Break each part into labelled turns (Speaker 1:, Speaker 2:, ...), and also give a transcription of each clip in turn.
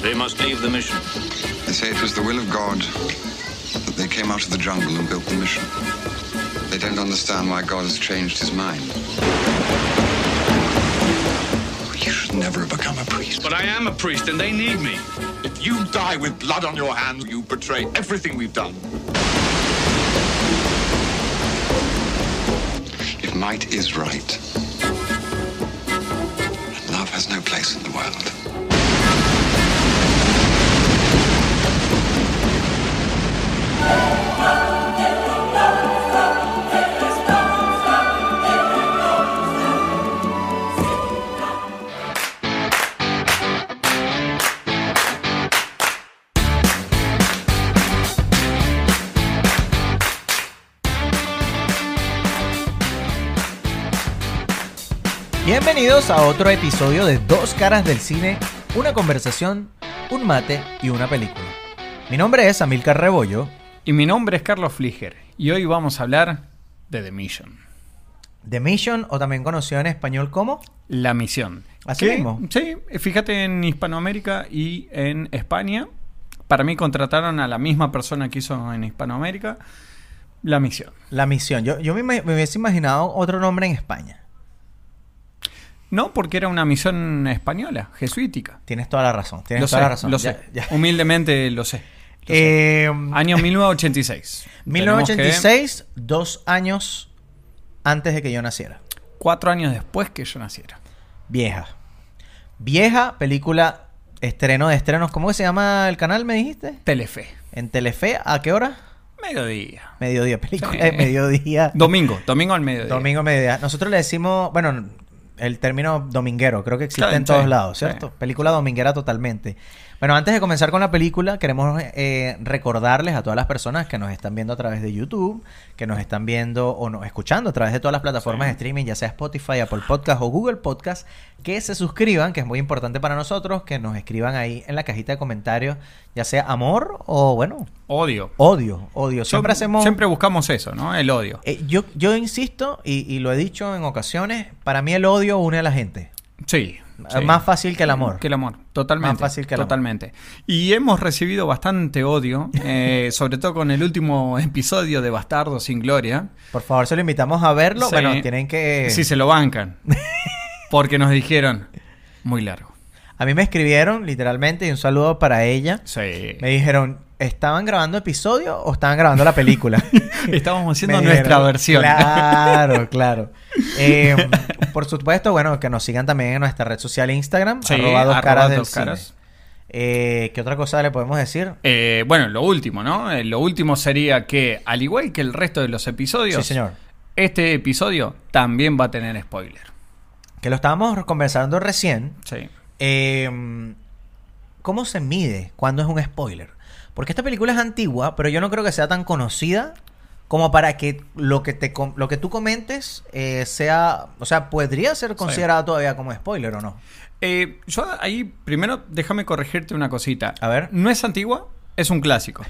Speaker 1: They must leave the mission.
Speaker 2: They say it was the will of God that they came out of the jungle and built the mission. They don't understand why God has changed his mind. You should never have become a priest.
Speaker 3: But I am a priest and they need me.
Speaker 4: If you die with blood on your hands, you betray everything we've done.
Speaker 2: If might is right, and love has no place in the world.
Speaker 5: Bienvenidos a otro episodio de Dos Caras del Cine, una conversación, un mate y una película. Mi nombre es Amilcar Rebollo.
Speaker 6: Y mi nombre es Carlos Fliger y hoy vamos a hablar de The Mission.
Speaker 5: The Mission, o también conocido en español como
Speaker 6: La misión.
Speaker 5: Así mismo.
Speaker 6: Sí, fíjate en Hispanoamérica y en España. Para mí contrataron a la misma persona que hizo en Hispanoamérica La misión.
Speaker 5: La Misión. Yo, yo me, ima- me hubiese imaginado otro nombre en España.
Speaker 6: No, porque era una misión española, jesuítica.
Speaker 5: Tienes toda la razón. Tienes
Speaker 6: Lo
Speaker 5: toda
Speaker 6: sé,
Speaker 5: la razón.
Speaker 6: lo
Speaker 5: Ya-
Speaker 6: sé.
Speaker 5: ya.
Speaker 6: Humildemente lo sé. lo sé.
Speaker 5: Eh, mm,
Speaker 6: Año 1986. Tenemos
Speaker 5: 1986, dos años antes de que yo naciera.
Speaker 6: que- cuatro años después que yo naciera.
Speaker 5: Vieja. Vieja película estreno de estrenos. ¿Cómo que se llama el canal, me dijiste?
Speaker 6: Telefe.
Speaker 5: En Telefe, ¿a qué hora?
Speaker 6: Mediodía.
Speaker 5: Mediodía, película
Speaker 6: Sí. eh.
Speaker 5: de mediodía.
Speaker 6: Domingo, domingo al mediodía.
Speaker 5: Domingo, mediodía. Nosotros le decimos, bueno, el término dominguero, creo que existe
Speaker 6: Claro,
Speaker 5: en
Speaker 6: sí,
Speaker 5: todos lados,
Speaker 6: sí.
Speaker 5: ¿cierto? Película dominguera totalmente. Bueno, antes de comenzar con la película, queremos eh, recordarles a todas las personas que nos están viendo a través de YouTube, que nos están viendo o nos escuchando a través de todas las plataformas de streaming, ya sea Spotify, Apple Podcast o Google Podcast, que se suscriban, que es muy importante para nosotros, que nos escriban ahí en la cajita de comentarios, ya sea amor o, bueno,
Speaker 6: Odio.
Speaker 5: odio, odio. Siempre hacemos...
Speaker 6: Siempre buscamos eso, ¿no? El odio.
Speaker 5: Eh, yo, yo insisto, y, y lo he dicho en ocasiones, para mí el odio une a la gente.
Speaker 6: Sí.
Speaker 5: Eh,
Speaker 6: sí.
Speaker 5: Más fácil que el amor.
Speaker 6: Que el amor, totalmente.
Speaker 5: Más fácil que el amor.
Speaker 6: totalmente. Y hemos recibido bastante odio, eh, sobre todo con el último episodio de Bastardo sin Gloria.
Speaker 5: Por favor, se lo invitamos a verlo.
Speaker 6: Sí.
Speaker 5: Bueno, tienen que...
Speaker 6: Sí, se lo bancan. Porque nos dijeron, muy largo.
Speaker 5: A mí me escribieron, literalmente, y un saludo para ella.
Speaker 6: Sí.
Speaker 5: Me dijeron, ¿estaban grabando episodio o estaban grabando la película?
Speaker 6: Estábamos haciendo
Speaker 5: Me
Speaker 6: nuestra
Speaker 5: dijeron,
Speaker 6: versión.
Speaker 5: Claro, claro. Eh, por supuesto, bueno, que nos sigan también en nuestra red social Instagram.
Speaker 6: Sí,
Speaker 5: arroba dos
Speaker 6: arroba
Speaker 5: caras del
Speaker 6: dos caras.
Speaker 5: cine. Eh, ¿Qué otra cosa le podemos decir?
Speaker 6: Eh, bueno, lo último, ¿no? Eh, lo último sería que, al igual que el resto de los episodios,
Speaker 5: Sí, señor.
Speaker 6: este episodio también va a tener spoiler.
Speaker 5: Que lo estábamos conversando recién.
Speaker 6: Sí.
Speaker 5: Eh, ¿Cómo se mide cuándo es un spoiler? Porque esta película es antigua, pero yo no creo que sea tan conocida como para que lo que, te, com- lo que tú comentes eh, sea, o sea, podría ser considerado todavía como spoiler o no.
Speaker 6: Eh, yo ahí, primero, déjame corregirte una cosita.
Speaker 5: A ver.
Speaker 6: No es antigua, es un clásico.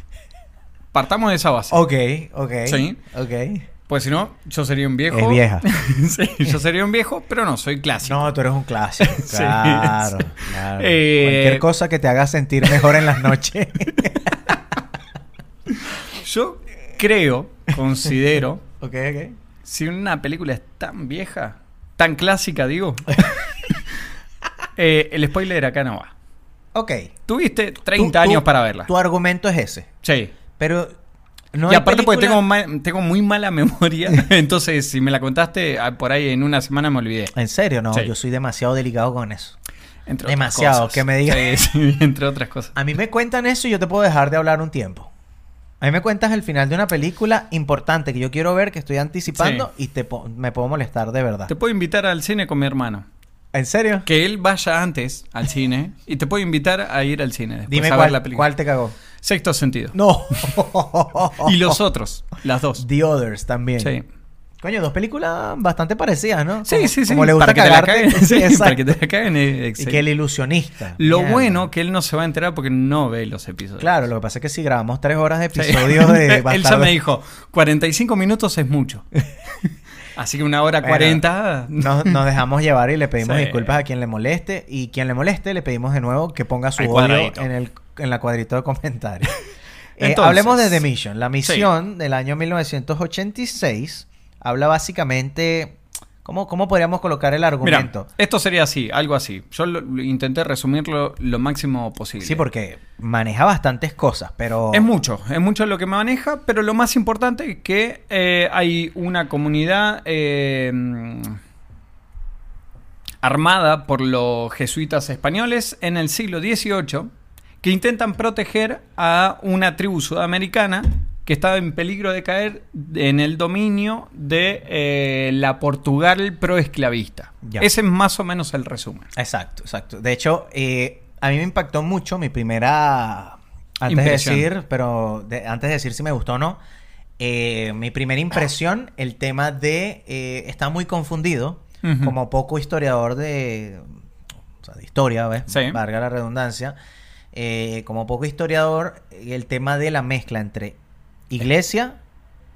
Speaker 6: Partamos de esa base.
Speaker 5: Ok, ok.
Speaker 6: Sí.
Speaker 5: Ok.
Speaker 6: Pues si no, yo sería un viejo.
Speaker 5: Es vieja.
Speaker 6: Sí, yo sería un viejo, pero no, soy clásico.
Speaker 5: No, tú eres un clásico.
Speaker 6: Sí,
Speaker 5: Claro,
Speaker 6: sí.
Speaker 5: claro.
Speaker 6: Eh,
Speaker 5: Cualquier cosa que te haga sentir mejor en las noches.
Speaker 6: Yo creo, considero,
Speaker 5: ok, ok.
Speaker 6: si una película es tan vieja, tan clásica, digo, eh, el spoiler acá no va.
Speaker 5: Ok.
Speaker 6: Tuviste
Speaker 5: Tú-
Speaker 6: 30
Speaker 5: tú-
Speaker 6: años para verla.
Speaker 5: Tu argumento es ese.
Speaker 6: Sí.
Speaker 5: Pero no
Speaker 6: y
Speaker 5: hay
Speaker 6: aparte porque
Speaker 5: película-
Speaker 6: tengo, ma- tengo muy mala memoria, entonces si me la contaste ah, por ahí en una semana me olvidé.
Speaker 5: En serio, no,
Speaker 6: Sí.
Speaker 5: yo soy demasiado delicado con eso.
Speaker 6: Entre otras
Speaker 5: Demasiado,
Speaker 6: cosas.
Speaker 5: que me digas.
Speaker 6: Sí, sí, entre otras cosas.
Speaker 5: A mí me cuentan eso y yo te puedo dejar de hablar un tiempo. A mí me cuentas el final de una película importante que yo quiero ver, que estoy anticipando y te po- me puedo molestar de verdad.
Speaker 6: Te puedo invitar al cine con mi hermano.
Speaker 5: ¿En serio?
Speaker 6: Que él vaya antes al cine y te puedo invitar a ir al cine después
Speaker 5: Dime
Speaker 6: Pues a
Speaker 5: cuál,
Speaker 6: ver la película.
Speaker 5: cuál te cagó.
Speaker 6: Sexto sentido.
Speaker 5: No. Oh,
Speaker 6: Y los otros, las dos.
Speaker 5: The Others también.
Speaker 6: Sí.
Speaker 5: Coño, dos películas bastante parecidas, ¿no?
Speaker 6: Sí,
Speaker 5: Como-
Speaker 6: sí, sí.
Speaker 5: Como le gusta
Speaker 6: para que te la
Speaker 5: cagarte.
Speaker 6: caguen. Sí,
Speaker 5: Exacto.
Speaker 6: para que te la caguen, eh,
Speaker 5: Y
Speaker 6: exacto.
Speaker 5: que el ilusionista.
Speaker 6: Lo
Speaker 5: Mierda.
Speaker 6: bueno que él no se va a enterar porque no ve los episodios.
Speaker 5: Claro, lo que pasa es que si grabamos tres horas de
Speaker 6: Sí.
Speaker 5: episodios de
Speaker 6: él ya
Speaker 5: Bastardos-
Speaker 6: me dijo, 45 minutos es mucho. Así que una hora
Speaker 5: Bueno,
Speaker 6: cuarenta.
Speaker 5: Nos, nos dejamos llevar y le pedimos
Speaker 6: Sí.
Speaker 5: disculpas a quien le moleste. Y quien le moleste, le pedimos de nuevo que ponga su
Speaker 6: Al
Speaker 5: odio
Speaker 6: cuadradito.
Speaker 5: en, el, en la cuadrito de comentarios. Eh,
Speaker 6: Entonces.
Speaker 5: hablemos de The Mission. La misión del año 1986 habla básicamente. ¿Cómo, cómo podríamos colocar el
Speaker 6: Mira,
Speaker 5: argumento?
Speaker 6: esto sería así, algo así. Yo lo- lo intenté resumirlo lo máximo posible.
Speaker 5: sí, porque maneja bastantes cosas, pero.
Speaker 6: Es mucho, es mucho lo que maneja, pero lo más importante es que eh, hay una comunidad eh, mm, armada por los jesuitas españoles en el siglo XVIII que intentan proteger a una tribu sudamericana que estaba en peligro de caer en el dominio de eh, la Portugal proesclavista.
Speaker 5: Ya.
Speaker 6: Ese es más o menos el resumen.
Speaker 5: Exacto, exacto. De hecho, eh, a mí me impactó mucho mi primera. Antes de
Speaker 6: Impresión.
Speaker 5: decir, pero de- antes de decir si me gustó o no, eh, mi primera impresión, el tema de. eh, está muy confundido.
Speaker 6: Ujú.
Speaker 5: Como poco historiador de. O sea, de historia, ¿ves?
Speaker 6: Sí.
Speaker 5: Varga la redundancia. Eh, como poco historiador, eh, el tema de la mezcla entre iglesia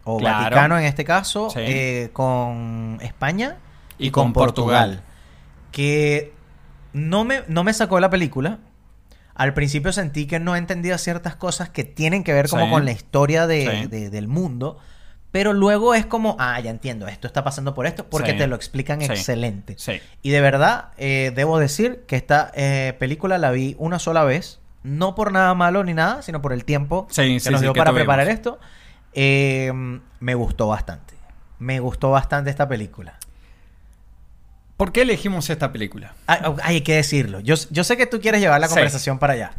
Speaker 5: o
Speaker 6: Claro.
Speaker 5: Vaticano en este caso,
Speaker 6: Sí.
Speaker 5: eh, con España
Speaker 6: Y con Portugal.
Speaker 5: que no me, no me sacó de la película. Al principio sentí que no entendía ciertas cosas que tienen que ver como
Speaker 6: Sí.
Speaker 5: con la historia de-
Speaker 6: Sí.
Speaker 5: de- del mundo. Pero luego es como, ah, ya entiendo, esto está pasando por esto, porque
Speaker 6: Sí.
Speaker 5: te lo explican
Speaker 6: Sí.
Speaker 5: excelente.
Speaker 6: Sí.
Speaker 5: Y de verdad, eh, debo decir que esta eh, película la vi una sola vez. No por nada malo ni nada, sino por el tiempo
Speaker 6: Sí,
Speaker 5: que
Speaker 6: sí,
Speaker 5: nos
Speaker 6: sí,
Speaker 5: dio
Speaker 6: que
Speaker 5: para
Speaker 6: tuvimos.
Speaker 5: preparar esto. Eh, me gustó bastante. Me gustó bastante esta película.
Speaker 6: ¿Por qué elegimos esta película?
Speaker 5: Ay, Hay, que decirlo. Yo, yo sé que tú quieres llevar la
Speaker 6: Sí.
Speaker 5: conversación para allá.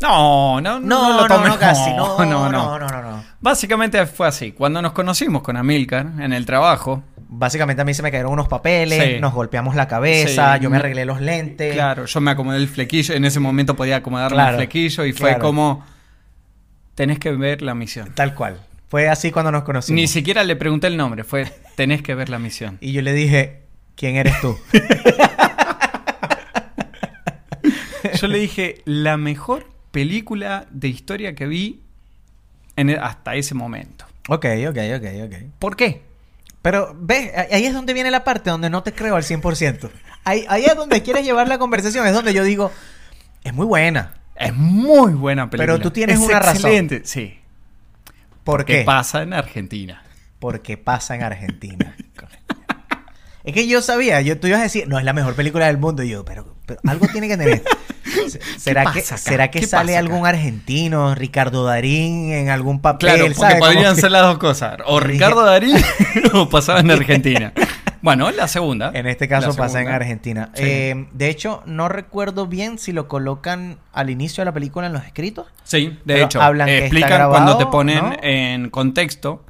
Speaker 6: No, no,
Speaker 5: No, no,
Speaker 6: lo
Speaker 5: no,
Speaker 6: tomes-
Speaker 5: casi. No, no, no, no, no,
Speaker 6: Básicamente fue así. Cuando nos conocimos con Amilcar en el trabajo,
Speaker 5: Básicamente a mí se me cayeron unos papeles,
Speaker 6: Sí.
Speaker 5: nos golpeamos la cabeza,
Speaker 6: Sí.
Speaker 5: yo me arreglé los lentes.
Speaker 6: claro, yo me acomodé el flequillo. En ese momento podía acomodarme
Speaker 5: Claro,
Speaker 6: el flequillo y fue
Speaker 5: claro.
Speaker 6: como: Tenés que ver la misión.
Speaker 5: Tal cual. Fue así cuando nos conocimos.
Speaker 6: Ni siquiera le pregunté el nombre, fue: Tenés que ver la misión.
Speaker 5: Y yo le dije, ¿quién eres tú?
Speaker 6: Yo le dije: La mejor película de historia que vi en el- hasta ese momento.
Speaker 5: ok, ok, ok, ok.
Speaker 6: ¿Por qué?
Speaker 5: Pero ves, ahí es donde viene la parte donde no te creo al 100%. Ahí, ahí es donde quieres llevar la conversación, es donde yo digo, es muy buena.
Speaker 6: Es muy buena película.
Speaker 5: Pero tú tienes
Speaker 6: Es
Speaker 5: una razón.
Speaker 6: excelente. Sí.
Speaker 5: ¿Por
Speaker 6: ¿Qué
Speaker 5: qué?
Speaker 6: pasa en Argentina?
Speaker 5: Porque pasa en Argentina. es que yo sabía, yo, tú ibas a decir, no es la mejor película del mundo. Y yo, pero, pero algo tiene que tener. Se- ¿Será,
Speaker 6: pasa
Speaker 5: que,
Speaker 6: acá?
Speaker 5: ¿Será que
Speaker 6: ¿Qué
Speaker 5: sale
Speaker 6: pasa
Speaker 5: algún argentino, Ricardo Darín, en algún papel?
Speaker 6: Claro, porque
Speaker 5: ¿sabe? Como
Speaker 6: podrían
Speaker 5: que-
Speaker 6: ser las dos cosas. O
Speaker 5: Dije-
Speaker 6: Ricardo Darín o pasaba en Argentina. Bueno, la segunda.
Speaker 5: En este caso
Speaker 6: La
Speaker 5: pasa en
Speaker 6: segunda.
Speaker 5: Argentina.
Speaker 6: Sí.
Speaker 5: Eh, de hecho, no recuerdo bien si lo colocan al inicio de la película en los escritos.
Speaker 6: Sí, de
Speaker 5: Pero
Speaker 6: hecho,
Speaker 5: hablan que está
Speaker 6: explican
Speaker 5: grabado,
Speaker 6: cuando te ponen
Speaker 5: ¿no?
Speaker 6: en contexto,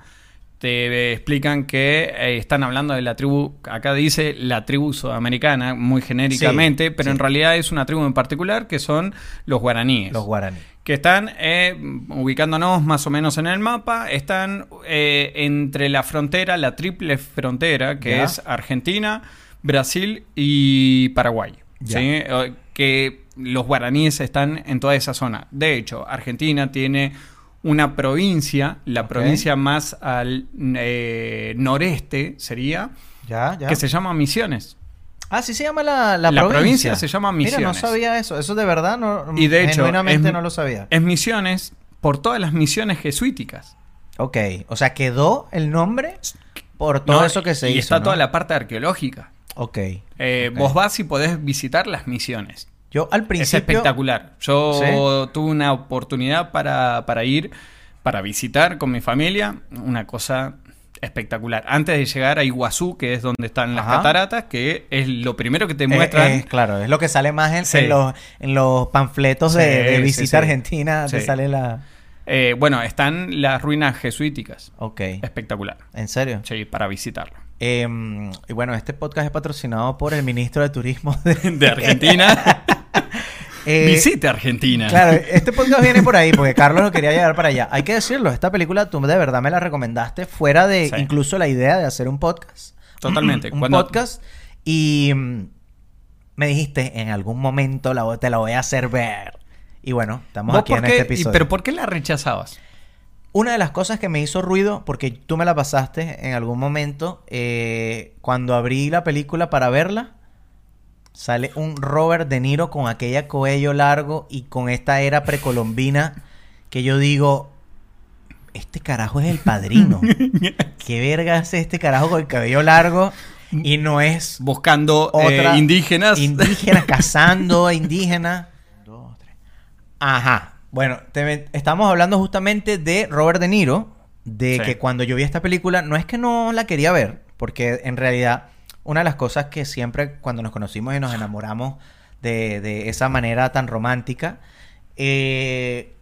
Speaker 6: te explican que eh, están hablando de la tribu, acá dice la tribu sudamericana, muy genéricamente, pero
Speaker 5: sí.
Speaker 6: en realidad es una tribu en particular que son los guaraníes.
Speaker 5: Los guaraní.
Speaker 6: que están eh, ubicándonos más o menos en el mapa, están eh, entre la frontera, la triple frontera, que
Speaker 5: Ya.
Speaker 6: es Argentina, Brasil y Paraguay.
Speaker 5: Ya.
Speaker 6: ¿sí? Eh, Que los guaraníes están en toda esa zona. De hecho, Argentina tiene una provincia, la
Speaker 5: Ok.
Speaker 6: provincia más al eh, noreste sería,
Speaker 5: Ya, ya.
Speaker 6: que se llama Misiones.
Speaker 5: Ah, sí se llama la, la
Speaker 6: La
Speaker 5: provincia.
Speaker 6: provincia se llama
Speaker 5: Mira, no
Speaker 6: Misiones.
Speaker 5: sabía eso. Eso de verdad no.
Speaker 6: Y de hecho,
Speaker 5: Mm, Genuinamente
Speaker 6: es-
Speaker 5: no lo sabía.
Speaker 6: Es Misiones por todas las misiones jesuíticas.
Speaker 5: Ok, o sea, quedó el nombre por todo
Speaker 6: No,
Speaker 5: eso que se
Speaker 6: y
Speaker 5: hizo.
Speaker 6: está
Speaker 5: ¿no?
Speaker 6: toda la parte arqueológica.
Speaker 5: Ok.
Speaker 6: Eh,
Speaker 5: Ok.
Speaker 6: Vos vas y podés visitar las misiones.
Speaker 5: Yo al principio.
Speaker 6: Es espectacular. Yo
Speaker 5: ¿Sí?
Speaker 6: tuve una oportunidad para, para ir, para visitar con mi familia, una cosa espectacular. Antes de llegar a Iguazú, que es donde están las
Speaker 5: Ajá.
Speaker 6: cataratas, que es lo primero que te
Speaker 5: eh,
Speaker 6: muestran.
Speaker 5: eh, claro, es lo que sale más en,
Speaker 6: Sí.
Speaker 5: en los, en los panfletos de,
Speaker 6: Sí,
Speaker 5: de
Speaker 6: sí,
Speaker 5: visita
Speaker 6: sí.
Speaker 5: argentina. Te
Speaker 6: Sí.
Speaker 5: sale la.
Speaker 6: Eh, bueno, están las ruinas jesuíticas.
Speaker 5: Ok.
Speaker 6: Espectacular.
Speaker 5: ¿En serio?
Speaker 6: Sí, para visitarlo.
Speaker 5: Em, y bueno, este podcast es patrocinado por el ministro de Turismo de,
Speaker 6: De Argentina.
Speaker 5: Eh,
Speaker 6: Visite Argentina.
Speaker 5: Claro, este podcast viene por ahí porque Carlos lo quería llevar para allá. Hay que decirlo, esta película tú de verdad me la recomendaste fuera de
Speaker 6: Sí.
Speaker 5: incluso la idea de hacer un podcast.
Speaker 6: Totalmente.
Speaker 5: un
Speaker 6: Cuando-
Speaker 5: podcast y mm, me dijiste en algún momento la, vo- te la voy a hacer ver. Y bueno, estamos
Speaker 6: ¿Vos
Speaker 5: aquí
Speaker 6: por
Speaker 5: en
Speaker 6: qué-
Speaker 5: este
Speaker 6: y-
Speaker 5: episodio.
Speaker 6: ¿Pero por qué la rechazabas?
Speaker 5: Una de las cosas que me hizo ruido, porque tú me la pasaste en algún momento, eh, cuando abrí la película para verla, sale un Robert De Niro con aquella cuello largo y con esta era precolombina que yo digo, este carajo es el padrino. ¿Qué verga hace este carajo con el cabello largo? Y no es
Speaker 6: Buscando eh,
Speaker 5: otra
Speaker 6: indígenas.
Speaker 5: indígenas cazando a indígenas. Dos, tres. Ajá. Bueno, te me- estamos hablando justamente de Robert De Niro, de
Speaker 6: Sí.
Speaker 5: que cuando yo vi esta película, no es que no la quería ver, porque en realidad una de las cosas que siempre cuando nos conocimos y nos enamoramos de, de esa manera tan romántica, eh,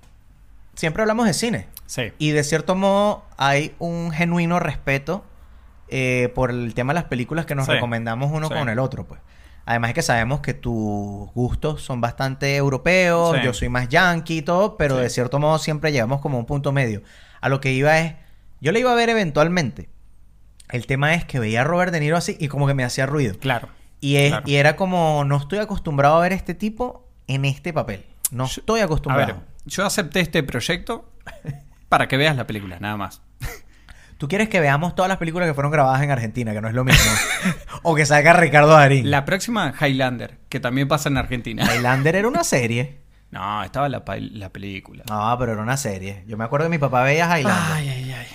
Speaker 5: siempre hablamos de cine.
Speaker 6: sí.
Speaker 5: Y de cierto modo hay un genuino respeto eh, por el tema de las películas que nos
Speaker 6: Sí.
Speaker 5: recomendamos uno
Speaker 6: Sí.
Speaker 5: con el otro, pues. Además es que sabemos que tus gustos son bastante europeos,
Speaker 6: Sí.
Speaker 5: yo soy más yankee y todo, pero
Speaker 6: Sí.
Speaker 5: de cierto modo siempre llegamos como a un punto medio. A lo que iba es, yo la iba a ver eventualmente. El tema es que veía a Robert De Niro así y como que me hacía ruido.
Speaker 6: Claro.
Speaker 5: Y, es,
Speaker 6: Claro.
Speaker 5: y era como, no estoy acostumbrado a ver a este tipo en este papel. No
Speaker 6: Yo-
Speaker 5: estoy
Speaker 6: A
Speaker 5: acostumbrado.
Speaker 6: ver, yo acepté este proyecto para que veas la película, nada más.
Speaker 5: Tú quieres que veamos todas las películas que fueron grabadas en Argentina, que no es lo mismo. o que salga Ricardo Darín.
Speaker 6: La próxima, Highlander, que también pasa en Argentina.
Speaker 5: Highlander era una serie.
Speaker 6: No, estaba la, pa- la película.
Speaker 5: No, pero era una serie. Yo me acuerdo que mi papá veía Ah, Highlander.
Speaker 6: Ay, ay, ay.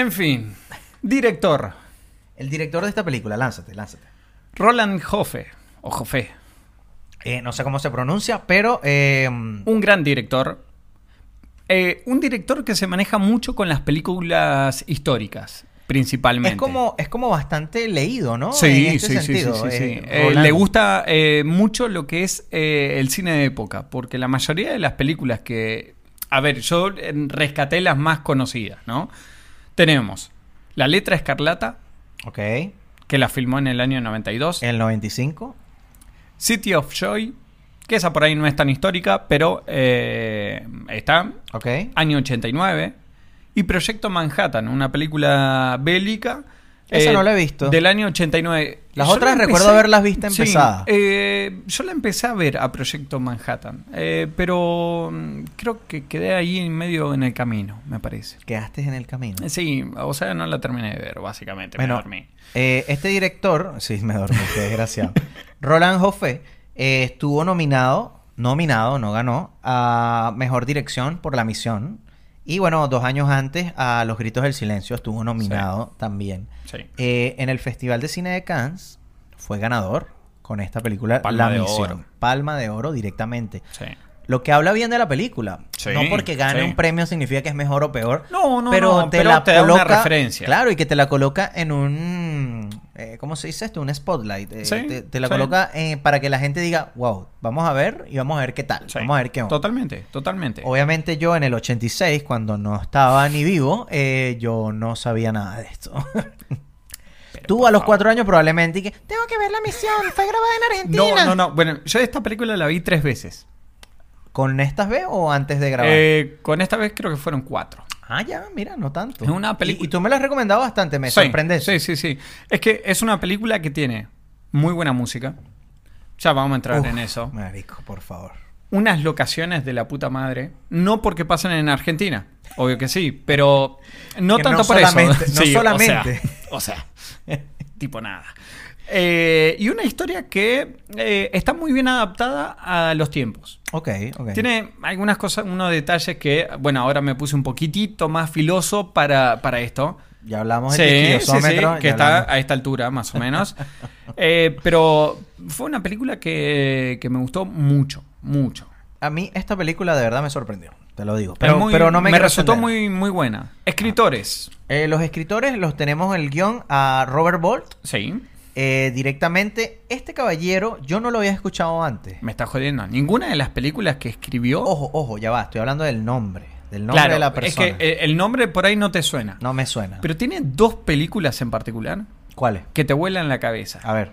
Speaker 6: En fin, director,
Speaker 5: El director de esta película, lánzate, lánzate.
Speaker 6: Roland Hoffe, o Joffe,
Speaker 5: Eh, no sé cómo se pronuncia, pero... eh,
Speaker 6: un gran director. Eh, un director que se maneja mucho con las películas históricas, principalmente.
Speaker 5: es como, es como bastante leído, ¿no?
Speaker 6: Sí,
Speaker 5: En
Speaker 6: sí,
Speaker 5: este
Speaker 6: sí,
Speaker 5: sentido,
Speaker 6: sí, sí, sí.
Speaker 5: eh,
Speaker 6: Eh,
Speaker 5: Roland.
Speaker 6: le gusta eh, mucho lo que es eh, el cine de época, porque la mayoría de las películas que... A ver, yo eh, rescaté las más conocidas, ¿no? Tenemos La letra escarlata,
Speaker 5: Ok.
Speaker 6: que la filmó en el año 92.
Speaker 5: El 95.
Speaker 6: City of Joy, que esa por ahí no es tan histórica, pero eh, está.
Speaker 5: Ok.
Speaker 6: Año 89. Y Proyecto Manhattan, una película bélica. eh,
Speaker 5: Esa no la he visto.
Speaker 6: Del año 89.
Speaker 5: Las
Speaker 6: Yo
Speaker 5: otras
Speaker 6: la
Speaker 5: recuerdo haberlas visto empezada.
Speaker 6: eh, yo la empecé a ver a Proyecto Manhattan, eh, pero mm, creo que quedé ahí en medio en el camino, me parece.
Speaker 5: Quedaste en el camino.
Speaker 6: Sí, o sea, no la terminé de ver, básicamente.
Speaker 5: Bueno,
Speaker 6: me dormí.
Speaker 5: eh, este director, sí, me dormí, qué desgraciado. Roland Joffe eh, estuvo nominado, nominado, no ganó, a Mejor Dirección por La Misión. Y bueno, dos años antes a Los Gritos del Silencio estuvo nominado también.
Speaker 6: Sí.
Speaker 5: Eh, en el Festival de Cine de Cannes fue ganador con esta película
Speaker 6: Palma
Speaker 5: La
Speaker 6: de
Speaker 5: Misión.
Speaker 6: Oro.
Speaker 5: Palma de Oro directamente.
Speaker 6: Sí.
Speaker 5: Lo que habla bien de la película.
Speaker 6: Sí,
Speaker 5: no porque gane
Speaker 6: sí.
Speaker 5: un premio significa que es mejor o peor.
Speaker 6: No, no, no, pero te da una referencia.
Speaker 5: Claro, y que te la coloca en un. eh, ¿Cómo se dice esto? Un spotlight. eh,
Speaker 6: Sí,
Speaker 5: te, te la
Speaker 6: sí.
Speaker 5: coloca eh, para que la gente diga, wow, vamos a ver y vamos a ver qué tal.
Speaker 6: sí.
Speaker 5: Vamos a ver qué onda.
Speaker 6: Totalmente, totalmente.
Speaker 5: Obviamente yo en el 86, cuando no estaba ni vivo, eh, yo no sabía nada de esto. Tú a los cuatro años probablemente y que tengo que ver la misión, fue grabada en Argentina.
Speaker 6: No, no, no. Bueno, yo esta película la vi tres veces.
Speaker 5: ¿Con estas B o antes de grabar?
Speaker 6: Eh, con esta vez creo que fueron cuatro.
Speaker 5: Ah, ya, mira, no tanto.
Speaker 6: Es una
Speaker 5: Y-
Speaker 6: película-
Speaker 5: Y, tú me la has recomendado bastante, me
Speaker 6: Sí,
Speaker 5: sorprendes.
Speaker 6: Sí, sí, sí. Es que es una película que tiene muy buena música. Ya vamos a entrar
Speaker 5: Uf,
Speaker 6: en eso.
Speaker 5: Marico, por favor.
Speaker 6: Unas locaciones de la puta madre. No porque pasen en Argentina. Obvio que sí. Pero no
Speaker 5: Que
Speaker 6: tanto
Speaker 5: no
Speaker 6: por eso.
Speaker 5: solamente- no
Speaker 6: Sí, o sea,
Speaker 5: solamente.
Speaker 6: O sea, tipo nada. Eh, y una historia que eh, está muy bien adaptada a los tiempos.
Speaker 5: Ok, ok.
Speaker 6: Tiene algunas cosas, unos detalles que, bueno, ahora me puse un poquitito más filoso para, para esto.
Speaker 5: Ya hablamos
Speaker 6: Sí,
Speaker 5: del
Speaker 6: sí, sí,
Speaker 5: kilosómetro,
Speaker 6: que
Speaker 5: ya
Speaker 6: está
Speaker 5: hablamos.
Speaker 6: a esta altura, más o menos. Eh, pero fue una película que, que me gustó mucho, mucho.
Speaker 5: A mí esta película de verdad me sorprendió, te lo digo. Pero,
Speaker 6: Es muy-
Speaker 5: pero no me quiero
Speaker 6: resultó
Speaker 5: extender.
Speaker 6: muy, muy buena. Escritores,
Speaker 5: Eh, los escritores los tenemos en el guión a Robert Bolt
Speaker 6: sí,
Speaker 5: eh, directamente. Este caballero yo no lo había escuchado antes.
Speaker 6: me está jodiendo. Ninguna de las películas que escribió.
Speaker 5: Ojo, ojo, ya va, estoy hablando del nombre. Del nombre
Speaker 6: Claro,
Speaker 5: de la persona.
Speaker 6: Es que eh, el nombre por ahí no te suena.
Speaker 5: No me suena.
Speaker 6: Pero tiene dos películas en particular
Speaker 5: ¿Cuál es?
Speaker 6: que te vuelan la cabeza.
Speaker 5: A ver.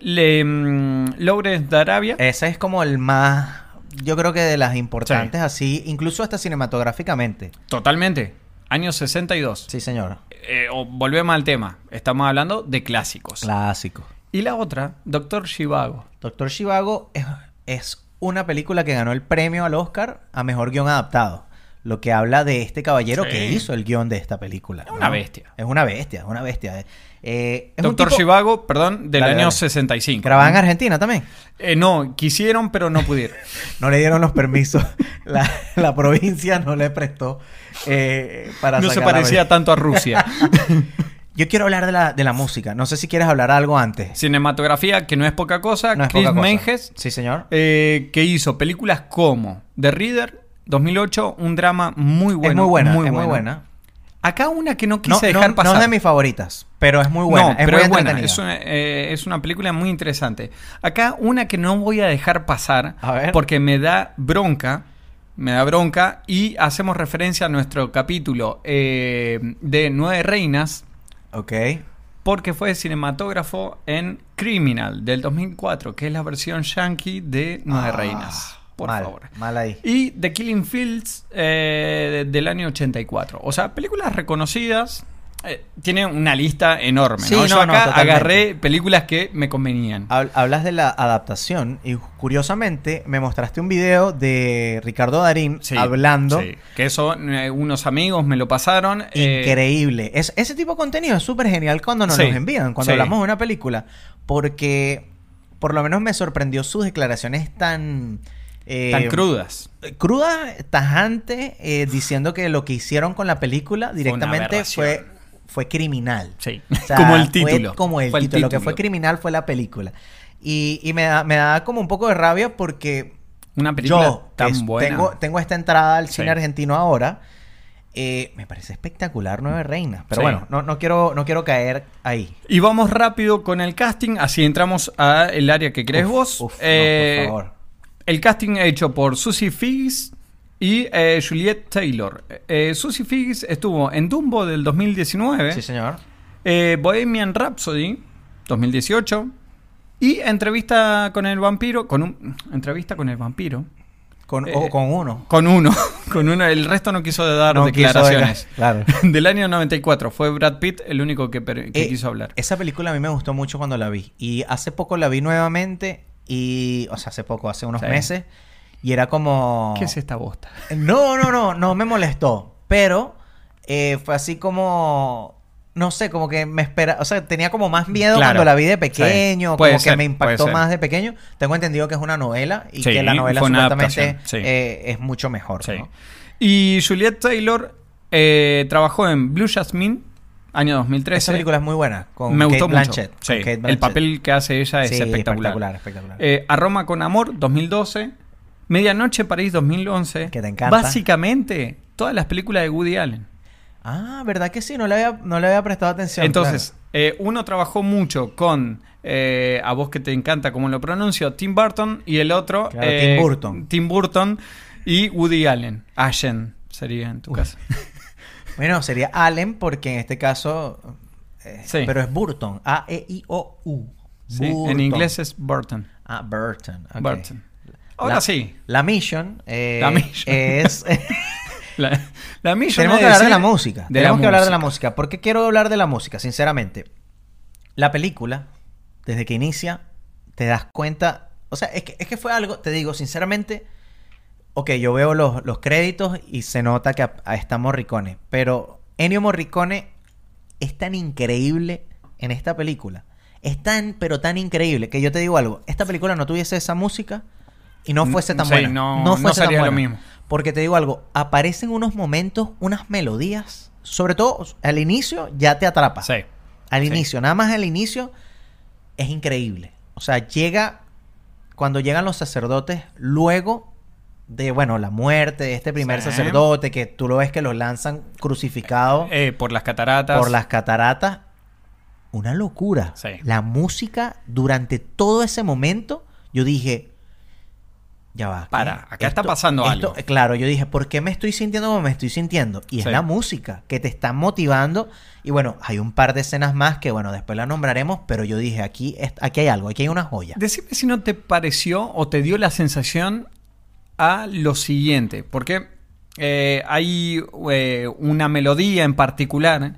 Speaker 6: Le, mm, Lawrence de Arabia.
Speaker 5: Ese es como el más, yo creo que de las importantes así, incluso hasta cinematográficamente.
Speaker 6: Totalmente. Año 62.
Speaker 5: Sí, señor.
Speaker 6: Eh, o volvemos al tema. Estamos hablando de clásicos.
Speaker 5: Clásico.
Speaker 6: Y la otra, Doctor Shivago.
Speaker 5: Doctor Shivago es, es una película que ganó el premio al Oscar a mejor guión adaptado. Lo que habla de este caballero
Speaker 6: Sí.
Speaker 5: que hizo el guión de esta película.
Speaker 6: Es una bestia.
Speaker 5: Es una bestia, es una bestia. Eh, es un
Speaker 6: Doctor
Speaker 5: tipo-
Speaker 6: Chivago, perdón, del
Speaker 5: Dale,
Speaker 6: año
Speaker 5: dale.
Speaker 6: 65.
Speaker 5: Grabada en Argentina también.
Speaker 6: Eh, no, quisieron, pero no pudieron.
Speaker 5: No le dieron los permisos. la, la provincia no le prestó eh, para
Speaker 6: no se
Speaker 5: sacar la película.
Speaker 6: parecía tanto a Rusia.
Speaker 5: Yo quiero hablar de la, de la música. No sé si quieres hablar algo antes.
Speaker 6: Cinematografía, que no es poca cosa.
Speaker 5: No es
Speaker 6: Chris
Speaker 5: poca cosa.
Speaker 6: Menges,
Speaker 5: Sí, señor.
Speaker 6: eh, que hizo películas como The Reader, 2008, un drama muy bueno.
Speaker 5: es muy buena, es
Speaker 6: bueno.
Speaker 5: muy buena.
Speaker 6: Acá una que no quise
Speaker 5: No, no-
Speaker 6: dejar
Speaker 5: no
Speaker 6: pasar.
Speaker 5: es de mis favoritas, pero es muy buena.
Speaker 6: No,
Speaker 5: es
Speaker 6: pero
Speaker 5: muy
Speaker 6: es buena.
Speaker 5: entretenida.
Speaker 6: Es una, eh, es una película muy interesante. Acá una que no voy a dejar pasar
Speaker 5: A ver.
Speaker 6: porque me da bronca. Me da bronca. Y hacemos referencia a nuestro capítulo eh, de Nueve Reinas
Speaker 5: Ok.
Speaker 6: porque fue cinematógrafo en Criminal del 2004, que es la versión yankee de Nueve
Speaker 5: Ah,
Speaker 6: Reinas. Por
Speaker 5: mal,
Speaker 6: favor.
Speaker 5: Mal ahí.
Speaker 6: Y The Killing Fields eh, de- del año 84. O sea, películas reconocidas. eh, tiene una lista enorme.
Speaker 5: Sí,
Speaker 6: ¿no? Yo
Speaker 5: no, no,
Speaker 6: acá
Speaker 5: totalmente.
Speaker 6: agarré películas que me convenían.
Speaker 5: Hab- Hablas de la adaptación y curiosamente me mostraste un video de Ricardo Darín
Speaker 6: Sí,
Speaker 5: hablando.
Speaker 6: sí. Que eso, eh, unos amigos me lo pasaron. eh,
Speaker 5: Increíble. Es, ese tipo de contenido es súper genial cuando nos
Speaker 6: Sí,
Speaker 5: los envían, cuando
Speaker 6: sí.
Speaker 5: hablamos de una película. Porque por lo menos me sorprendió sus declaraciones tan... eh,
Speaker 6: tan crudas.
Speaker 5: cruda, tajante, eh, diciendo que lo que hicieron con la película directamente
Speaker 6: aberración.
Speaker 5: fue, fue criminal.
Speaker 6: Sí.
Speaker 5: O sea,
Speaker 6: como
Speaker 5: fue
Speaker 6: el título.
Speaker 5: como el
Speaker 6: Fue
Speaker 5: título. Lo que fue criminal fue la película. Y, y me, da, me da como un poco de rabia porque
Speaker 6: Una película
Speaker 5: yo que
Speaker 6: tan
Speaker 5: es-
Speaker 6: buena.
Speaker 5: Tengo, tengo esta entrada al cine
Speaker 6: Sí.
Speaker 5: argentino ahora. eh, me parece espectacular Nueve Reinas. Pero
Speaker 6: Mm. Sí.
Speaker 5: bueno, no, no, quiero, no quiero caer ahí.
Speaker 6: Y vamos rápido con el casting, así entramos al área que crees
Speaker 5: Uf,
Speaker 6: vos.
Speaker 5: uf, no,
Speaker 6: Eh,
Speaker 5: por favor.
Speaker 6: El casting hecho por Susie Figgis y eh, Juliette Taylor. Eh, Susie Figgis estuvo en Dumbo del 2019,
Speaker 5: Sí, señor.
Speaker 6: eh, Bohemian Rhapsody 2018 y Entrevista con el vampiro, con un entrevista con el vampiro,
Speaker 5: Con,
Speaker 6: Eh,
Speaker 5: o con uno.
Speaker 6: con uno, con uno. El resto no quiso dar
Speaker 5: No quiso
Speaker 6: declaraciones.
Speaker 5: dejar- claro.
Speaker 6: Del año 94 fue Brad Pitt el único que, per- que
Speaker 5: Eh,
Speaker 6: quiso hablar.
Speaker 5: Esa película a mí me gustó mucho cuando la vi. Y hace poco la vi nuevamente. Y, o sea, hace poco, hace unos
Speaker 6: Sí.
Speaker 5: meses. Y era como.
Speaker 6: ¿Qué es esta bosta?
Speaker 5: No, no, no, no me molestó. Pero eh, fue así como. No sé, como que me espera. O sea, tenía como más miedo
Speaker 6: Claro.
Speaker 5: cuando la vi de
Speaker 6: Sí.
Speaker 5: pequeño.
Speaker 6: Puede
Speaker 5: Como
Speaker 6: ser,
Speaker 5: que me impactó
Speaker 6: puede ser.
Speaker 5: más de pequeño. Tengo entendido que es una novela. Y
Speaker 6: Sí,
Speaker 5: que la novela
Speaker 6: fue una
Speaker 5: supuestamente
Speaker 6: adaptación, sí.
Speaker 5: eh, es mucho mejor.
Speaker 6: Sí.
Speaker 5: ¿no?
Speaker 6: Y Juliette Taylor eh, trabajó en Blue Jasmine, año 2013.
Speaker 5: Esa película es muy buena. Con
Speaker 6: Me
Speaker 5: Kate
Speaker 6: gustó
Speaker 5: Blanchett,
Speaker 6: mucho.
Speaker 5: con
Speaker 6: Sí,
Speaker 5: Kate
Speaker 6: El
Speaker 5: Blanchett.
Speaker 6: papel que hace ella es
Speaker 5: Sí,
Speaker 6: espectacular.
Speaker 5: espectacular, espectacular.
Speaker 6: Eh, a Roma con Amor, 2012. Medianoche París, 2011.
Speaker 5: Que te encanta.
Speaker 6: Básicamente, todas las películas de Woody Allen.
Speaker 5: Ah, ¿verdad que sí? No le había, no le había prestado atención.
Speaker 6: Entonces,
Speaker 5: claro.
Speaker 6: eh, uno trabajó mucho con, eh, a vos que te encanta cómo lo pronuncio, Tim Burton, y el otro...
Speaker 5: Claro,
Speaker 6: eh,
Speaker 5: Tim Burton.
Speaker 6: Tim Burton y Woody Allen. Allen sería en tu caso.
Speaker 5: Bueno, sería Allen porque en este caso... eh,
Speaker 6: Sí.
Speaker 5: Pero es Burton. E A-E-I-O-U.
Speaker 6: Sí, en
Speaker 5: Burton.
Speaker 6: inglés es Burton.
Speaker 5: Ah, Burton. ok.
Speaker 6: Burton. Ahora
Speaker 5: La-
Speaker 6: sí.
Speaker 5: La Mission, eh,
Speaker 6: La Mission.
Speaker 5: es...
Speaker 6: La, la milla
Speaker 5: Tenemos
Speaker 6: de
Speaker 5: que hablar de
Speaker 6: decir-
Speaker 5: la música.
Speaker 6: de
Speaker 5: Tenemos
Speaker 6: la
Speaker 5: que hablar de la
Speaker 6: música.
Speaker 5: música. ¿Por qué quiero hablar de la música? Sinceramente, la película, desde que inicia, te das cuenta. O sea, es que, es que fue algo, te digo, sinceramente. Ok, yo veo los, los créditos y se nota que a- a está Morricone. Pero Ennio Morricone es tan increíble en esta película. Es tan, pero tan increíble que yo te digo algo. Esta película no tuviese esa música y no
Speaker 6: N-
Speaker 5: fuese tan
Speaker 6: sí,
Speaker 5: buena.
Speaker 6: no-
Speaker 5: No,
Speaker 6: no
Speaker 5: fuese tan
Speaker 6: sería lo
Speaker 5: buena.
Speaker 6: mismo.
Speaker 5: Porque te digo algo, aparecen unos momentos, unas melodías, sobre todo al inicio ya te atrapa.
Speaker 6: Sí.
Speaker 5: Al
Speaker 6: sí.
Speaker 5: inicio, nada más al inicio es increíble. O sea, llega cuando llegan los sacerdotes luego de bueno, la muerte de este primer
Speaker 6: Sí.
Speaker 5: sacerdote que tú lo ves que lo lanzan crucificado
Speaker 6: Eh, por las cataratas.
Speaker 5: por las cataratas. Una locura.
Speaker 6: Sí.
Speaker 5: La música durante todo ese momento, yo dije, ya va. ¿qué?
Speaker 6: Para, acá está pasando algo.
Speaker 5: Claro, yo dije, ¿por qué me estoy sintiendo como me estoy sintiendo? Y es
Speaker 6: Sí.
Speaker 5: la música que te está motivando. Y bueno, hay un par de escenas más que, bueno, después las nombraremos, pero yo dije, aquí, es- aquí hay algo, aquí hay una joya.
Speaker 6: Decime si no te pareció o te dio la sensación a lo siguiente. Porque eh, hay eh, una melodía en particular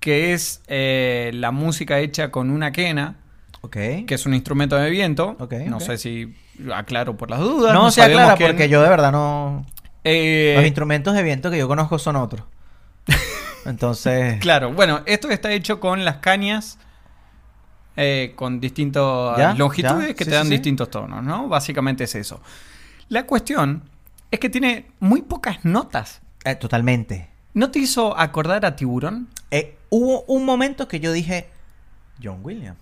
Speaker 6: que es eh, la música hecha con una quena,
Speaker 5: ok.
Speaker 6: que es un instrumento de viento.
Speaker 5: Ok,
Speaker 6: no
Speaker 5: ok.
Speaker 6: sé si aclaro por las dudas.
Speaker 5: no se
Speaker 6: sabemos
Speaker 5: aclara
Speaker 6: quién-
Speaker 5: porque yo de verdad no...
Speaker 6: Eh,
Speaker 5: Los instrumentos de viento que yo conozco son otros. Entonces,
Speaker 6: Claro, bueno, esto está hecho con las cañas eh, con distintas
Speaker 5: ¿Ya?
Speaker 6: longitudes
Speaker 5: ¿Ya?
Speaker 6: que
Speaker 5: Sí,
Speaker 6: te dan
Speaker 5: sí, sí.
Speaker 6: distintos tonos, ¿no? Básicamente es eso. La cuestión es que tiene muy pocas notas.
Speaker 5: eh, totalmente.
Speaker 6: ¿No te hizo acordar a Tiburón?
Speaker 5: Eh, hubo un momento que yo dije, John Williams.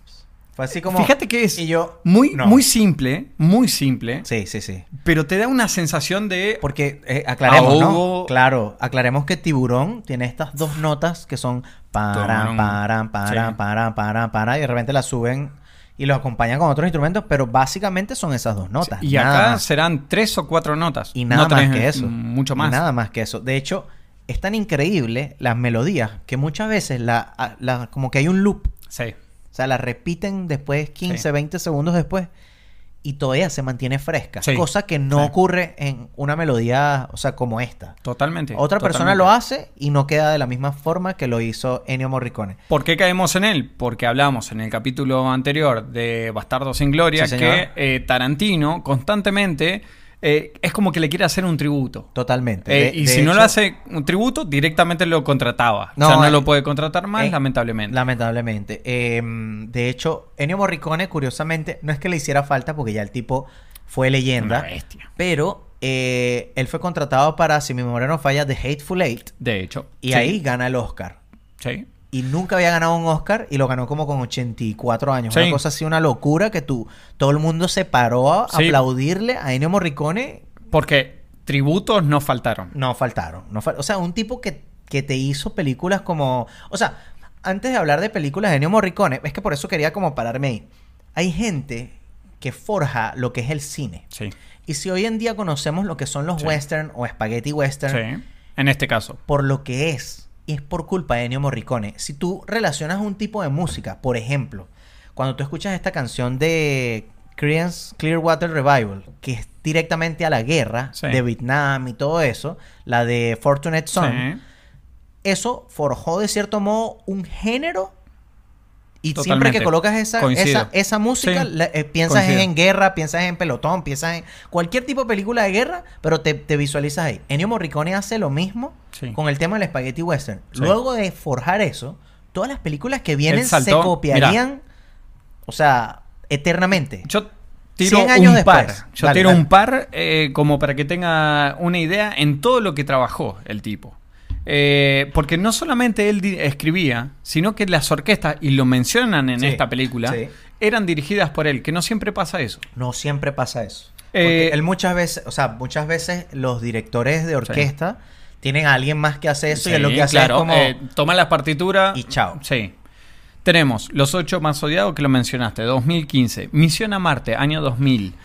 Speaker 5: Fue así como...
Speaker 6: Fíjate que es
Speaker 5: Y yo...
Speaker 6: muy,
Speaker 5: no.
Speaker 6: muy simple, muy simple,
Speaker 5: Sí, sí, sí.
Speaker 6: pero te da una sensación de...
Speaker 5: Porque eh, aclaremos,
Speaker 6: Ahogo.
Speaker 5: ¿no? Claro, aclaremos que tiburón tiene estas dos notas que son para,
Speaker 6: Tiburón.
Speaker 5: para, para,
Speaker 6: Sí.
Speaker 5: para, para, para, y de repente las suben y los acompañan con otros instrumentos, pero básicamente son esas dos notas.
Speaker 6: y
Speaker 5: nada
Speaker 6: acá
Speaker 5: más.
Speaker 6: serán tres o cuatro notas.
Speaker 5: Y nada
Speaker 6: No
Speaker 5: más
Speaker 6: tenés
Speaker 5: que eso.
Speaker 6: Mucho
Speaker 5: Y
Speaker 6: más.
Speaker 5: Nada más que eso. De hecho, es tan increíble las melodías que muchas veces la, a- la- como que hay un loop.
Speaker 6: Sí.
Speaker 5: O sea, la repiten después 15,
Speaker 6: Sí.
Speaker 5: 20 segundos después y todavía se mantiene fresca.
Speaker 6: Sí.
Speaker 5: Cosa que no
Speaker 6: Sí.
Speaker 5: ocurre en una melodía, o sea, como esta.
Speaker 6: Totalmente.
Speaker 5: Otra persona
Speaker 6: totalmente.
Speaker 5: lo hace y no queda de la misma forma que lo hizo Ennio Morricone.
Speaker 6: ¿Por qué caemos en él? Porque hablamos en el capítulo anterior de Bastardo sin Gloria
Speaker 5: Sí, señor.
Speaker 6: que eh, Tarantino constantemente eh, es como que le quiere hacer un tributo.
Speaker 5: Totalmente.
Speaker 6: Eh,
Speaker 5: De-
Speaker 6: y
Speaker 5: de
Speaker 6: si no
Speaker 5: hecho,
Speaker 6: lo hace un tributo, directamente lo contrataba. o
Speaker 5: No,
Speaker 6: sea, no
Speaker 5: eh,
Speaker 6: lo puede contratar más,
Speaker 5: eh,
Speaker 6: lamentablemente.
Speaker 5: Lamentablemente. Eh, de hecho, Ennio Morricone, curiosamente, no es que le hiciera falta porque ya el tipo fue leyenda.
Speaker 6: Una bestia.
Speaker 5: Pero eh, él fue contratado para, si mi memoria no falla, The Hateful Eight.
Speaker 6: De hecho.
Speaker 5: Y
Speaker 6: Sí,
Speaker 5: ahí gana el Oscar.
Speaker 6: Sí.
Speaker 5: Y nunca había ganado un Oscar y lo ganó como con 84 años.
Speaker 6: Sí.
Speaker 5: Una cosa así, una locura que tú, todo el mundo se paró a
Speaker 6: Sí.
Speaker 5: aplaudirle a Ennio Morricone.
Speaker 6: Porque tributos no faltaron.
Speaker 5: No faltaron. No fal- o sea, un tipo que, que te hizo películas como... O sea, antes de hablar de películas de Ennio Morricone, es que por eso quería como pararme ahí. Hay gente que forja lo que es el cine.
Speaker 6: Sí.
Speaker 5: Y si hoy en día conocemos lo que son los
Speaker 6: Sí.
Speaker 5: western o spaghetti western,
Speaker 6: Sí. En este caso.
Speaker 5: por lo que es, y es por culpa de Ennio Morricone. Si tú relacionas un tipo de música, por ejemplo, cuando tú escuchas esta canción de Creedence Clearwater Revival, que es directamente a la guerra
Speaker 6: Sí.
Speaker 5: de Vietnam y todo eso, la de Fortunate Son,
Speaker 6: Sí.
Speaker 5: eso forjó de cierto modo un género. Y siempre
Speaker 6: Totalmente.
Speaker 5: que colocas esa,
Speaker 6: Coincido.
Speaker 5: esa, esa música,
Speaker 6: Sí.
Speaker 5: la- eh, piensas
Speaker 6: Coincido.
Speaker 5: en guerra, piensas en pelotón, piensas en cualquier tipo de película de guerra, pero te, te visualizas ahí. Ennio Morricone hace lo mismo
Speaker 6: Sí.
Speaker 5: con el tema del spaghetti western.
Speaker 6: Sí.
Speaker 5: Luego de forjar eso, todas las películas que
Speaker 6: Él
Speaker 5: vienen se
Speaker 6: saltó.
Speaker 5: copiarían, o sea, eternamente.
Speaker 6: Yo tiro
Speaker 5: 100 años
Speaker 6: un
Speaker 5: después.
Speaker 6: par. Yo
Speaker 5: Dale,
Speaker 6: tiro
Speaker 5: dale.
Speaker 6: un par eh, como para que tenga una idea en todo lo que trabajó el tipo. Eh, porque no solamente él di- escribía, sino que las orquestas, y lo mencionan en
Speaker 5: Sí,
Speaker 6: esta película,
Speaker 5: sí.
Speaker 6: eran dirigidas por él, que no siempre pasa eso.
Speaker 5: No siempre pasa eso.
Speaker 6: Eh,
Speaker 5: Porque él muchas veces, o sea, muchas veces los directores de orquesta tienen a alguien más que hace eso y él lo que hace
Speaker 6: claro,
Speaker 5: es como...
Speaker 6: eh, toma las partituras
Speaker 5: Y chao.
Speaker 6: Sí. Tenemos Los Ocho Más Odiados, que lo mencionaste, 2015. Misión a Marte, año 2000.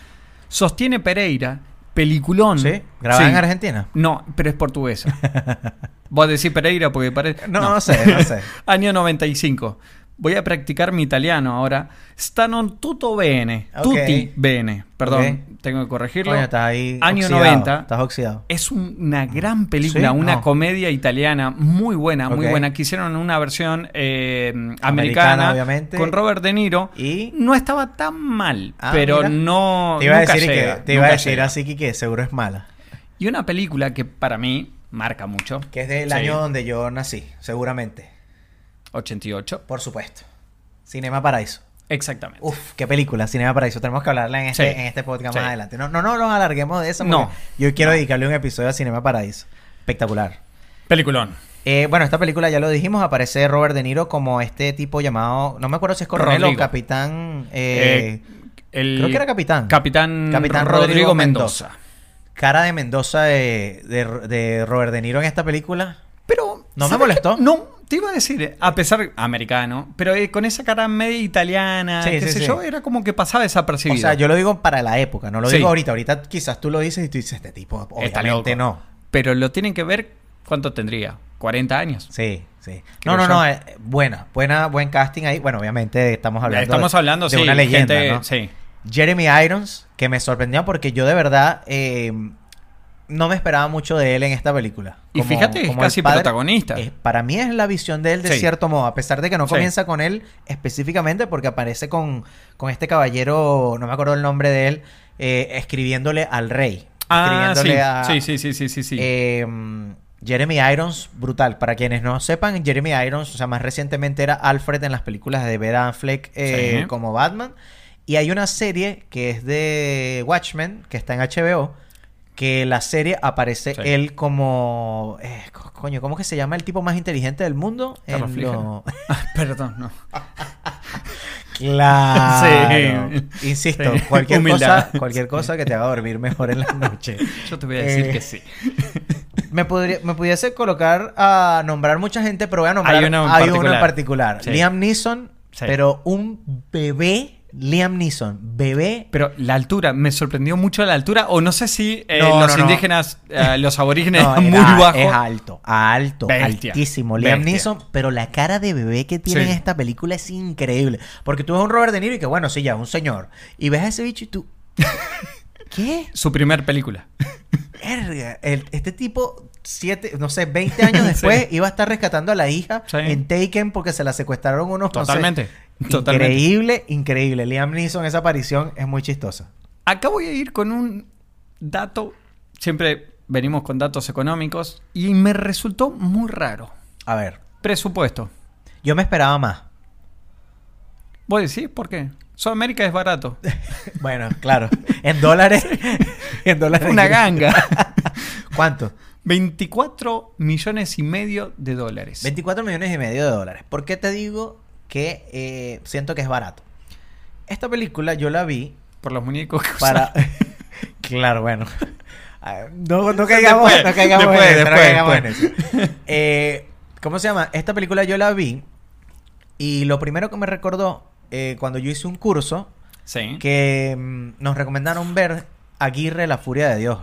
Speaker 6: Sostiene Pereira, peliculón.
Speaker 5: Sí, grabada
Speaker 6: Sí.
Speaker 5: en Argentina.
Speaker 6: No, pero es portuguesa. Vos decís Pereira porque parece.
Speaker 5: No, no, sé, no sé.
Speaker 6: Año 95. Voy a practicar mi italiano ahora. Stanno tutto bene.
Speaker 5: Ok.
Speaker 6: Tutti bene. Perdón,
Speaker 5: Ok.
Speaker 6: tengo que corregirlo.
Speaker 5: Coño, estás ahí
Speaker 6: Año
Speaker 5: oxidado,
Speaker 6: 90.
Speaker 5: Estás oxidado.
Speaker 6: Es un- una gran película,
Speaker 5: Sí,
Speaker 6: una
Speaker 5: no.
Speaker 6: comedia italiana muy buena, muy
Speaker 5: Ok.
Speaker 6: buena. Que hicieron una versión eh, americana,
Speaker 5: Americana, obviamente.
Speaker 6: con Robert De Niro.
Speaker 5: Y-
Speaker 6: no estaba tan mal,
Speaker 5: Ah,
Speaker 6: pero
Speaker 5: mira.
Speaker 6: no.
Speaker 5: Te iba a
Speaker 6: nunca
Speaker 5: decir, y
Speaker 6: llega,
Speaker 5: que, te iba a
Speaker 6: nunca
Speaker 5: decir
Speaker 6: llega.
Speaker 5: así que, que seguro es mala.
Speaker 6: Y una película que para mí marca mucho.
Speaker 5: Que es del
Speaker 6: Sí.
Speaker 5: año donde yo nací, seguramente.
Speaker 6: 88.
Speaker 5: Por supuesto. Cinema Paraíso.
Speaker 6: Exactamente.
Speaker 5: Uf, qué película, Cinema Paraíso. Tenemos que hablarla en este,
Speaker 6: Sí.
Speaker 5: en este podcast
Speaker 6: Sí.
Speaker 5: más adelante. No, no, no nos alarguemos de eso. porque
Speaker 6: No.
Speaker 5: Yo quiero dedicarle un episodio a Cinema Paraíso. Espectacular.
Speaker 6: Peliculón.
Speaker 5: Eh, bueno, esta película ya lo dijimos, aparece Robert De Niro como este tipo llamado, no me acuerdo si es coronel
Speaker 6: Rodrigo.
Speaker 5: o capitán, eh,
Speaker 6: Eh, el-
Speaker 5: creo que era capitán.
Speaker 6: Capitán,
Speaker 5: Capitán
Speaker 6: Rodrigo,
Speaker 5: Rodrigo
Speaker 6: Mendoza.
Speaker 5: cara de Mendoza de, de- de Robert De Niro en esta película.
Speaker 6: Pero.
Speaker 5: ¿No me
Speaker 6: ¿sabes
Speaker 5: molestó?
Speaker 6: qué? No, te iba a decir, eh, a pesar. americano, pero eh, con esa cara media italiana,
Speaker 5: Sí,
Speaker 6: qué
Speaker 5: sí,
Speaker 6: sé
Speaker 5: sí.
Speaker 6: yo, era como que pasaba desapercibido.
Speaker 5: O sea, yo lo digo para la época, no lo
Speaker 6: Sí.
Speaker 5: digo ahorita. Ahorita quizás tú lo dices y tú dices, este tipo,
Speaker 6: Está
Speaker 5: obviamente
Speaker 6: loco.
Speaker 5: no.
Speaker 6: Pero lo tienen que ver, ¿cuánto tendría? ¿40 años?
Speaker 5: Sí, sí. no,
Speaker 6: Creo
Speaker 5: no,
Speaker 6: yo.
Speaker 5: no. eh, buena, buena, buen casting ahí. Bueno, obviamente estamos hablando
Speaker 6: Estamos
Speaker 5: de,
Speaker 6: hablando,
Speaker 5: de
Speaker 6: sí,
Speaker 5: una leyenda,
Speaker 6: gente-
Speaker 5: ¿no?
Speaker 6: sí.
Speaker 5: Jeremy Irons, que me sorprendió porque yo de verdad eh, no me esperaba mucho de él en esta película.
Speaker 6: Y fíjate, es
Speaker 5: el
Speaker 6: casi protagonista.
Speaker 5: Eh, para mí es la visión de él de
Speaker 6: Sí.
Speaker 5: cierto modo, a pesar de que no
Speaker 6: Sí.
Speaker 5: comienza con él específicamente porque aparece con, con este caballero, no me acuerdo el nombre de él, eh, escribiéndole al rey.
Speaker 6: Ah, sí.
Speaker 5: escribiéndole a-
Speaker 6: sí, sí, sí, sí, sí, sí.
Speaker 5: Eh, Jeremy Irons, brutal. Para quienes no sepan, Jeremy Irons, o sea, más recientemente era Alfred en las películas de Ben Affleck eh,
Speaker 6: Sí.
Speaker 5: como Batman. Y hay una serie que es de Watchmen, que está en HBO, que la serie aparece
Speaker 6: Sí.
Speaker 5: él como... eh, co- coño, ¿cómo que se llama el tipo más inteligente del mundo?
Speaker 6: Carlos
Speaker 5: En
Speaker 6: Fliger.
Speaker 5: lo-
Speaker 6: Ah, perdón, no.
Speaker 5: Claro.
Speaker 6: Sí.
Speaker 5: Insisto,
Speaker 6: Sí.
Speaker 5: cualquier
Speaker 6: Humildad.
Speaker 5: cosa, cualquier cosa que te haga dormir mejor en la noche.
Speaker 6: Yo te voy a decir
Speaker 5: Eh,
Speaker 6: que sí.
Speaker 5: Me, podría, me pudiese colocar a nombrar mucha gente, pero voy a nombrar
Speaker 6: Hay uno en
Speaker 5: hay uno
Speaker 6: particular.
Speaker 5: particular.
Speaker 6: Sí.
Speaker 5: Liam Neeson,
Speaker 6: Sí.
Speaker 5: pero un bebé. Liam Neeson, bebé.
Speaker 6: Pero la altura, me sorprendió mucho la altura, o no sé si eh,
Speaker 5: No,
Speaker 6: los
Speaker 5: no, no.
Speaker 6: indígenas, eh, los aborígenes,
Speaker 5: No,
Speaker 6: eran
Speaker 5: era-
Speaker 6: muy bajos.
Speaker 5: Es alto, alto,
Speaker 6: Bestia.
Speaker 5: altísimo. Liam
Speaker 6: Bestia.
Speaker 5: Neeson, pero la cara de bebé que tiene
Speaker 6: Sí.
Speaker 5: en esta película es increíble. Porque tú ves a un Robert De Niro y que, bueno, sí, ya es un señor. Y ves a ese bicho y tú. ¿Qué?
Speaker 6: Su primer película.
Speaker 5: Verga, el- este tipo, siete, no sé, 20 años después, iba a estar rescatando a la hija
Speaker 6: Sí.
Speaker 5: en Taken porque se la secuestraron unos. no sé.
Speaker 6: Totalmente, totalmente.
Speaker 5: Increíble, increíble. Liam Neeson, esa aparición es muy chistosa.
Speaker 6: Acá voy a ir con un dato, siempre venimos con datos económicos, y me resultó muy raro.
Speaker 5: A ver,
Speaker 6: Presupuesto.
Speaker 5: yo me esperaba más.
Speaker 6: ¿Vos decís por qué? Sudamérica es barato.
Speaker 5: Bueno, claro. En dólares. en dólares.
Speaker 6: Una ganga.
Speaker 5: ¿Cuánto?
Speaker 6: 24 millones y medio de dólares.
Speaker 5: 24 millones y medio de dólares. ¿Por qué te digo que eh, siento que es barato? Esta película yo la vi
Speaker 6: Por los muñecos que
Speaker 5: para.
Speaker 6: usan.
Speaker 5: claro, bueno. Ah, No, no caigamos,
Speaker 6: Después,
Speaker 5: no caigamos
Speaker 6: después,
Speaker 5: en eso. no
Speaker 6: después,
Speaker 5: caigamos en
Speaker 6: después.
Speaker 5: eso. Eh, ¿Cómo se llama? Esta película yo la vi y lo primero que me recordó eh, cuando yo hice un curso
Speaker 6: Sí.
Speaker 5: que mm, nos recomendaron ver Aguirre, La Furia de Dios.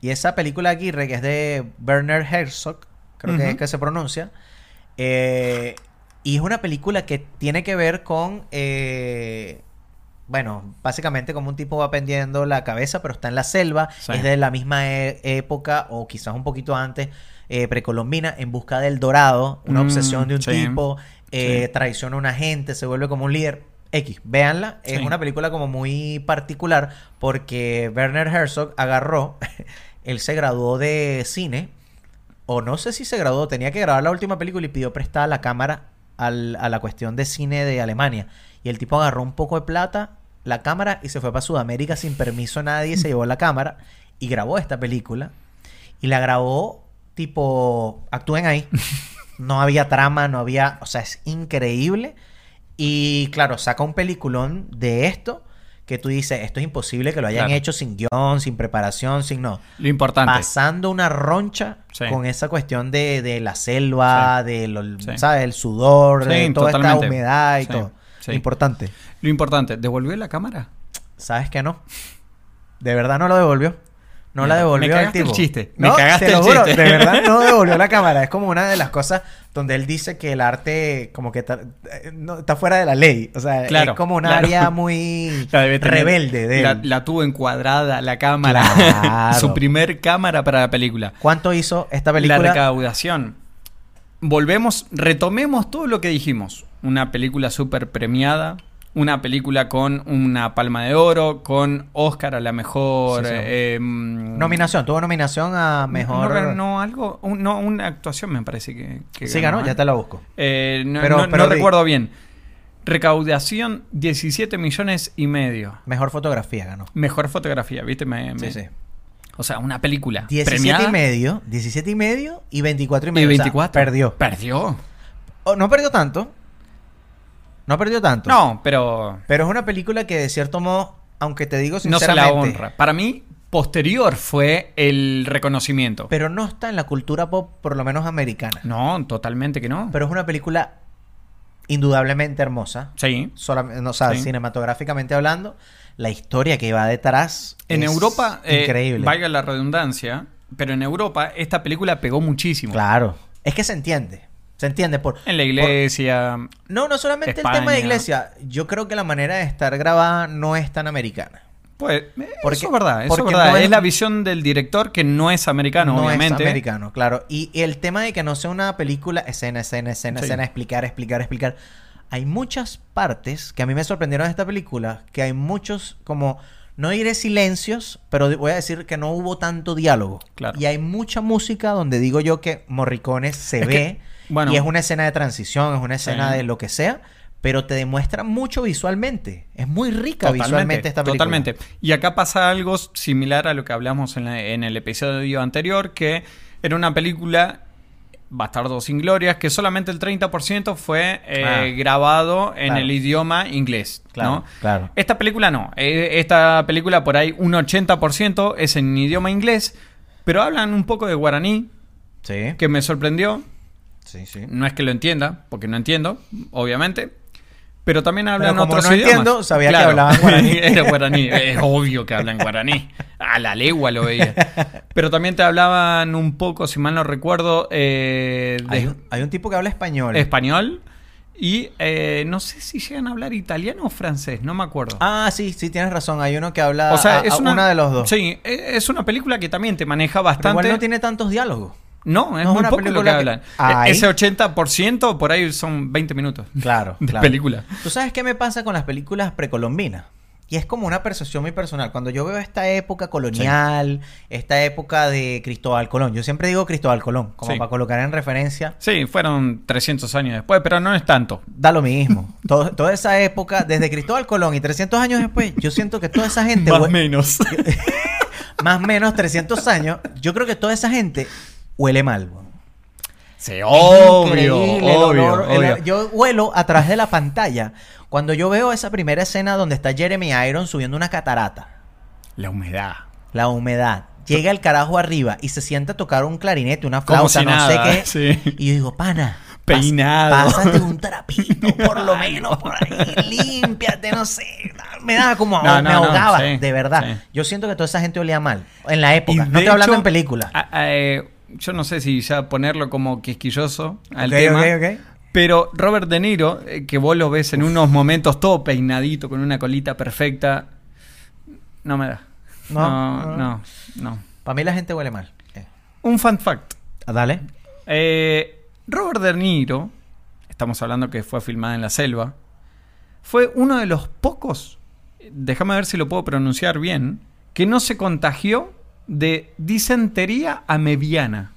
Speaker 5: Y esa película Aguirre, que es de Werner Herzog, creo que es
Speaker 6: Ujú.
Speaker 5: que se pronuncia, eh, y es una película que tiene que ver con, eh, bueno, básicamente como un tipo va pendiendo la cabeza, pero está en la selva,
Speaker 6: Sí.
Speaker 5: es de la misma e- época o quizás un poquito antes, eh, precolombina, en busca del dorado, una
Speaker 6: Mm,
Speaker 5: obsesión de un
Speaker 6: sí.
Speaker 5: tipo, eh,
Speaker 6: Sí.
Speaker 5: traiciona a una gente, se vuelve como un líder. X, véanla, es
Speaker 6: Sí.
Speaker 5: una película como muy particular porque Werner Herzog agarró, él se graduó de cine, o no sé si se graduó, tenía que grabar la última película y pidió prestada la cámara al- a la cuestión de cine de Alemania. Y el tipo agarró un poco de plata, la cámara, y se fue para Sudamérica sin permiso a nadie, se llevó la cámara y grabó esta película. Y la grabó tipo, actúen ahí. No había trama, no había, o sea, es increíble. Y claro, saca un peliculón de esto que tú dices, esto es imposible que lo hayan
Speaker 6: Claro.
Speaker 5: hecho sin guión, sin preparación, sin no
Speaker 6: Lo importante.
Speaker 5: pasando una roncha
Speaker 6: Sí.
Speaker 5: con esa cuestión de, de la selva, de lo-
Speaker 6: Sí.
Speaker 5: ¿sabes? el sudor, de
Speaker 6: Sí,
Speaker 5: toda
Speaker 6: totalmente.
Speaker 5: esta humedad y
Speaker 6: Sí,
Speaker 5: todo.
Speaker 6: sí.
Speaker 5: Importante.
Speaker 6: Lo importante, ¿devolvió la cámara?
Speaker 5: ¿Sabes qué no? De verdad no lo devolvió. No la
Speaker 6: Mierda,
Speaker 5: devolvió
Speaker 6: me cagaste
Speaker 5: el tipo.
Speaker 6: el chiste, me
Speaker 5: No,
Speaker 6: cagaste
Speaker 5: te lo
Speaker 6: el
Speaker 5: juro,
Speaker 6: chiste.
Speaker 5: De verdad no devolvió la cámara. Es como una de las cosas donde él dice que el arte como que ta- eh, no- está fuera de la ley. O sea,
Speaker 6: Claro,
Speaker 5: es como un
Speaker 6: claro.
Speaker 5: área muy
Speaker 6: La debe tener-
Speaker 5: rebelde de
Speaker 6: La,
Speaker 5: él.
Speaker 6: la tuvo encuadrada la cámara.
Speaker 5: Claro.
Speaker 6: Su primer cámara para la película.
Speaker 5: ¿Cuánto hizo esta
Speaker 6: La
Speaker 5: película?
Speaker 6: recaudación. Volvemos, retomemos todo lo que dijimos. Una película súper premiada. Una película con una palma de oro, con Oscar a la mejor
Speaker 5: Sí, sí.
Speaker 6: eh,
Speaker 5: Nominación. Tuvo nominación a mejor...
Speaker 6: No ganó algo, un- no, una actuación me parece que, que
Speaker 5: Sí, ganó,
Speaker 6: ¿eh?
Speaker 5: ya te la busco.
Speaker 6: Eh, no
Speaker 5: Pero-
Speaker 6: no- no
Speaker 5: pero di-
Speaker 6: recuerdo bien. Recaudación 17 millones y medio.
Speaker 5: Mejor fotografía ganó.
Speaker 6: Mejor fotografía, ¿viste? Me- me-
Speaker 5: Sí, sí.
Speaker 6: O sea, una película.
Speaker 5: 17
Speaker 6: premiada
Speaker 5: y medio, 17 y medio y 24 y
Speaker 6: y
Speaker 5: medio. O sea,
Speaker 6: 24.
Speaker 5: perdió.
Speaker 6: Perdió.
Speaker 5: O, Oh, no perdió tanto. No perdió tanto.
Speaker 6: No, pero
Speaker 5: Pero es una película que de cierto modo, aunque te digo
Speaker 6: no se la
Speaker 5: sinceramente,
Speaker 6: honra. Para mí, posterior fue el reconocimiento.
Speaker 5: pero no está en la cultura pop, por lo menos americana.
Speaker 6: no, totalmente que no.
Speaker 5: Pero es una película indudablemente hermosa.
Speaker 6: sí.
Speaker 5: Solam- no, o sea,
Speaker 6: Sí.
Speaker 5: cinematográficamente hablando, la historia que va detrás
Speaker 6: En
Speaker 5: es
Speaker 6: Europa, eh,
Speaker 5: increíble.
Speaker 6: valga la redundancia, pero en Europa esta película pegó muchísimo.
Speaker 5: Claro. Es que se entiende. Se entiende por
Speaker 6: En la
Speaker 5: por-
Speaker 6: iglesia.
Speaker 5: No, no solamente el tema
Speaker 6: España.
Speaker 5: de iglesia. Yo creo que la manera de estar grabada no es tan americana.
Speaker 6: Pues,
Speaker 5: Porque-
Speaker 6: eso es verdad, eso es
Speaker 5: porque
Speaker 6: verdad.
Speaker 5: no
Speaker 6: es,
Speaker 5: es-
Speaker 6: la visión del director que no es americano,
Speaker 5: no
Speaker 6: obviamente.
Speaker 5: es americano, claro. Y, y el tema de que no sea una película, escena, escena, escena,
Speaker 6: Sí.
Speaker 5: escena, explicar, explicar, explicar. Hay muchas partes que a mí me sorprendieron de esta película, que hay muchos como no diré silencios, pero di- voy a decir que no hubo tanto diálogo.
Speaker 6: Claro.
Speaker 5: Y hay mucha música donde digo yo que Morricone se
Speaker 6: Es
Speaker 5: ve
Speaker 6: que, bueno.
Speaker 5: y es una escena de transición, es una escena
Speaker 6: Sí.
Speaker 5: de lo que sea, pero te demuestra mucho visualmente. Es muy rica
Speaker 6: Totalmente,
Speaker 5: visualmente esta película.
Speaker 6: Totalmente. Y acá pasa algo similar a lo que hablamos en, la- en el episodio anterior, que era una película Bastardo sin glorias, que solamente el 30% fue eh,
Speaker 5: Ah.
Speaker 6: grabado en
Speaker 5: Claro.
Speaker 6: el idioma inglés.
Speaker 5: Claro,
Speaker 6: ¿no?
Speaker 5: claro.
Speaker 6: Esta película no. Eh, esta película por ahí un 80% es en idioma inglés, pero hablan un poco de guaraní,
Speaker 5: Sí.
Speaker 6: que me sorprendió.
Speaker 5: Sí, sí.
Speaker 6: No es que lo entienda, porque no entiendo, obviamente. Pero también hablan
Speaker 5: como
Speaker 6: otros
Speaker 5: no
Speaker 6: idiomas.
Speaker 5: entiendo, sabía que hablaban guaraní.
Speaker 6: Era guaraní. Es obvio que hablan guaraní. A la legua lo veía. Pero también te hablaban un poco, si mal no recuerdo, eh, de
Speaker 5: Hay un, hay un tipo que habla español.
Speaker 6: español. Y eh, no sé si llegan a hablar italiano o francés, no me acuerdo.
Speaker 5: Ah, sí, sí, tienes razón. Hay uno que habla
Speaker 6: o sea,
Speaker 5: a- a una de los dos.
Speaker 6: Sí, e- es una película que también te maneja bastante.
Speaker 5: Pero igual no tiene tantos diálogos.
Speaker 6: No, es
Speaker 5: No es
Speaker 6: muy
Speaker 5: una
Speaker 6: poco lo que
Speaker 5: película que-
Speaker 6: hablan. E-
Speaker 5: Ay.
Speaker 6: Ese 80% por ahí son 20 minutos.
Speaker 5: Claro,
Speaker 6: De
Speaker 5: claro.
Speaker 6: película.
Speaker 5: ¿Tú sabes qué me pasa con las películas precolombinas? Y es como una percepción muy personal. Cuando yo veo esta época colonial, esta época de Cristóbal Colón, yo siempre digo Cristóbal Colón, como
Speaker 6: Sí.
Speaker 5: para colocar en referencia,
Speaker 6: Sí, fueron 300 años después, pero no es tanto.
Speaker 5: da lo mismo. Todo- toda esa época, desde Cristóbal Colón y 300 años después, yo siento que toda esa gente,
Speaker 6: Más o
Speaker 5: hue-
Speaker 6: menos.
Speaker 5: más o menos 300 años, yo creo que toda esa gente huele mal. weón.
Speaker 6: sí,
Speaker 5: Increíble
Speaker 6: obvio,
Speaker 5: el
Speaker 6: obvio,
Speaker 5: olor, el-
Speaker 6: obvio.
Speaker 5: yo vuelo a través de la pantalla cuando yo veo esa primera escena donde está Jeremy Iron subiendo una catarata,
Speaker 6: La humedad.
Speaker 5: la humedad. Llega el carajo arriba y se sienta a tocar un clarinete, una flauta,
Speaker 6: Como si
Speaker 5: no
Speaker 6: nada,
Speaker 5: sé qué.
Speaker 6: sí.
Speaker 5: Y yo digo, pana, pas-
Speaker 6: Peinado.
Speaker 5: Pásate un trapito, por lo menos, por ahí, límpiate, no sé. Me daba como,
Speaker 6: No, no,
Speaker 5: me
Speaker 6: no,
Speaker 5: ahogaba,
Speaker 6: sí,
Speaker 5: de verdad.
Speaker 6: sí.
Speaker 5: Yo siento que toda esa gente olía mal en la época.
Speaker 6: Y
Speaker 5: No
Speaker 6: de
Speaker 5: estoy hablando
Speaker 6: hecho,
Speaker 5: en película.
Speaker 6: a- a- eh, yo no sé si ya ponerlo como quisquilloso al
Speaker 5: Ok,
Speaker 6: tema.
Speaker 5: ok, ok.
Speaker 6: Pero Robert De Niro, eh, que vos lo ves en unos momentos todo peinadito, con una colita perfecta, no me da.
Speaker 5: No,
Speaker 6: no,
Speaker 5: no.
Speaker 6: no. no.
Speaker 5: Para mí la gente huele mal. Eh,
Speaker 6: Un fun fact.
Speaker 5: Dale.
Speaker 6: Eh, Robert De Niro, estamos hablando que fue filmada en la selva, fue uno de los pocos, déjame ver si lo puedo pronunciar bien, que no se contagió de disentería amebiana,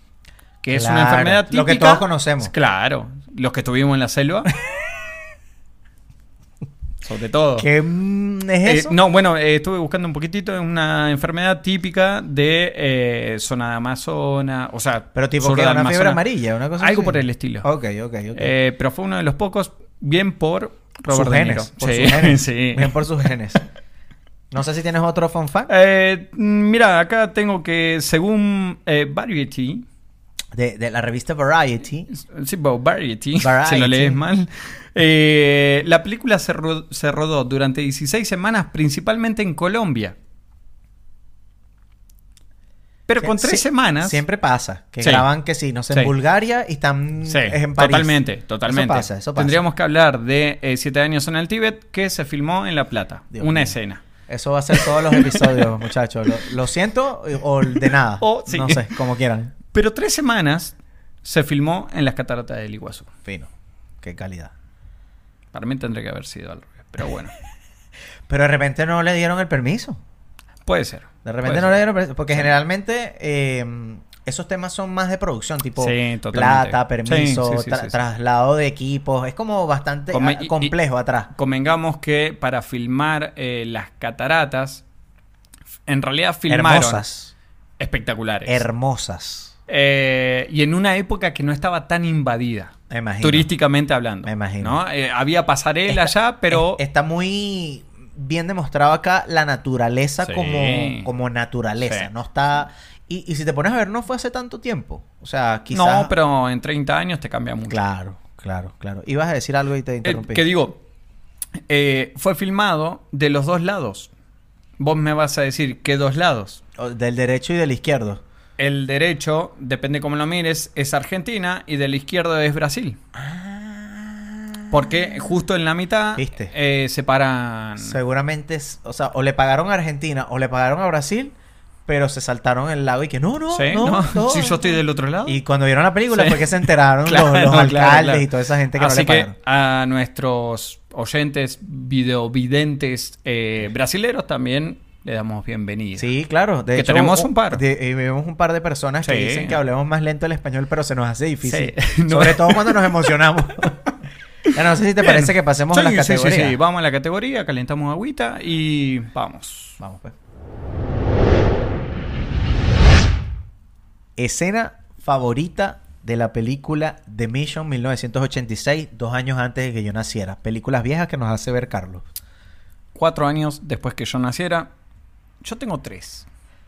Speaker 6: que es una
Speaker 5: Claro,
Speaker 6: enfermedad típica.
Speaker 5: lo que todos conocemos.
Speaker 6: Claro, los que estuvimos en la selva. Sobre todo.
Speaker 5: ¿Qué mm,
Speaker 6: Oh. Eh,
Speaker 5: es eso?
Speaker 6: no, bueno, eh, estuve buscando un poquitito, es una enfermedad típica de eh, zona de Amazonas, o sea,
Speaker 5: Pero tipo
Speaker 6: sur
Speaker 5: que
Speaker 6: de
Speaker 5: era una fiebre
Speaker 6: Amazonas.
Speaker 5: amarilla, una cosa
Speaker 6: Algo
Speaker 5: así.
Speaker 6: por el estilo.
Speaker 5: Ok, ok, ok.
Speaker 6: Eh, pero fue uno de los pocos, bien por Robert
Speaker 5: sus
Speaker 6: De Niro.
Speaker 5: genes, por
Speaker 6: Sí,
Speaker 5: sus genes.
Speaker 6: sí.
Speaker 5: Bien por sus genes. No sé si tienes otro fun fact.
Speaker 6: Eh, mira, acá tengo que, según eh, Variety,
Speaker 5: De, de la revista Variety.
Speaker 6: Sí, bueno, Variety,
Speaker 5: Variety.
Speaker 6: si lo lees mal. Eh, la película se, ro- se rodó durante 16 semanas, principalmente en Colombia. Pero con
Speaker 5: Sie-
Speaker 6: tres
Speaker 5: sie-
Speaker 6: semanas.
Speaker 5: Siempre pasa. Que
Speaker 6: Sí.
Speaker 5: graban que sí, no sé, en
Speaker 6: Sí.
Speaker 5: Bulgaria y están
Speaker 6: Sí,
Speaker 5: es en París.
Speaker 6: totalmente, totalmente.
Speaker 5: Eso pasa, eso pasa.
Speaker 6: Tendríamos que hablar de eh, Siete años en el Tíbet, que se filmó en La Plata.
Speaker 5: Dios
Speaker 6: una
Speaker 5: mío.
Speaker 6: escena.
Speaker 5: Eso va a ser todos los episodios, muchachos. Lo, lo siento o de nada.
Speaker 6: O- Oh, sí.
Speaker 5: No sé, como quieran.
Speaker 6: Pero tres semanas se filmó en las cataratas del Iguazú.
Speaker 5: Fino. Qué calidad.
Speaker 6: Para mí tendría que haber sido al revés, pero bueno.
Speaker 5: Pero de repente no le dieron el permiso.
Speaker 6: Puede ser.
Speaker 5: De
Speaker 6: puede
Speaker 5: repente no
Speaker 6: ser.
Speaker 5: le dieron permiso, porque generalmente eh, esos temas son más de producción, tipo
Speaker 6: Sí, totalmente.
Speaker 5: plata, permiso,
Speaker 6: Sí, sí, sí,
Speaker 5: tra-
Speaker 6: sí, sí.
Speaker 5: traslado de equipos, es como bastante
Speaker 6: Come-
Speaker 5: ah,
Speaker 6: y- y-
Speaker 5: complejo atrás.
Speaker 6: Convengamos que para filmar eh, las cataratas, en realidad filmaron
Speaker 5: Hermosas,
Speaker 6: espectaculares.
Speaker 5: hermosas,
Speaker 6: Eh, y en una época que no estaba tan invadida,
Speaker 5: me imagino.
Speaker 6: turísticamente hablando.
Speaker 5: Me imagino.
Speaker 6: ¿no? Eh, había pasarela
Speaker 5: Está-
Speaker 6: allá, pero
Speaker 5: es- está muy bien demostrado acá la naturaleza
Speaker 6: Sí.
Speaker 5: como, como naturaleza,
Speaker 6: Sí.
Speaker 5: no está... Y, y si te pones a ver, no fue hace tanto tiempo, o sea, quizás...
Speaker 6: no, pero en 30 años te cambia mucho.
Speaker 5: Claro, claro, claro. Ibas a decir algo y te
Speaker 6: Eh,
Speaker 5: interrumpí.
Speaker 6: que digo, eh, fue filmado de los dos lados. Vos me vas a decir, ¿qué dos lados?
Speaker 5: O Oh, Del derecho y del izquierdo.
Speaker 6: El derecho, depende cómo lo mires, es Argentina y del izquierdo es Brasil.
Speaker 5: Ah.
Speaker 6: Porque justo en la mitad
Speaker 5: Viste.
Speaker 6: eh, separan.
Speaker 5: Seguramente, es- o sea, o le pagaron a Argentina o le pagaron a Brasil, pero se saltaron el lago y que no, no,
Speaker 6: Sí,
Speaker 5: no,
Speaker 6: ¿no?
Speaker 5: no,
Speaker 6: Si yo estoy
Speaker 5: no.
Speaker 6: del otro lado.
Speaker 5: Y cuando vieron la película
Speaker 6: Sí.
Speaker 5: fue que se enteraron
Speaker 6: Claro,
Speaker 5: los, los
Speaker 6: claro,
Speaker 5: alcaldes
Speaker 6: claro.
Speaker 5: y toda esa gente que
Speaker 6: Así
Speaker 5: no le pagaron.
Speaker 6: que a nuestros oyentes videovidentes eh, brasileros también le damos bienvenida.
Speaker 5: Sí, claro. De
Speaker 6: Que
Speaker 5: hecho,
Speaker 6: tenemos un par.
Speaker 5: de- eh, vemos un par de personas que
Speaker 6: Sí.
Speaker 5: dicen que hablemos más lento el español, pero se nos hace difícil.
Speaker 6: Sí. No.
Speaker 5: Sobre todo cuando nos emocionamos. Ya no sé si te
Speaker 6: Bien.
Speaker 5: parece que pasemos a
Speaker 6: Sí,
Speaker 5: las
Speaker 6: sí, sí,
Speaker 5: categorías.
Speaker 6: sí. vamos a la categoría, calentamos agüita y vamos.
Speaker 5: Vamos, pues. Escena favorita de la película The Mission 1986, dos años antes de que yo naciera. Películas viejas que nos hace ver Carlos.
Speaker 6: Cuatro años después que yo naciera, yo tengo tres.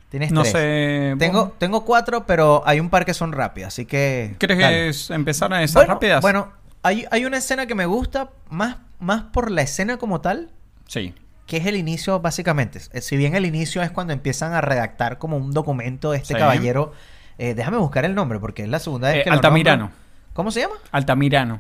Speaker 5: Tienes
Speaker 6: No
Speaker 5: tres.
Speaker 6: sé.
Speaker 5: Tengo,
Speaker 6: ¿vos
Speaker 5: tengo cuatro, pero hay un par que son rápidas, así que.
Speaker 6: ¿Quieres
Speaker 5: dale.
Speaker 6: es- empezar a esas
Speaker 5: bueno,
Speaker 6: rápidas?
Speaker 5: Bueno, hay, hay una escena que me gusta más, más por la escena como tal,
Speaker 6: Sí.
Speaker 5: que es el inicio básicamente. Eh, Si bien el inicio es cuando empiezan a redactar como un documento de este
Speaker 6: Sí.
Speaker 5: caballero, eh, déjame buscar el nombre porque es la segunda vez
Speaker 6: Eh,
Speaker 5: que lo
Speaker 6: Altamirano.
Speaker 5: nombro. ¿Cómo se llama?
Speaker 6: Altamirano.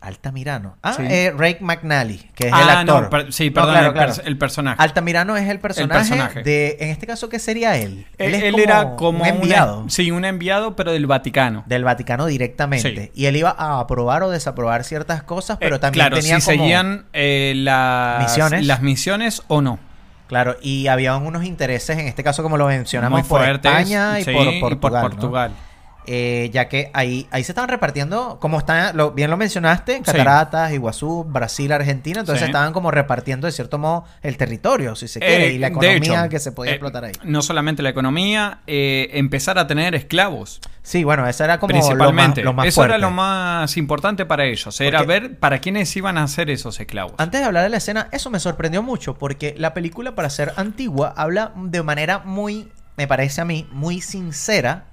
Speaker 5: Altamirano. Ah,
Speaker 6: Sí.
Speaker 5: eh, Ray McNally, que es el
Speaker 6: Ah,
Speaker 5: actor.
Speaker 6: no, per- sí,
Speaker 5: No,
Speaker 6: perdón,
Speaker 5: claro,
Speaker 6: el, per-
Speaker 5: claro.
Speaker 6: el personaje.
Speaker 5: Altamirano es el personaje,
Speaker 6: personaje.
Speaker 5: de, en este caso, ¿qué sería él?
Speaker 6: él
Speaker 5: es
Speaker 6: él era como
Speaker 5: un
Speaker 6: un
Speaker 5: enviado
Speaker 6: sí, un enviado, pero del Vaticano.
Speaker 5: del Vaticano directamente.
Speaker 6: Sí.
Speaker 5: Y él iba a aprobar o desaprobar ciertas cosas, pero
Speaker 6: Eh,
Speaker 5: también
Speaker 6: claro,
Speaker 5: tenía
Speaker 6: si
Speaker 5: como...
Speaker 6: seguían eh, las,
Speaker 5: Misiones.
Speaker 6: las misiones o no.
Speaker 5: Claro, y había unos intereses, en este caso, como lo mencionamos, por
Speaker 6: fuertes,
Speaker 5: España y
Speaker 6: sí,
Speaker 5: por Portugal. ¿no?
Speaker 6: Portugal.
Speaker 5: Eh, ya que ahí, ahí se estaban repartiendo, como está, lo, bien lo mencionaste, Cataratas, Iguazú, Brasil, Argentina, entonces
Speaker 6: Sí.
Speaker 5: estaban como repartiendo de cierto modo el territorio, si se quiere,
Speaker 6: Eh,
Speaker 5: y la
Speaker 6: de
Speaker 5: economía
Speaker 6: hecho,
Speaker 5: que se podía
Speaker 6: eh,
Speaker 5: explotar ahí.
Speaker 6: No solamente la economía, eh, empezar a tener esclavos.
Speaker 5: Sí, bueno, eso era como lo más-
Speaker 6: principalmente.
Speaker 5: lo más,
Speaker 6: eso
Speaker 5: fuerte.
Speaker 6: era lo más importante para ellos. Era
Speaker 5: Porque-
Speaker 6: ver para quiénes iban a ser esos esclavos.
Speaker 5: Antes de hablar de la escena, eso me sorprendió mucho porque la película, para ser antigua, habla de manera muy, me parece a mí, muy sincera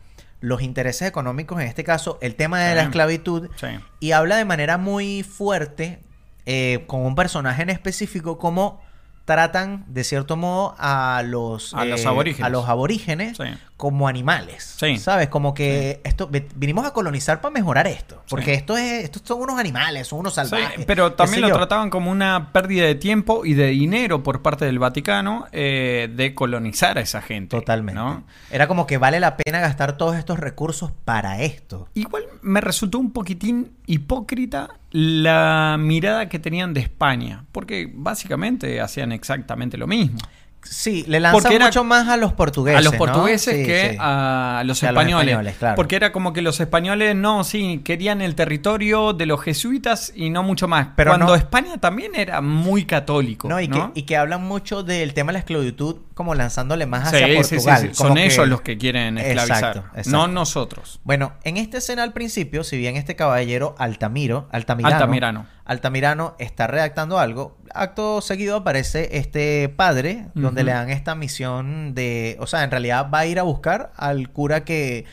Speaker 5: los intereses económicos, en este caso el tema de la
Speaker 6: Sí.
Speaker 5: esclavitud,
Speaker 6: Sí.
Speaker 5: y habla de manera muy fuerte eh, con un personaje en específico cómo tratan de cierto modo a los eh,
Speaker 6: A los aborígenes.
Speaker 5: a los aborígenes
Speaker 6: Sí.
Speaker 5: como animales
Speaker 6: Sí.
Speaker 5: sabes como que esto ve- vinimos a colonizar para mejorar esto porque
Speaker 6: Sí.
Speaker 5: esto es estos son unos animales son unos salvajes
Speaker 6: Sí, pero
Speaker 5: Ah, qué
Speaker 6: también
Speaker 5: sé
Speaker 6: lo
Speaker 5: yo.
Speaker 6: trataban como una pérdida de tiempo y de dinero por parte del Vaticano eh, de colonizar a esa gente.
Speaker 5: Totalmente.
Speaker 6: ¿no?
Speaker 5: Era como que vale la pena gastar todos estos recursos para esto.
Speaker 6: Igual me resultó un poquitín hipócrita la mirada que tenían de España, porque básicamente hacían exactamente lo mismo.
Speaker 5: Sí, le lanzan
Speaker 6: Porque era-
Speaker 5: mucho más a los portugueses.
Speaker 6: a los
Speaker 5: ¿no?
Speaker 6: portugueses
Speaker 5: Sí,
Speaker 6: que
Speaker 5: sí.
Speaker 6: a los
Speaker 5: Que a los
Speaker 6: españoles.
Speaker 5: españoles, claro.
Speaker 6: Porque era como que los españoles no, sí, querían el territorio de los jesuitas y no mucho más.
Speaker 5: Pero
Speaker 6: Cuando
Speaker 5: no-
Speaker 6: España también era muy católico.
Speaker 5: No, y,
Speaker 6: ¿no?
Speaker 5: Que, y que hablan mucho del tema de la esclavitud como lanzándole más
Speaker 6: Sí,
Speaker 5: hacia
Speaker 6: sí, sí,
Speaker 5: Portugal.
Speaker 6: sí.
Speaker 5: como
Speaker 6: Son ellos los que quieren esclavizar,
Speaker 5: Exacto, exacto.
Speaker 6: no nosotros.
Speaker 5: Bueno, en esta escena al principio, si bien este caballero Altamiro, Altamirano,
Speaker 6: Altamirano.
Speaker 5: Altamirano está redactando algo, acto seguido aparece este padre, donde
Speaker 6: Ujú.
Speaker 5: le dan esta misión de, o sea, en realidad va a ir a buscar al cura que,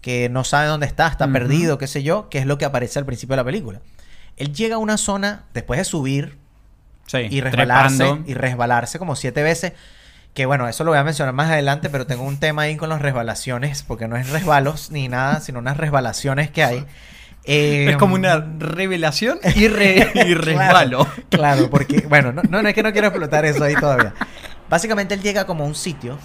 Speaker 5: que no sabe dónde está, está
Speaker 6: Ujú.
Speaker 5: perdido, qué sé yo, que es lo que aparece al principio de la película. Él llega a una zona, después de subir
Speaker 6: Sí,
Speaker 5: y resbalarse
Speaker 6: trepando.
Speaker 5: y resbalarse como siete veces que bueno eso lo voy a mencionar más adelante pero tengo un tema ahí con las resbalaciones porque no es resbalos ni nada sino unas resbalaciones que hay Eh,
Speaker 6: Es como una revelación y, re- y resbalo.
Speaker 5: Claro, claro, porque, bueno, no, no, no, es que no quiero explotar eso ahí todavía. Básicamente él llega como a un sitio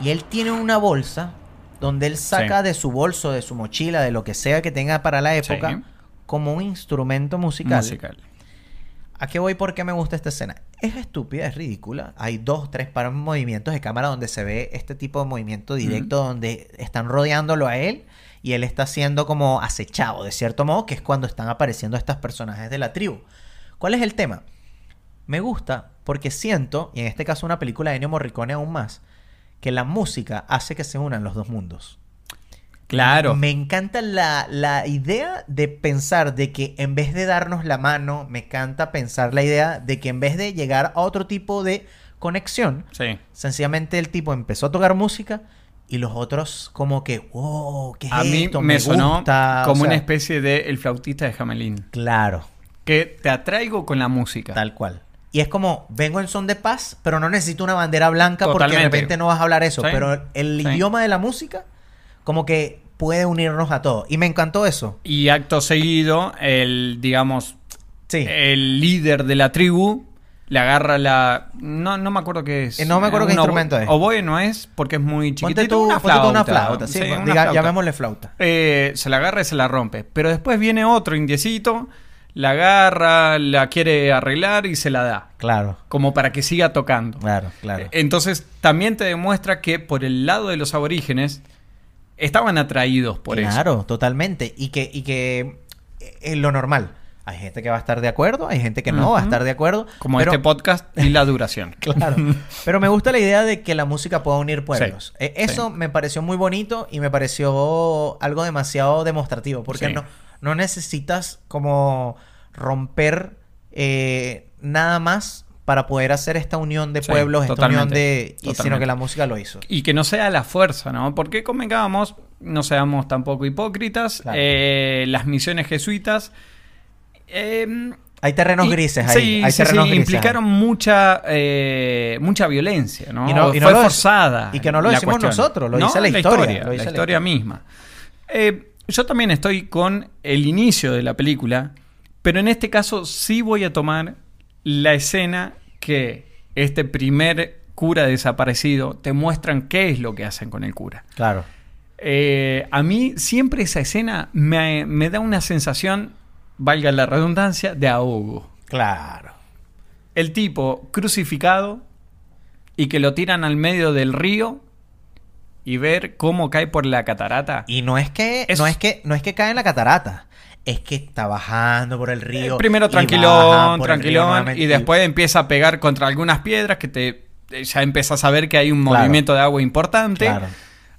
Speaker 5: y él tiene una bolsa donde él saca
Speaker 6: Sí.
Speaker 5: de su bolso, de su mochila, de lo que sea que tenga para la época,
Speaker 6: Sí.
Speaker 5: como un instrumento
Speaker 6: Musical.
Speaker 5: ¿A qué voy? ¿Por qué me gusta esta escena? Es estúpida, es ridícula. Hay dos, tres par- movimientos de cámara donde se ve este tipo de movimiento directo donde están rodeándolo a él y él está siendo como acechado, de cierto modo, que es cuando están apareciendo estos personajes de la tribu. ¿Cuál es el tema? Me gusta porque siento, y en este caso una película de Ennio Morricone aún más, que la música hace que se unan los dos mundos.
Speaker 6: Claro.
Speaker 5: Me encanta la, la idea de pensar de que en vez de darnos la mano, me encanta pensar la idea de que en vez de llegar a otro tipo de conexión,
Speaker 6: Sí.
Speaker 5: sencillamente el tipo empezó a tocar música y los otros como que, wow, ¿qué es
Speaker 6: A mí
Speaker 5: esto?
Speaker 6: me sonó
Speaker 5: gusta", o
Speaker 6: como
Speaker 5: sea,
Speaker 6: una especie de El flautista de Jamelín.
Speaker 5: Claro,
Speaker 6: Que te atraigo con la música.
Speaker 5: tal cual. Y es como, vengo en son de paz, pero no necesito una bandera blanca porque de
Speaker 6: Totalmente.
Speaker 5: repente no vas a hablar eso.
Speaker 6: Sí,
Speaker 5: Pero el
Speaker 6: sí.
Speaker 5: idioma de la música como que puede unirnos a todos. Y me encantó eso.
Speaker 6: Y acto seguido, el, digamos,
Speaker 5: Sí.
Speaker 6: el líder de la tribu le agarra la. No, no me acuerdo qué es.
Speaker 5: Eh, no me acuerdo
Speaker 6: Un
Speaker 5: qué
Speaker 6: obo-
Speaker 5: instrumento es.
Speaker 6: Oboe no es porque es muy chiquitito.
Speaker 5: Ponte tú,
Speaker 6: una
Speaker 5: ponte tú
Speaker 6: flauta.
Speaker 5: una flauta. Sí,
Speaker 6: Sí,
Speaker 5: bueno,
Speaker 6: una
Speaker 5: diga-
Speaker 6: flauta.
Speaker 5: llamémosle flauta.
Speaker 6: Eh, se la agarra y se la rompe. Pero después viene otro indiecito, la agarra, la quiere arreglar y se la da.
Speaker 5: Claro,
Speaker 6: Como para que siga tocando. Eh,
Speaker 5: claro, claro.
Speaker 6: Entonces, también te demuestra que por el lado de los aborígenes estaban atraídos por eso.
Speaker 5: claro, totalmente. Y que, y que es lo normal. Hay gente que va a estar de acuerdo, hay gente que no va a
Speaker 6: Ujú.
Speaker 5: estar de acuerdo.
Speaker 6: Como
Speaker 5: pero-
Speaker 6: este podcast y la duración.
Speaker 5: Claro. Pero me gusta la idea de que la música pueda unir pueblos.
Speaker 6: Sí,
Speaker 5: Eh, eso me pareció muy bonito y me pareció algo demasiado demostrativo. Porque
Speaker 6: Sí.
Speaker 5: no, no necesitas como romper eh, nada más para poder hacer esta unión de
Speaker 6: Sí,
Speaker 5: pueblos, esta unión
Speaker 6: totalmente,
Speaker 5: de. y- sino
Speaker 6: totalmente.
Speaker 5: que la música lo hizo.
Speaker 6: Y que no sea la fuerza, ¿no? Porque convengamos, no seamos tampoco hipócritas,
Speaker 5: Claro.
Speaker 6: eh, las misiones jesuitas... eh,
Speaker 5: Hay terrenos
Speaker 6: y-
Speaker 5: grises ahí.
Speaker 6: sí,
Speaker 5: hay
Speaker 6: sí, sí,
Speaker 5: terrenos grises ahí.
Speaker 6: implicaron mucha, eh, mucha violencia, ¿no?
Speaker 5: Y no- y no
Speaker 6: Fue
Speaker 5: lo-
Speaker 6: forzada.
Speaker 5: y que no lo
Speaker 6: la
Speaker 5: decimos
Speaker 6: cuestión.
Speaker 5: nosotros, lo
Speaker 6: No,
Speaker 5: dice la historia, lo dice
Speaker 6: la
Speaker 5: la
Speaker 6: historia
Speaker 5: historia.
Speaker 6: misma. Eh, yo también estoy con el inicio de la película, pero en este caso sí voy a tomar la escena que este primer cura desaparecido te muestran qué es lo que hacen con el cura.
Speaker 5: Claro.
Speaker 6: Eh, a mí siempre esa escena me, me da una sensación, valga la redundancia, de ahogo.
Speaker 5: Claro.
Speaker 6: El tipo crucificado y que lo tiran al medio del río y ver cómo cae por la catarata.
Speaker 5: Y no es que,
Speaker 6: Es-
Speaker 5: no es que, no es que cae en la catarata. Es que está bajando por el río.
Speaker 6: Eh, primero
Speaker 5: y baja
Speaker 6: tranquilón,
Speaker 5: por el río
Speaker 6: tranquilón,
Speaker 5: nuevamente
Speaker 6: y después empieza a pegar contra algunas piedras que te eh, ya empiezas a ver que hay un
Speaker 5: Claro.
Speaker 6: movimiento de agua importante
Speaker 5: Claro.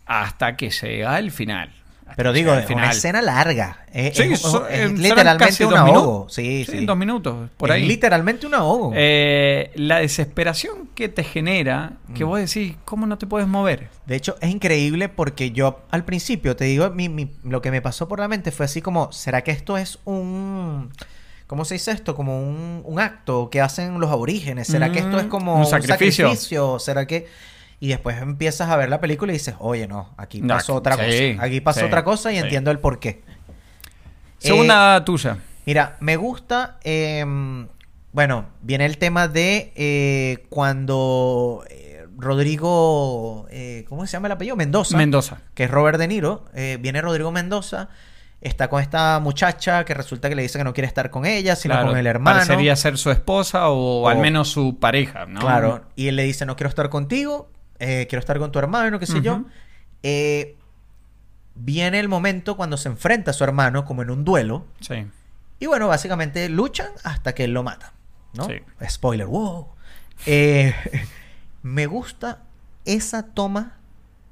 Speaker 6: hasta que llega al final. Hasta
Speaker 5: Pero
Speaker 6: que
Speaker 5: digo,
Speaker 6: llega al
Speaker 5: es una escena larga. Es,
Speaker 6: Sí,
Speaker 5: es- es-
Speaker 6: so-
Speaker 5: es
Speaker 6: eh, serán casi
Speaker 5: literalmente un
Speaker 6: dos minu-
Speaker 5: ahogo. Sí, sí.
Speaker 6: dos minutos, por
Speaker 5: Es
Speaker 6: ahí.
Speaker 5: Literalmente un ahogo.
Speaker 6: Eh, la desesperación que te genera, que
Speaker 5: Mm.
Speaker 6: vos decís, ¿cómo no te puedes mover?
Speaker 5: De hecho, es increíble porque yo al principio, te digo, mi- mi- lo que me pasó por la mente fue así como, ¿será que esto es un... ¿Cómo se dice esto? Como un, un acto que hacen los aborígenes. ¿Será que esto es
Speaker 6: Mm,
Speaker 5: como
Speaker 6: un
Speaker 5: un,
Speaker 6: sacrificio.
Speaker 5: sacrificio? ¿Será que...? Y después empiezas a ver la película y dices, oye, no, aquí
Speaker 6: No,
Speaker 5: pasó otra
Speaker 6: sí,
Speaker 5: cosa. Aquí pasó
Speaker 6: sí,
Speaker 5: otra cosa y
Speaker 6: sí.
Speaker 5: entiendo el por qué. Eh,
Speaker 6: Segunda tuya.
Speaker 5: Mira, me gusta. eh, bueno, viene el tema de eh, cuando eh, Rodrigo. eh, ¿Cómo se llama el apellido? Mendoza.
Speaker 6: Mendoza.
Speaker 5: Que es Robert De Niro. eh, viene Rodrigo Mendoza. Está con esta muchacha que resulta que le dice que no quiere estar con ella, sino
Speaker 6: Claro,
Speaker 5: con el hermano.
Speaker 6: Parecería ser su esposa o, al
Speaker 5: O-
Speaker 6: menos su pareja, ¿no?
Speaker 5: Claro. Y él le dice, no quiero estar contigo, eh, quiero estar con tu hermano, qué sé yo.
Speaker 6: Ujú.
Speaker 5: Eh, viene el momento cuando se enfrenta a su hermano, como en un duelo.
Speaker 6: Sí.
Speaker 5: Y bueno, básicamente luchan hasta que él lo mata. ¿No?
Speaker 6: Sí.
Speaker 5: Spoiler, wow. Eh, me gusta esa toma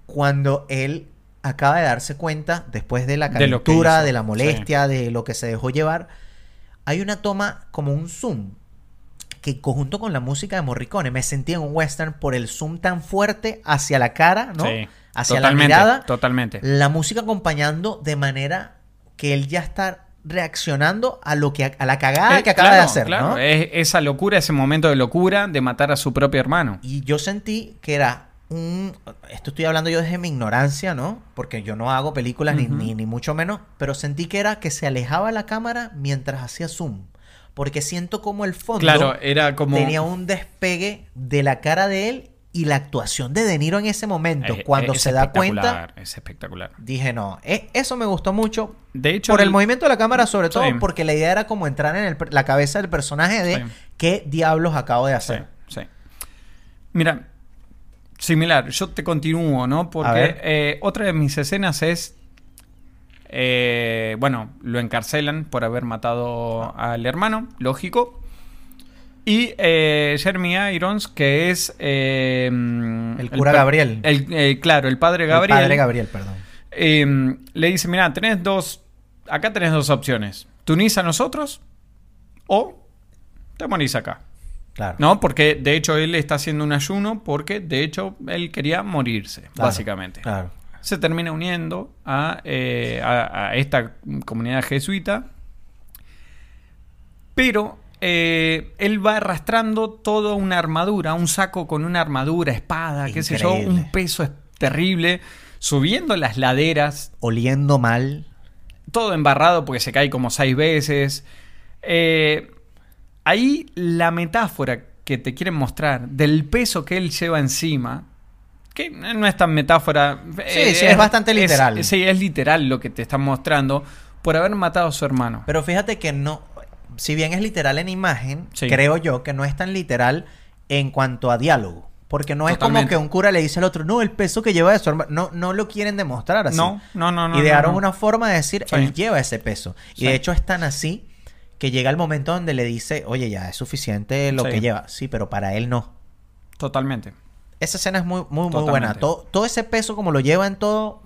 Speaker 5: cuando él acaba de darse cuenta, después de la
Speaker 6: De lo que
Speaker 5: calentura,
Speaker 6: hizo,
Speaker 5: de, la molestia, de lo que se dejó llevar. Hay una toma como un zoom que conjunto con la música de Morricone me sentí en un western por el zoom tan fuerte hacia la cara, ¿no?
Speaker 6: Sí.
Speaker 5: Hacia
Speaker 6: Totalmente,
Speaker 5: la mirada.
Speaker 6: Totalmente.
Speaker 5: La música acompañando de manera que él ya está reaccionando a lo que a la cagada
Speaker 6: Eh,
Speaker 5: que acaba de
Speaker 6: claro,
Speaker 5: hacer,
Speaker 6: claro.
Speaker 5: ¿no?
Speaker 6: Es- esa locura, ese momento de locura de matar a su propio hermano.
Speaker 5: Y yo sentí que era un esto estoy hablando yo desde mi ignorancia, ¿no? Porque yo no hago películas ni-
Speaker 6: Ujú.
Speaker 5: ni, ni mucho menos, pero sentí que era que se alejaba la cámara mientras hacía zoom, porque siento como el fondo
Speaker 6: Claro, era como.
Speaker 5: tenía un despegue de la cara de él y la actuación de De Niro en ese momento,
Speaker 6: Eh, eh,
Speaker 5: cuando
Speaker 6: es
Speaker 5: se da cuenta,
Speaker 6: espectacular, Es espectacular.
Speaker 5: dije, no, e- eso me gustó mucho,
Speaker 6: De hecho,
Speaker 5: por el movimiento de la cámara, sobre todo,
Speaker 6: Sí.
Speaker 5: porque la idea era como entrar en el per- la cabeza del personaje de
Speaker 6: Sí.
Speaker 5: qué diablos acabo de
Speaker 6: Sí,
Speaker 5: hacer.
Speaker 6: sí. Mira, similar, yo te continúo, ¿no? Porque
Speaker 5: ver.
Speaker 6: eh, otra de mis escenas es. eh, bueno, lo encarcelan por haber matado al hermano, lógico. Y eh, Jeremy Irons, que es. eh, el
Speaker 5: cura
Speaker 6: pa-
Speaker 5: Gabriel.
Speaker 6: el- eh, claro, el padre
Speaker 5: El
Speaker 6: Gabriel.
Speaker 5: padre Gabriel, perdón.
Speaker 6: eh, le dice: Mira, tenés dos. Acá tenés dos opciones. Te unís a nosotros o te morís acá.
Speaker 5: Claro.
Speaker 6: No, porque de hecho él está haciendo un ayuno porque de hecho él quería morirse,
Speaker 5: Claro,
Speaker 6: básicamente.
Speaker 5: Claro.
Speaker 6: Se termina uniendo a, eh, a- a esta comunidad jesuita. Pero eh, él va arrastrando toda una armadura, un saco con una armadura, espada, qué sé yo,
Speaker 5: Increíble.
Speaker 6: un peso es- terrible, subiendo las laderas
Speaker 5: Oliendo mal.
Speaker 6: todo embarrado porque se cae como seis veces. Eh, ahí la metáfora que te quieren mostrar del peso que él lleva encima, que no es tan metáfora. eh,
Speaker 5: sí, es bastante literal.
Speaker 6: sí, es literal lo que te están mostrando por haber matado a su hermano.
Speaker 5: Pero fíjate que no. si bien es literal en imagen,
Speaker 6: Sí.
Speaker 5: creo yo que no es tan literal en cuanto a diálogo. Porque no es como
Speaker 6: Totalmente.
Speaker 5: que un cura le dice al otro, no, el peso que lleva de su hermano. No, no lo quieren demostrar así.
Speaker 6: No, no, no, no,
Speaker 5: Idearon
Speaker 6: no, no.
Speaker 5: una forma de decir,
Speaker 6: Sí.
Speaker 5: él lleva ese peso. Y de
Speaker 6: Sí.
Speaker 5: hecho es tan así que llega el momento donde le dice, oye, ya es suficiente lo
Speaker 6: Sí.
Speaker 5: que lleva. Sí, pero para él no.
Speaker 6: Totalmente.
Speaker 5: Esa escena es muy, muy, muy
Speaker 6: Totalmente.
Speaker 5: buena. Todo, todo ese peso, como lo lleva en todo,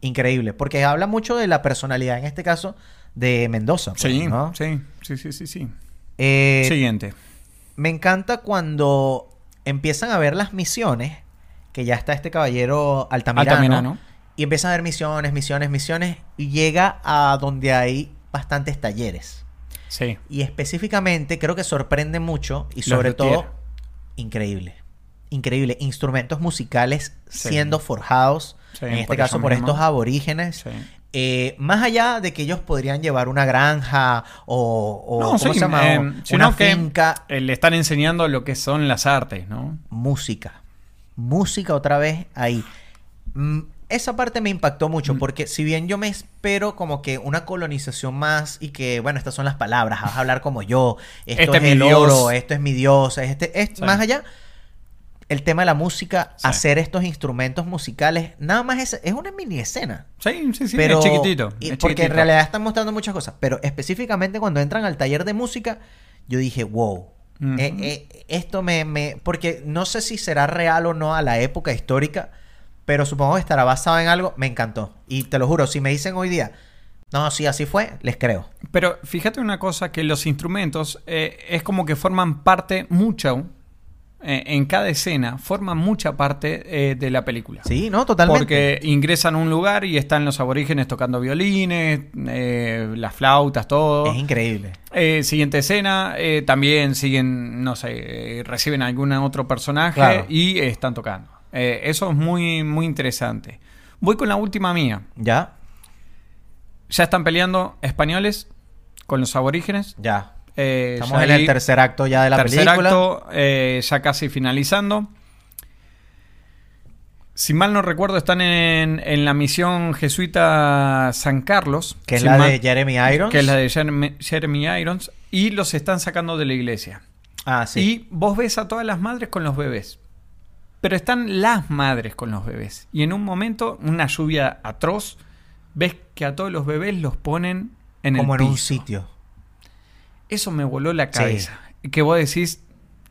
Speaker 5: increíble. Porque habla mucho de la personalidad, en este caso, de Mendoza. pues,
Speaker 6: Sí,
Speaker 5: ¿no?
Speaker 6: sí, sí, sí, sí, sí.
Speaker 5: Eh,
Speaker 6: Siguiente.
Speaker 5: Me encanta cuando empiezan a ver las misiones, que ya está este caballero Altamirano.
Speaker 6: Altamirano.
Speaker 5: Y empiezan a ver misiones, misiones, misiones. Y llega a donde hay bastantes talleres.
Speaker 6: Sí.
Speaker 5: Y específicamente creo que sorprende mucho y
Speaker 6: Los
Speaker 5: sobre
Speaker 6: Luthier.
Speaker 5: todo increíble. Increíble. Instrumentos musicales
Speaker 6: Sí.
Speaker 5: siendo forjados,
Speaker 6: Sí,
Speaker 5: en este
Speaker 6: por
Speaker 5: caso
Speaker 6: ellos
Speaker 5: por
Speaker 6: mismos.
Speaker 5: estos aborígenes.
Speaker 6: Sí.
Speaker 5: Eh, más allá de que ellos podrían llevar una granja o, o-
Speaker 6: No,
Speaker 5: ¿cómo
Speaker 6: sí,
Speaker 5: se llama?
Speaker 6: eh,
Speaker 5: O
Speaker 6: sino
Speaker 5: una
Speaker 6: que
Speaker 5: finca,
Speaker 6: eh, le están enseñando lo que son las artes, ¿no?
Speaker 5: música. Música otra vez ahí. Mm, esa parte me impactó mucho
Speaker 6: Mm.
Speaker 5: porque si bien yo me espero como que una colonización más y que, bueno, estas son las palabras, vas a hablar como yo, esto es,
Speaker 6: Este es mi
Speaker 5: el
Speaker 6: dios.
Speaker 5: oro, esto es mi dios, es este, es,
Speaker 6: Sí.
Speaker 5: más allá, el tema de la música,
Speaker 6: Sí.
Speaker 5: hacer estos instrumentos musicales, nada más es, es una mini escena.
Speaker 6: Sí, sí, sí.
Speaker 5: pero
Speaker 6: es chiquitito.
Speaker 5: y-
Speaker 6: es
Speaker 5: porque en
Speaker 6: chiquitito.
Speaker 5: realidad están mostrando muchas cosas, pero específicamente cuando entran al taller de música, yo dije, wow.
Speaker 6: Ujú.
Speaker 5: eh, eh, esto me, me- Porque no sé si será real o no a la época histórica, pero supongo que estará basado en algo. Me encantó. Y te lo juro, si me dicen hoy día, no, sí, así fue, les creo.
Speaker 6: Pero fíjate una cosa, que los instrumentos eh, es como que forman parte, mucho, eh, en cada escena, forman mucha parte eh, de la película.
Speaker 5: Sí, no, totalmente.
Speaker 6: Porque ingresan a un lugar y están los aborígenes tocando violines, eh, las flautas, todo.
Speaker 5: es increíble.
Speaker 6: Eh, siguiente escena, eh, también siguen, no sé, eh, reciben algún otro personaje
Speaker 5: Claro.
Speaker 6: y eh, están tocando. Eh, eso es muy, muy interesante. Voy con la última mía.
Speaker 5: Ya,
Speaker 6: Ya están peleando españoles con los aborígenes.
Speaker 5: ya.
Speaker 6: Eh,
Speaker 5: Estamos
Speaker 6: ya
Speaker 5: en el
Speaker 6: ahí-
Speaker 5: tercer acto ya de la
Speaker 6: tercer
Speaker 5: película.
Speaker 6: acto, eh, ya casi finalizando. Si mal no recuerdo, están en, en la misión jesuita San Carlos.
Speaker 5: Que es
Speaker 6: Si
Speaker 5: la
Speaker 6: mal-
Speaker 5: de Jeremy Irons.
Speaker 6: Que es la de Jeremy, Jeremy Irons. Y los están sacando de la iglesia.
Speaker 5: Ah, sí.
Speaker 6: Y vos ves a todas las madres con los bebés. Pero están las madres con los bebés. Y en un momento, una lluvia atroz, ves que a todos los bebés los ponen en
Speaker 5: Como
Speaker 6: el
Speaker 5: en un
Speaker 6: piso.
Speaker 5: sitio.
Speaker 6: Eso me voló la
Speaker 5: Sí.
Speaker 6: cabeza. Que vos decís,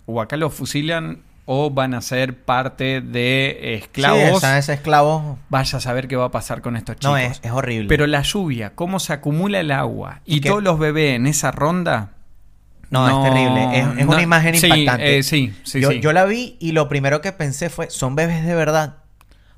Speaker 6: o acá los fusilan o van a ser parte de
Speaker 5: Sí,
Speaker 6: esclavos.
Speaker 5: están esos esclavos.
Speaker 6: Vaya a saber qué va a pasar con estos chicos.
Speaker 5: No, es, es horrible.
Speaker 6: Pero la lluvia, cómo se acumula el agua y,
Speaker 5: Y que-
Speaker 6: todos los bebés en esa ronda.
Speaker 5: No, es terrible. Es, es
Speaker 6: no-
Speaker 5: una imagen
Speaker 6: sí,
Speaker 5: impactante.
Speaker 6: eh, sí, sí,
Speaker 5: yo,
Speaker 6: sí.
Speaker 5: yo la vi y lo primero que pensé fue, son bebés de verdad.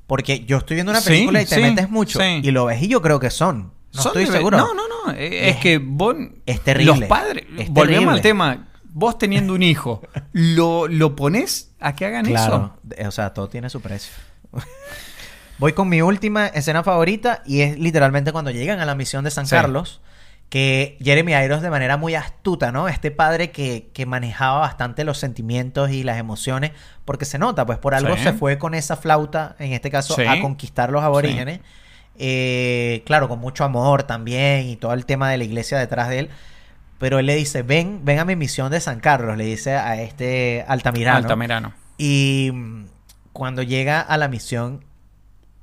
Speaker 5: Porque yo estoy viendo una
Speaker 6: Sí,
Speaker 5: película y te
Speaker 6: sí,
Speaker 5: metes mucho.
Speaker 6: sí.
Speaker 5: Y lo ves y yo creo que son. No
Speaker 6: Son
Speaker 5: estoy
Speaker 6: de-
Speaker 5: seguro.
Speaker 6: No, no, no. eh, Es,
Speaker 5: Es-
Speaker 6: que vos.
Speaker 5: es terrible.
Speaker 6: Los padres.
Speaker 5: Es
Speaker 6: volvemos
Speaker 5: terrible.
Speaker 6: al tema. Vos teniendo un hijo, ¿lo, lo pones a que hagan
Speaker 5: Claro.
Speaker 6: eso?
Speaker 5: O sea, todo tiene su precio. Voy con mi última escena favorita y es literalmente cuando llegan a la misión de San
Speaker 6: Sí.
Speaker 5: Carlos. Que Jeremy Irons de manera muy astuta, ¿no? Este padre que, que manejaba bastante los sentimientos y las emociones, porque se nota, pues por algo
Speaker 6: Sí.
Speaker 5: se fue con esa flauta, en este caso,
Speaker 6: Sí.
Speaker 5: a conquistar los aborígenes. Eh, claro, con mucho amor también y todo el tema de la iglesia detrás de él. Pero él le dice, ven, ven a mi misión de San Carlos, le dice a este Altamirano.
Speaker 6: Altamirano.
Speaker 5: Y mm, cuando llega a la misión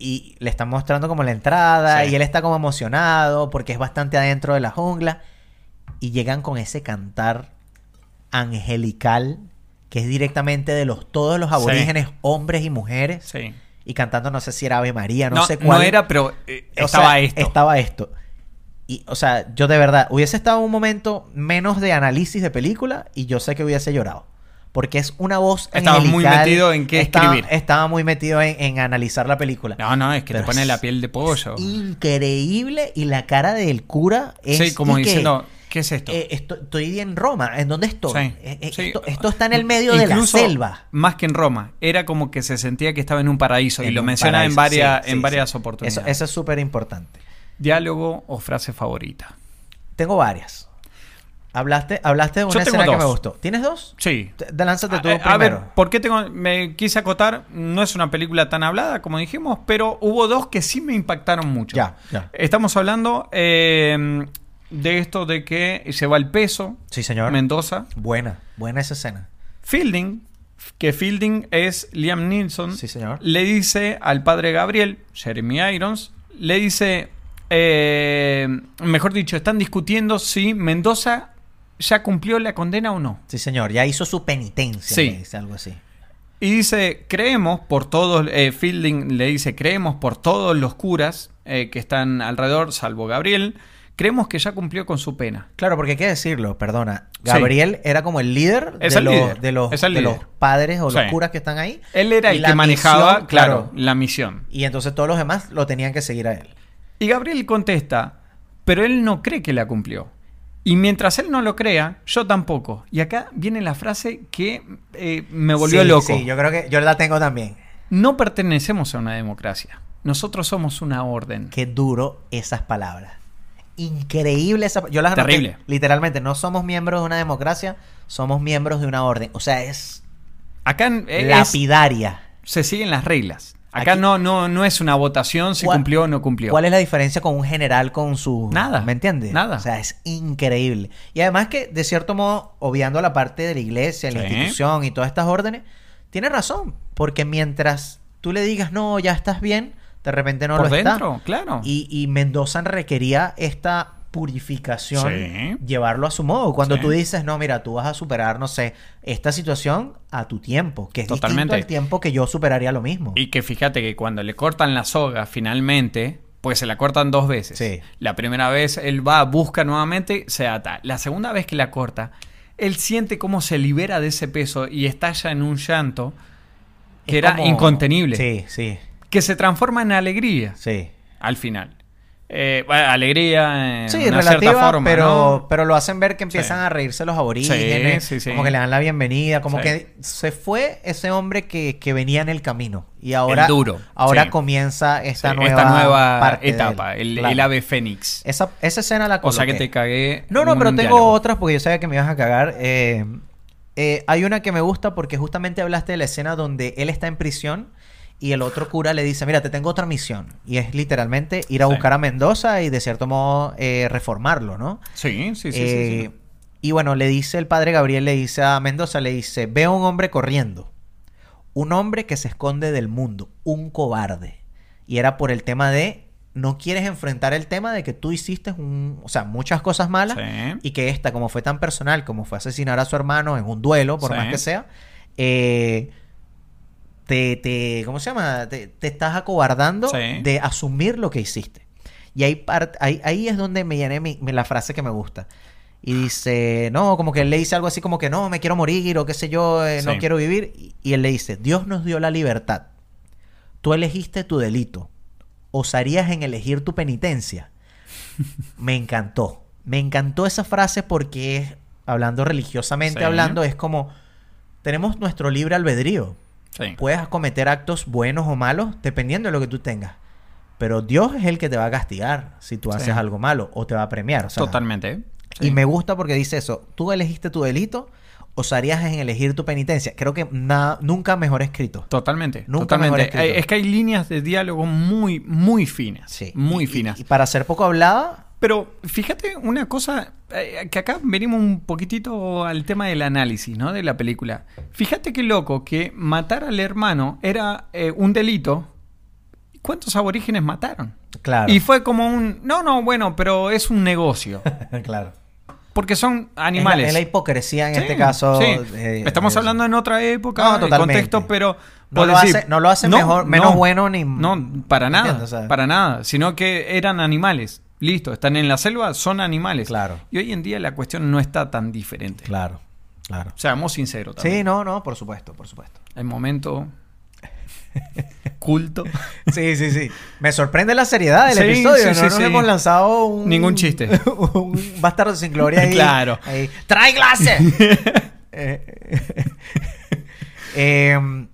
Speaker 5: y le están mostrando como la entrada
Speaker 6: Sí.
Speaker 5: y él está como emocionado porque es bastante adentro de la jungla y llegan con ese cantar angelical que es directamente de los todos los aborígenes, hombres y mujeres
Speaker 6: Sí.
Speaker 5: y cantando no sé si era Ave María, no,
Speaker 6: No, no,
Speaker 5: sé cuál.
Speaker 6: era, pero eh,
Speaker 5: O
Speaker 6: estaba
Speaker 5: sea,
Speaker 6: esto.
Speaker 5: Estaba esto. Y, o sea, yo de verdad, hubiese estado un momento menos de análisis de película y yo sé que hubiese llorado. Porque es una voz
Speaker 6: Estabas muy
Speaker 5: angelical.
Speaker 6: metido en qué
Speaker 5: Estaba-
Speaker 6: escribir.
Speaker 5: Estaba muy metido en, en analizar la película.
Speaker 6: No, no, es que
Speaker 5: Pero
Speaker 6: te pone
Speaker 5: es-
Speaker 6: la piel de pollo.
Speaker 5: Increíble. Y la cara del cura es...
Speaker 6: Sí, como
Speaker 5: y que,
Speaker 6: diciendo, ¿qué es esto?
Speaker 5: eh, esto- estoy en Roma. ¿En dónde estoy?
Speaker 6: Sí,
Speaker 5: Eh, eh,
Speaker 6: sí.
Speaker 5: Esto, esto está en el medio de la
Speaker 6: Incluso,
Speaker 5: selva.
Speaker 6: Más que en Roma. Era como que se sentía que estaba en un paraíso. y
Speaker 5: En
Speaker 6: lo
Speaker 5: un
Speaker 6: menciona en
Speaker 5: paraíso.
Speaker 6: varias,
Speaker 5: Sí,
Speaker 6: en
Speaker 5: sí,
Speaker 6: varias
Speaker 5: sí.
Speaker 6: oportunidades.
Speaker 5: Eso, eso es súper importante.
Speaker 6: Diálogo o frase favorita.
Speaker 5: Tengo varias. Hablaste, hablaste de
Speaker 6: Yo
Speaker 5: una
Speaker 6: tengo
Speaker 5: escena que
Speaker 6: dos.
Speaker 5: me gustó. ¿Tienes dos?
Speaker 6: Sí.
Speaker 5: Te- te- Lánzate tú
Speaker 6: Ah, eh, A, a
Speaker 5: primero.
Speaker 6: ver, ¿por qué tengo, me quise acotar? No es una película tan hablada, como dijimos, pero hubo dos que sí me impactaron mucho.
Speaker 5: Ya, ya.
Speaker 6: Estamos hablando eh, de esto de que se va el peso.
Speaker 5: Sí, señor.
Speaker 6: Mendoza.
Speaker 5: Buena, buena esa escena.
Speaker 6: Fielding, que Fielding es Liam Neeson,
Speaker 5: Sí, señor.
Speaker 6: le dice al padre Gabriel, Jeremy Irons, le dice, eh, mejor dicho, están discutiendo si Mendoza ya cumplió la condena o no.
Speaker 5: Sí, señor. Ya hizo su penitencia.
Speaker 6: Sí.
Speaker 5: le dice algo así.
Speaker 6: Y dice, creemos por todos, eh, Fielding le dice, creemos por todos los curas eh, que están alrededor, salvo Gabriel, creemos que ya cumplió con su pena.
Speaker 5: Claro, porque hay que decirlo, perdona.
Speaker 6: Sí.
Speaker 5: Gabriel era como el líder,
Speaker 6: Es
Speaker 5: de,
Speaker 6: el
Speaker 5: los,
Speaker 6: líder.
Speaker 5: de los
Speaker 6: Es el
Speaker 5: de
Speaker 6: líder.
Speaker 5: los padres o los
Speaker 6: Sí.
Speaker 5: curas que están ahí.
Speaker 6: Él era
Speaker 5: Y
Speaker 6: el
Speaker 5: la
Speaker 6: que manejaba,
Speaker 5: misión,
Speaker 6: claro, la misión.
Speaker 5: Y entonces todos los demás lo tenían que seguir a él.
Speaker 6: Y Gabriel contesta, pero él no cree que la cumplió. Y mientras él no lo crea, yo tampoco. Y acá viene la frase que eh, me volvió
Speaker 5: Sí,
Speaker 6: loco.
Speaker 5: Sí, yo creo que yo la tengo también.
Speaker 6: No pertenecemos a una democracia. Nosotros somos una orden.
Speaker 5: Qué duro esas palabras. Increíble esa. Yo las anoté,
Speaker 6: Terrible.
Speaker 5: literalmente, no somos miembros de una democracia, somos miembros de una orden. O sea, es
Speaker 6: Acá eh, es-
Speaker 5: lapidaria.
Speaker 6: se siguen las reglas. Acá
Speaker 5: Aquí-
Speaker 6: no, no, no es una votación si
Speaker 5: ¿Cuál-
Speaker 6: cumplió o no cumplió.
Speaker 5: ¿Cuál es la diferencia con un general con su...
Speaker 6: Nada,
Speaker 5: ¿Me entiendes?
Speaker 6: nada.
Speaker 5: O sea, es increíble. Y además que, de cierto modo, obviando la parte de la iglesia, la
Speaker 6: Sí.
Speaker 5: institución y todas estas órdenes, tiene razón. Porque mientras tú le digas, no, ya estás bien, de repente no
Speaker 6: Por
Speaker 5: lo
Speaker 6: dentro,
Speaker 5: está.
Speaker 6: claro.
Speaker 5: Y, y Mendoza requería esta purificación,
Speaker 6: Sí.
Speaker 5: llevarlo a su modo. Cuando
Speaker 6: Sí.
Speaker 5: tú dices, no, mira, tú vas a superar, no sé, esta situación a tu tiempo, que es distinto
Speaker 6: Totalmente.
Speaker 5: al tiempo que yo superaría lo mismo.
Speaker 6: Y que fíjate que cuando le cortan la soga finalmente, pues se la cortan dos veces.
Speaker 5: Sí.
Speaker 6: La primera vez él va, busca nuevamente, se ata. La segunda vez que la corta, él siente cómo se libera de ese peso y estalla en un llanto que
Speaker 5: Es
Speaker 6: era
Speaker 5: como-
Speaker 6: incontenible,
Speaker 5: Sí, sí,
Speaker 6: que se transforma en alegría
Speaker 5: sí.
Speaker 6: al final. Eh, bueno, alegría en
Speaker 5: Sí,
Speaker 6: una
Speaker 5: relativa,
Speaker 6: cierta forma,
Speaker 5: pero,
Speaker 6: ¿no?
Speaker 5: pero lo hacen ver que empiezan
Speaker 6: Sí.
Speaker 5: a reírse los aborígenes,
Speaker 6: Sí, sí, sí.
Speaker 5: como que le dan la bienvenida, como
Speaker 6: Sí.
Speaker 5: que se fue ese hombre que, que venía en el camino y ahora,
Speaker 6: El duro,
Speaker 5: ahora
Speaker 6: sí.
Speaker 5: comienza esta
Speaker 6: Sí,
Speaker 5: nueva,
Speaker 6: nueva
Speaker 5: parte de él.
Speaker 6: etapa, el,
Speaker 5: Claro.
Speaker 6: el ave fénix.
Speaker 5: Esa, esa escena la
Speaker 6: O sea que
Speaker 5: coloqué.
Speaker 6: te cagué.
Speaker 5: No, no,
Speaker 6: un
Speaker 5: pero tengo
Speaker 6: diálogo.
Speaker 5: otras porque yo sabía que me ibas a cagar. Eh, eh, hay una que me gusta porque justamente hablaste de la escena donde él está en prisión y el otro cura le dice, mira, te tengo otra misión. Y es literalmente ir a
Speaker 6: Sí.
Speaker 5: buscar a Mendoza y de cierto modo eh, reformarlo, ¿no?
Speaker 6: Sí, sí, sí, sí,
Speaker 5: Eh,
Speaker 6: sí.
Speaker 5: Y bueno, le dice el padre Gabriel, le dice a Mendoza, le dice, veo a un hombre corriendo. Un hombre que se esconde del mundo, un cobarde. Y era por el tema de, no quieres enfrentar el tema de que tú hiciste un, o sea, muchas cosas malas
Speaker 6: Sí.
Speaker 5: y que esta, como fue tan personal, como fue asesinar a su hermano en un duelo, por
Speaker 6: Sí.
Speaker 5: más que sea, eh, te, te, ¿cómo se llama? Te, te estás acobardando
Speaker 6: Sí.
Speaker 5: de asumir lo que hiciste. Y ahí, part- ahí, ahí es donde me llené mi- mi- la frase que me gusta. Y dice, no, como que él le dice algo así como que no, me quiero morir o qué sé yo, eh, no
Speaker 6: Sí.
Speaker 5: quiero vivir. Y, y él le dice, Dios nos dio la libertad. Tú elegiste tu delito. ¿Osarías en elegir tu penitencia? Me encantó. Me encantó esa frase porque es, hablando religiosamente,
Speaker 6: Sí.
Speaker 5: hablando, es como, tenemos nuestro libre albedrío.
Speaker 6: Sí.
Speaker 5: Puedes cometer actos buenos o malos dependiendo de lo que tú tengas. Pero Dios es el que te va a castigar si tú
Speaker 6: Sí.
Speaker 5: haces algo malo o te va a premiar. o sea,
Speaker 6: Totalmente. ¿eh?
Speaker 5: Y me gusta porque dice eso. Tú elegiste tu delito, osarías en elegir tu penitencia. Creo que na- nunca mejor escrito.
Speaker 6: Totalmente.
Speaker 5: Nunca mejor
Speaker 6: totalmente.
Speaker 5: escrito.
Speaker 6: Eh, Es que hay líneas de diálogo muy, muy finas.
Speaker 5: Sí.
Speaker 6: Muy
Speaker 5: Y-
Speaker 6: finas.
Speaker 5: Y, para ser poco hablada,
Speaker 6: Pero fíjate una cosa, eh, que acá venimos un poquitito al tema del análisis, ¿no? De la película. Fíjate qué loco que matar al hermano era eh, un delito. ¿Cuántos aborígenes mataron?
Speaker 5: claro.
Speaker 6: Y fue como un, no, no, bueno, pero es un negocio.
Speaker 5: claro.
Speaker 6: Porque son
Speaker 5: Es la-
Speaker 6: animales.
Speaker 5: Es la, hipocresía en
Speaker 6: Sí,
Speaker 5: este caso.
Speaker 6: sí.
Speaker 5: eh,
Speaker 6: Estamos
Speaker 5: eh,
Speaker 6: hablando en otra
Speaker 5: No,
Speaker 6: época, en
Speaker 5: totalmente.
Speaker 6: contexto, pero
Speaker 5: No
Speaker 6: vos
Speaker 5: lo hace- no lo hace mejor- menos bueno ni-
Speaker 6: no para nada,
Speaker 5: ¿Entiendes? O sea-
Speaker 6: para nada, sino que eran animales. Listo, están en la selva, son animales.
Speaker 5: Claro.
Speaker 6: Y hoy en día la cuestión no está tan diferente.
Speaker 5: Claro, claro.
Speaker 6: Seamos sinceros también.
Speaker 5: Sí, no, no, por supuesto, por supuesto.
Speaker 6: El momento culto.
Speaker 5: Sí, sí, sí. Me sorprende la seriedad del
Speaker 6: Sí,
Speaker 5: episodio.
Speaker 6: sí,
Speaker 5: no
Speaker 6: sí,
Speaker 5: nos
Speaker 6: sí.
Speaker 5: hemos lanzado un...
Speaker 6: Ningún chiste.
Speaker 5: un bastardo sin gloria ahí.
Speaker 6: Claro.
Speaker 5: ahí. ¡Trae clase! Eh, eh,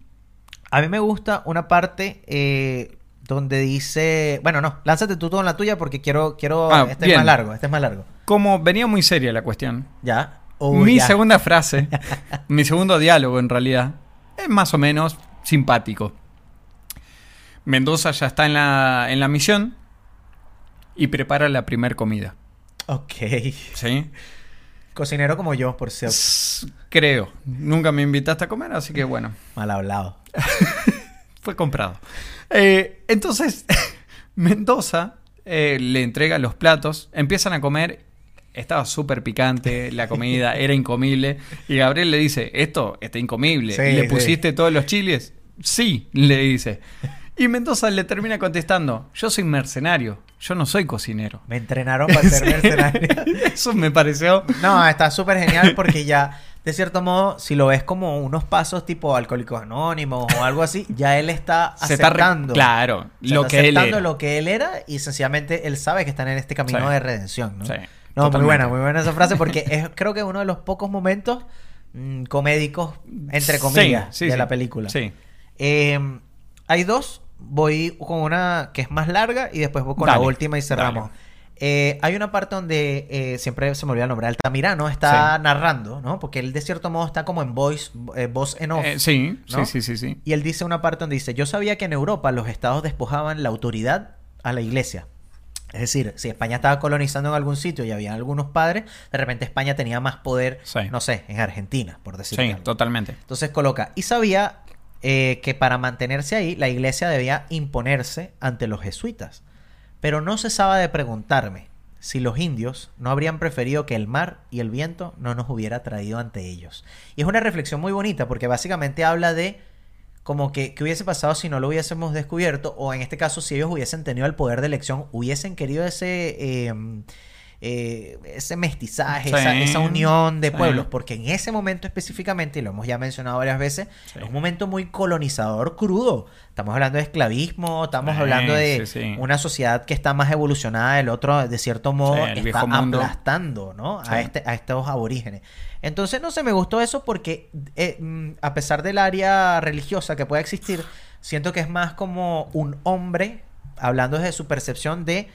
Speaker 5: a mí me gusta una parte eh, donde dice... Bueno, no. Lánzate tú todo en la tuya porque quiero... quiero
Speaker 6: Ah,
Speaker 5: este es
Speaker 6: bien.
Speaker 5: más largo. Este es más largo.
Speaker 6: Como venía muy seria la cuestión.
Speaker 5: Ya. Oh,
Speaker 6: mi
Speaker 5: ya.
Speaker 6: segunda frase, mi segundo diálogo en realidad, es más o menos simpático. Mendoza ya está en la, en la misión y prepara la primer comida.
Speaker 5: Ok.
Speaker 6: ¿sí?
Speaker 5: Cocinero como yo, por cierto.
Speaker 6: S- Creo. Nunca me invitaste a comer, así que bueno,
Speaker 5: Mal hablado.
Speaker 6: fue comprado. Eh, entonces, Mendoza eh, le entrega los platos, empiezan a comer. Estaba súper picante la comida, era incomible. Y Gabriel le dice, esto está incomible.
Speaker 5: Sí,
Speaker 6: ¿Y ¿Le
Speaker 5: sí.
Speaker 6: pusiste todos los chiles? Sí, le dice. Y Mendoza le termina contestando, yo soy mercenario, yo no soy cocinero.
Speaker 5: Me entrenaron para ser mercenario.
Speaker 6: Eso me pareció...
Speaker 5: No, está súper genial porque ya, de cierto modo, si lo ves como unos pasos tipo Alcohólicos Anónimos o algo así, ya él está
Speaker 6: Se está re-
Speaker 5: aceptando.
Speaker 6: claro,
Speaker 5: Se
Speaker 6: lo
Speaker 5: está
Speaker 6: que él
Speaker 5: aceptando
Speaker 6: era.
Speaker 5: lo que él era y sencillamente él sabe que están en este camino
Speaker 6: Sí.
Speaker 5: de redención, ¿no?
Speaker 6: Sí,
Speaker 5: No, muy
Speaker 6: totalmente.
Speaker 5: buena, muy buena esa frase porque es creo que uno de los pocos momentos mm, comédicos, entre
Speaker 6: Sí,
Speaker 5: comillas,
Speaker 6: sí,
Speaker 5: de
Speaker 6: sí.
Speaker 5: la película.
Speaker 6: Sí.
Speaker 5: Eh, hay dos. Voy con una que es más larga y después voy con la
Speaker 6: Dale,
Speaker 5: última y cerramos.
Speaker 6: dale.
Speaker 5: Eh, hay una parte donde eh, siempre se me olvida el nombre. Altamirano está
Speaker 6: Sí.
Speaker 5: narrando, ¿no? Porque él de cierto modo está como en voice, eh, voz en off.
Speaker 6: Eh, sí,
Speaker 5: ¿no?
Speaker 6: sí, sí, sí, sí.
Speaker 5: Y él dice una parte donde dice, yo sabía que en Europa los estados despojaban la autoridad a la iglesia. Es decir, si España estaba colonizando en algún sitio y había algunos padres, de repente España tenía más poder,
Speaker 6: Sí.
Speaker 5: no sé, en Argentina, por decir
Speaker 6: Sí, totalmente.
Speaker 5: entonces coloca, y sabía eh, que para mantenerse ahí la iglesia debía imponerse ante los jesuitas. Pero no cesaba de preguntarme si los indios no habrían preferido que el mar y el viento no nos hubiera traído ante ellos. Y es una reflexión muy bonita porque básicamente habla de como que qué hubiese pasado si no lo hubiésemos descubierto o en este caso si ellos hubiesen tenido el poder de elección, hubiesen querido ese... eh, eh, ese mestizaje,
Speaker 6: Sí.
Speaker 5: esa, esa unión de
Speaker 6: Sí.
Speaker 5: pueblos, porque en ese momento específicamente, y lo hemos ya mencionado varias veces,
Speaker 6: Sí.
Speaker 5: es un momento muy colonizador crudo. Estamos hablando de esclavismo, estamos
Speaker 6: Sí,
Speaker 5: hablando de
Speaker 6: sí, sí.
Speaker 5: una sociedad que está más evolucionada del otro, de cierto modo,
Speaker 6: Sí, el
Speaker 5: está
Speaker 6: viejo mundo.
Speaker 5: aplastando ¿no?
Speaker 6: Sí.
Speaker 5: a, este, a estos aborígenes. Entonces, no sé, me gustó eso porque eh, mm, a pesar del área religiosa que pueda existir, siento que es más como un hombre hablando desde su percepción de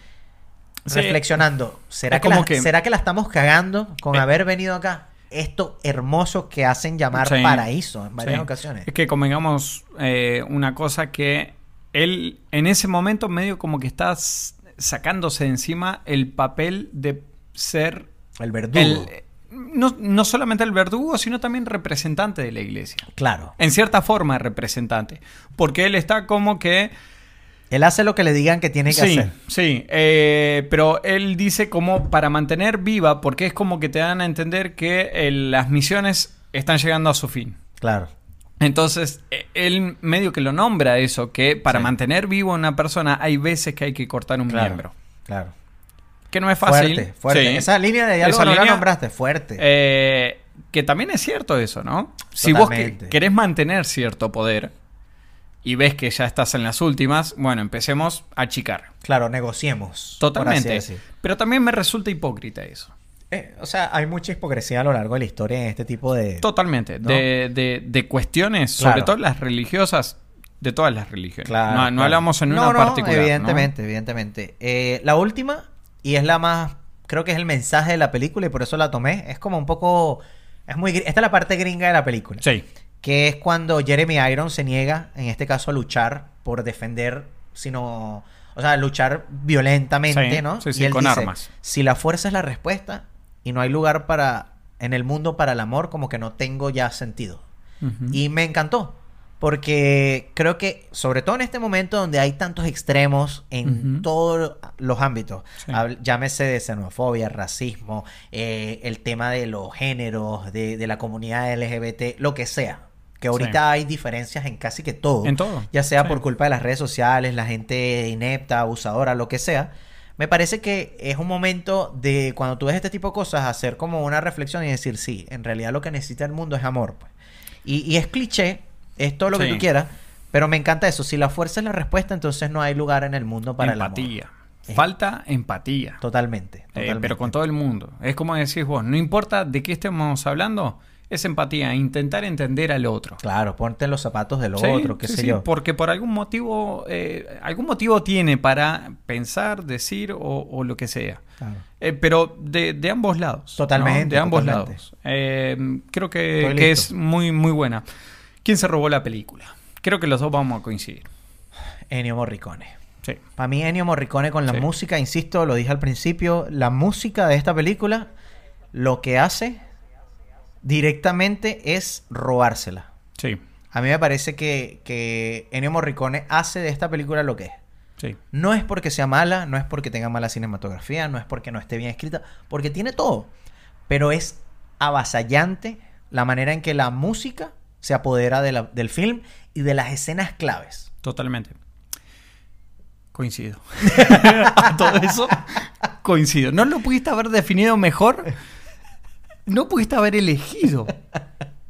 Speaker 6: Sí.
Speaker 5: reflexionando, ¿será
Speaker 6: Es
Speaker 5: que,
Speaker 6: como
Speaker 5: la,
Speaker 6: que-
Speaker 5: ¿será que la estamos cagando con
Speaker 6: Eh.
Speaker 5: haber venido acá? Esto hermoso que hacen llamar
Speaker 6: Sí.
Speaker 5: paraíso en varias
Speaker 6: Sí.
Speaker 5: ocasiones.
Speaker 6: Es que convengamos eh, una cosa que él en ese momento medio como que está s- sacándose de encima el papel de ser
Speaker 5: El verdugo.
Speaker 6: el, eh, no, no solamente el verdugo, sino también representante de la iglesia.
Speaker 5: Claro.
Speaker 6: En cierta forma representante. Porque él está como que...
Speaker 5: Él hace lo que le digan que tiene que
Speaker 6: sí,
Speaker 5: hacer.
Speaker 6: Sí, eh, pero él dice como para mantener viva, porque es como que te dan a entender que eh, las misiones están llegando a su fin.
Speaker 5: Claro.
Speaker 6: Entonces, eh, él medio que lo nombra eso, que para
Speaker 5: Sí.
Speaker 6: mantener vivo a una persona hay veces que hay que cortar un
Speaker 5: Claro.
Speaker 6: miembro.
Speaker 5: Claro.
Speaker 6: Que no es fácil.
Speaker 5: Fuerte, fuerte.
Speaker 6: Sí.
Speaker 5: Esa línea de diálogo
Speaker 6: Esa
Speaker 5: no la
Speaker 6: línea,
Speaker 5: nombraste, fuerte.
Speaker 6: eh, que también es cierto eso, ¿no? Si vos que-
Speaker 5: Totalmente.
Speaker 6: querés mantener cierto poder y ves que ya estás en las últimas, bueno, empecemos a achicar.
Speaker 5: claro, negociemos. por así
Speaker 6: Totalmente.
Speaker 5: decir.
Speaker 6: Pero también me resulta hipócrita eso.
Speaker 5: Eh, o sea, hay mucha hipocresía a lo largo de la historia en este tipo de...
Speaker 6: Totalmente.
Speaker 5: ¿No?
Speaker 6: De, de- de cuestiones, sobre
Speaker 5: Claro.
Speaker 6: todo las religiosas, de todas las religiones.
Speaker 5: Claro,
Speaker 6: no, no
Speaker 5: claro.
Speaker 6: hablamos en
Speaker 5: No,
Speaker 6: una
Speaker 5: no,
Speaker 6: particular. ¿no?
Speaker 5: Evidentemente, evidentemente. Eh, la última, y es la más, creo que es el mensaje de la película y por eso la tomé, es como un poco, es muy, gr- esta es la parte gringa de la película,
Speaker 6: Sí.
Speaker 5: que es cuando Jeremy Iron se niega, en este caso, a luchar por defender, sino, o sea, luchar violentamente,
Speaker 6: Sí,
Speaker 5: ¿no?
Speaker 6: sí, sí,
Speaker 5: Y él
Speaker 6: con
Speaker 5: dice,
Speaker 6: armas.
Speaker 5: Si la fuerza es la respuesta y no hay lugar para, en el mundo para el amor, como que no tengo ya sentido.
Speaker 6: Ujú.
Speaker 5: Y me encantó. Porque creo que, sobre todo en este momento donde hay tantos extremos en
Speaker 6: Ujú.
Speaker 5: todos los ámbitos,
Speaker 6: Sí.
Speaker 5: Habl- llámese de xenofobia, racismo, eh, el tema de los géneros, de, de la comunidad LGBT, lo que sea. Que ahorita
Speaker 6: Sí.
Speaker 5: hay diferencias en casi que todo.
Speaker 6: En todo.
Speaker 5: Ya sea
Speaker 6: Sí.
Speaker 5: por culpa de las redes sociales, la gente inepta, abusadora, lo que sea. Me parece que es un momento de cuando tú ves este tipo de cosas, hacer como una reflexión y decir, sí, en realidad lo que necesita el mundo es amor. pues. Y, y es cliché, es todo lo que
Speaker 6: Sí.
Speaker 5: tú quieras, pero me encanta eso. Si la fuerza es la respuesta, entonces no hay lugar en el mundo para el amor.
Speaker 6: empatía.
Speaker 5: Eh.
Speaker 6: Falta empatía.
Speaker 5: Totalmente.
Speaker 6: Eh,
Speaker 5: totalmente.
Speaker 6: pero con todo el mundo. Es como decís vos, no importa de qué estemos hablando, es empatía, intentar entender al otro.
Speaker 5: Claro, ponte en los zapatos del
Speaker 6: Sí,
Speaker 5: otro, qué
Speaker 6: sí,
Speaker 5: sé
Speaker 6: sí,
Speaker 5: yo.
Speaker 6: Porque por algún motivo, eh, algún motivo tiene para pensar, decir o, o lo que sea.
Speaker 5: Claro.
Speaker 6: Eh, pero de, de ambos lados. ¿no?
Speaker 5: Totalmente,
Speaker 6: De ambos
Speaker 5: totalmente.
Speaker 6: lados. Eh, creo que,
Speaker 5: Estoy
Speaker 6: que
Speaker 5: listo.
Speaker 6: es muy, muy buena. ¿Quién se robó la película? Creo que los dos vamos a coincidir.
Speaker 5: Ennio Morricone.
Speaker 6: Sí, Sí.
Speaker 5: Para mí, Ennio Morricone con la
Speaker 6: Sí.
Speaker 5: música, insisto, lo dije al principio, la música de esta película lo que hace directamente es robársela.
Speaker 6: Sí.
Speaker 5: A mí me parece que, que Ennio Morricone hace de esta película lo que es.
Speaker 6: Sí.
Speaker 5: No es porque sea mala, no es porque tenga mala cinematografía, no es porque no esté bien escrita, porque tiene todo. Pero es avasallante la manera en que la música se apodera de la- del film y de las escenas claves.
Speaker 6: Totalmente. Coincido. A todo eso, coincido. No lo pudiste haber definido mejor. No pudiste haber elegido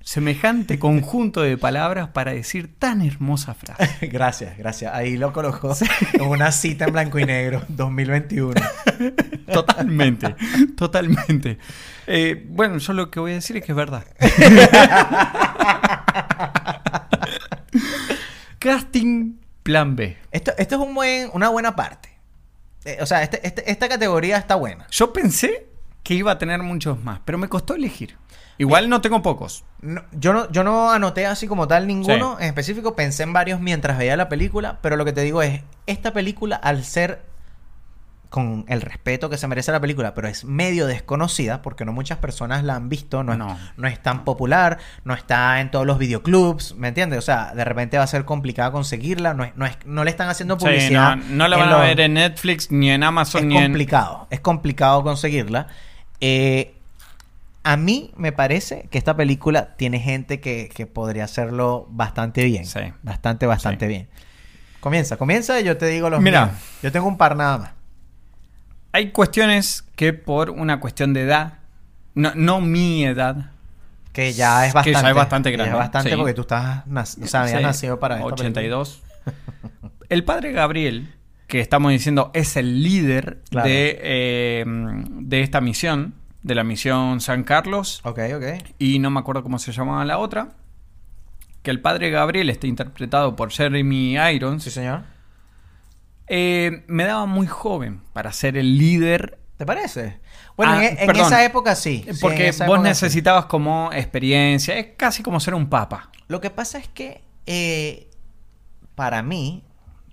Speaker 6: semejante conjunto de palabras para decir tan hermosa frase.
Speaker 5: Gracias, gracias. Ahí lo colocó en una cita en blanco y negro, 2021.
Speaker 6: Totalmente, totalmente. Eh, bueno, yo lo que voy a decir es que es verdad. Casting plan B.
Speaker 5: Esto, esto es un buen, una buena parte. Eh, o sea, este- este- esta categoría está buena.
Speaker 6: Yo pensé que iba a tener muchos más, pero me costó elegir. Igual no tengo pocos.
Speaker 5: Eh, No, yo, no, yo no anoté así como tal ninguno en específico, pensé en varios mientras veía la película, pero lo que te digo es, esta película al ser con el respeto que se merece la película, pero es medio desconocida, porque no muchas personas la han visto, no, es-
Speaker 6: No.
Speaker 5: no es tan popular, no está en todos los videoclubs, ¿me entiendes? O sea, de repente va a ser complicado conseguirla, no, es- no, es- no le están haciendo
Speaker 6: Sí,
Speaker 5: publicidad.
Speaker 6: no, no la
Speaker 5: en
Speaker 6: van a
Speaker 5: los-
Speaker 6: ver en Netflix, ni en Amazon,
Speaker 5: es
Speaker 6: ni en.
Speaker 5: complicado, es complicado conseguirla. Eh, a mí me parece que esta película tiene gente que, que podría hacerlo bastante bien.
Speaker 6: Sí.
Speaker 5: Bastante, bastante
Speaker 6: Sí.
Speaker 5: bien. Comienza, comienza y yo te digo los
Speaker 6: Mira.
Speaker 5: míos. Yo tengo un par nada más.
Speaker 6: Hay cuestiones que, por una cuestión de edad, no, no mi edad.
Speaker 5: Que ya es
Speaker 6: Que ya
Speaker 5: bastante.
Speaker 6: es bastante
Speaker 5: que ya
Speaker 6: grande,
Speaker 5: es bastante
Speaker 6: sí.
Speaker 5: porque tú estás nac- o sea, habías
Speaker 6: sí,
Speaker 5: nacido para esta película.
Speaker 6: 82. El padre Gabriel, que estamos diciendo es el líder
Speaker 5: Claro.
Speaker 6: de, eh, de esta misión, de la misión San Carlos,
Speaker 5: Ok, ok.
Speaker 6: y no me acuerdo cómo se llamaba la otra. Que el padre Gabriel esté interpretado por Jeremy Irons.
Speaker 5: Sí, señor.
Speaker 6: Eh, me daba muy joven para ser el líder.
Speaker 5: ¿Te parece? Bueno,
Speaker 6: Ah,
Speaker 5: en, en
Speaker 6: perdón.
Speaker 5: esa época sí. Sí, en
Speaker 6: Porque
Speaker 5: esa
Speaker 6: vos
Speaker 5: época sí.
Speaker 6: necesitabas como experiencia. Es casi como ser un papa.
Speaker 5: Lo que pasa es que eh, para mí,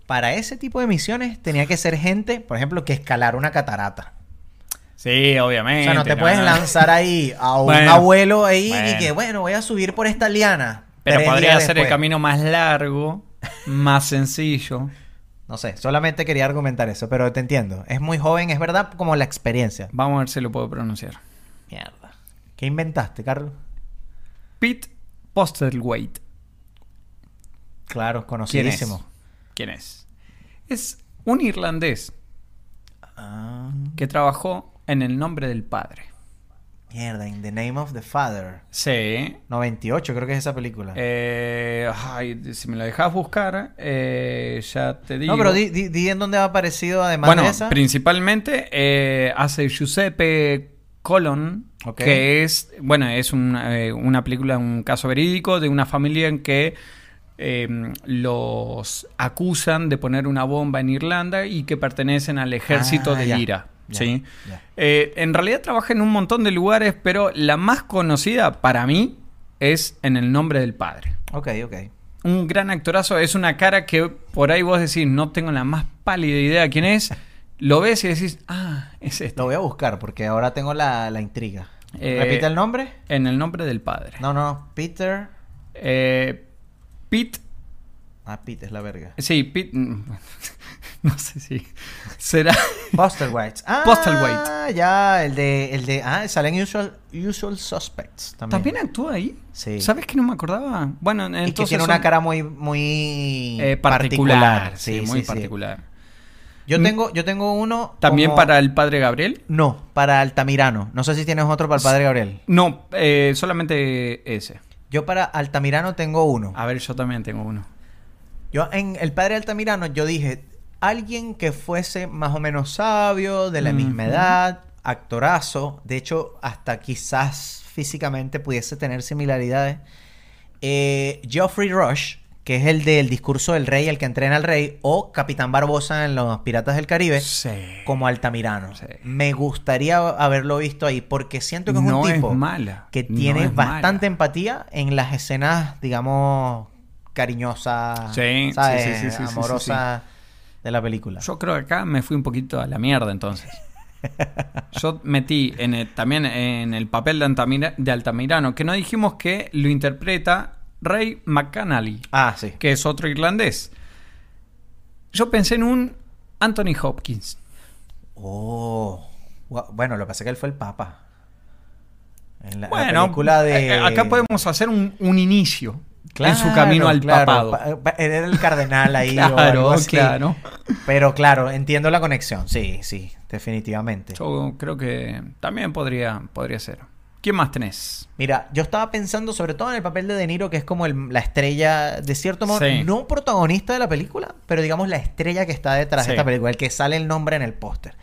Speaker 5: para ese tipo de misiones, tenía que ser gente, por ejemplo, que escalar una catarata.
Speaker 6: Sí,
Speaker 5: O
Speaker 6: obviamente.
Speaker 5: sea, no te puedes lanzar ahí a un
Speaker 6: Bueno.
Speaker 5: abuelo ahí y
Speaker 6: Bueno.
Speaker 5: que, bueno, voy a subir por esta liana.
Speaker 6: Pero
Speaker 5: tres
Speaker 6: podría
Speaker 5: días
Speaker 6: ser el
Speaker 5: después.
Speaker 6: camino más largo, más sencillo.
Speaker 5: No sé, solamente quería argumentar eso, pero te entiendo. Es muy joven, es verdad, como la experiencia.
Speaker 6: Vamos a ver si lo puedo pronunciar.
Speaker 5: Mierda. ¿Qué inventaste, Carlos?
Speaker 6: Pete Postelwaite.
Speaker 5: Claro,
Speaker 6: ¿Quién es?
Speaker 5: conocidísimo.
Speaker 6: ¿Quién es? Es un irlandés
Speaker 5: Ah,
Speaker 6: que trabajó en el nombre del padre.
Speaker 5: mierda, In the Name of the Father.
Speaker 6: Sí.
Speaker 5: 98 creo que es esa película.
Speaker 6: Eh, ay, si me lo dejas buscar, eh, ya te digo.
Speaker 5: no, pero di, di- di en dónde ha aparecido además
Speaker 6: bueno,
Speaker 5: de esa.
Speaker 6: principalmente eh, hace Giuseppe Colon,
Speaker 5: Ok.
Speaker 6: que es, bueno, es un, eh, una película, un caso verídico de una familia en que eh, los acusan de poner una bomba en Irlanda y que pertenecen al ejército
Speaker 5: Ah,
Speaker 6: de
Speaker 5: ya,
Speaker 6: Lira.
Speaker 5: ya,
Speaker 6: ¿sí?
Speaker 5: ya.
Speaker 6: Eh, en realidad trabaja en un montón de lugares, pero la más conocida para mí es En el nombre del padre.
Speaker 5: Ok, ok.
Speaker 6: un gran actorazo. Es una cara que por ahí vos decís, no tengo la más pálida idea de quién es. Lo ves y decís, ah, es este.
Speaker 5: Lo voy a buscar porque ahora tengo la, la intriga.
Speaker 6: Eh,
Speaker 5: ¿Repite el nombre?
Speaker 6: En el nombre del padre.
Speaker 5: No, no, Peter.
Speaker 6: Eh, Pete.
Speaker 5: Ah, Pete es la verga.
Speaker 6: Sí, Pete. mm, No sé si. Será.
Speaker 5: Postelwaite. Ah,
Speaker 6: Postelwaite.
Speaker 5: Ya, el de, el de. Ah, sale en Usual, Usual Suspects también.
Speaker 6: ¿También actúa ahí?
Speaker 5: Sí.
Speaker 6: ¿Sabes que no me acordaba? Bueno, entonces.
Speaker 5: es que tiene
Speaker 6: son-
Speaker 5: una cara muy, muy
Speaker 6: eh, particular. Sí, muy
Speaker 5: sí.
Speaker 6: particular. Mm.
Speaker 5: Yo tengo, yo tengo uno.
Speaker 6: ¿También
Speaker 5: como-
Speaker 6: para el padre Gabriel?
Speaker 5: No, para Altamirano. No sé si tienes otro para el padre Gabriel.
Speaker 6: No, eh, solamente ese.
Speaker 5: Yo para Altamirano tengo uno.
Speaker 6: A ver, yo también tengo uno.
Speaker 5: Yo en El Padre Altamirano, yo dije, alguien que fuese más o menos sabio, de la misma
Speaker 6: Ujú.
Speaker 5: edad, actorazo, de hecho, hasta quizás físicamente pudiese tener similaridades. Eh, Geoffrey Rush, que es el del discurso del rey, el que entrena al rey, o Capitán Barbosa en Los Piratas del Caribe,
Speaker 6: Sí.
Speaker 5: como Altamirano.
Speaker 6: Sí.
Speaker 5: Me gustaría haberlo visto ahí, porque siento que es
Speaker 6: No
Speaker 5: un
Speaker 6: es
Speaker 5: tipo
Speaker 6: mala,
Speaker 5: que
Speaker 6: no
Speaker 5: tiene
Speaker 6: es mala.
Speaker 5: bastante empatía en las escenas, digamos, cariñosas,
Speaker 6: Sí, sí,
Speaker 5: ¿sabes?
Speaker 6: sí, sí, sí, sí, sí,
Speaker 5: amorosas. de la película.
Speaker 6: Yo creo que acá me fui un poquito a la mierda entonces. Yo metí en el- también en el papel de, Antamira- de Altamirano, que no dijimos que lo interpreta Ray McCanally,
Speaker 5: Ah, sí.
Speaker 6: que es otro irlandés. Yo pensé en un Anthony Hopkins.
Speaker 5: Oh. Gua- Bueno, lo que pasa es que él fue el papa. En la, la
Speaker 6: Bueno,
Speaker 5: película de...
Speaker 6: eh, acá podemos hacer un, un inicio en su
Speaker 5: Claro,
Speaker 6: camino al
Speaker 5: claro.
Speaker 6: papado.
Speaker 5: Pa- pa- Era el cardenal ahí. o algo
Speaker 6: Claro,
Speaker 5: así.
Speaker 6: claro.
Speaker 5: Pero claro, entiendo la conexión. Sí, sí, definitivamente.
Speaker 6: Yo creo que también podría, podría ser. ¿Quién más tenés?
Speaker 5: Mira, yo estaba pensando sobre todo en el papel de De Niro, que es como el- la estrella, de cierto modo,
Speaker 6: Sí.
Speaker 5: no protagonista de la película, pero digamos la estrella que está detrás
Speaker 6: Sí.
Speaker 5: de esta película, el que sale el nombre en el póster.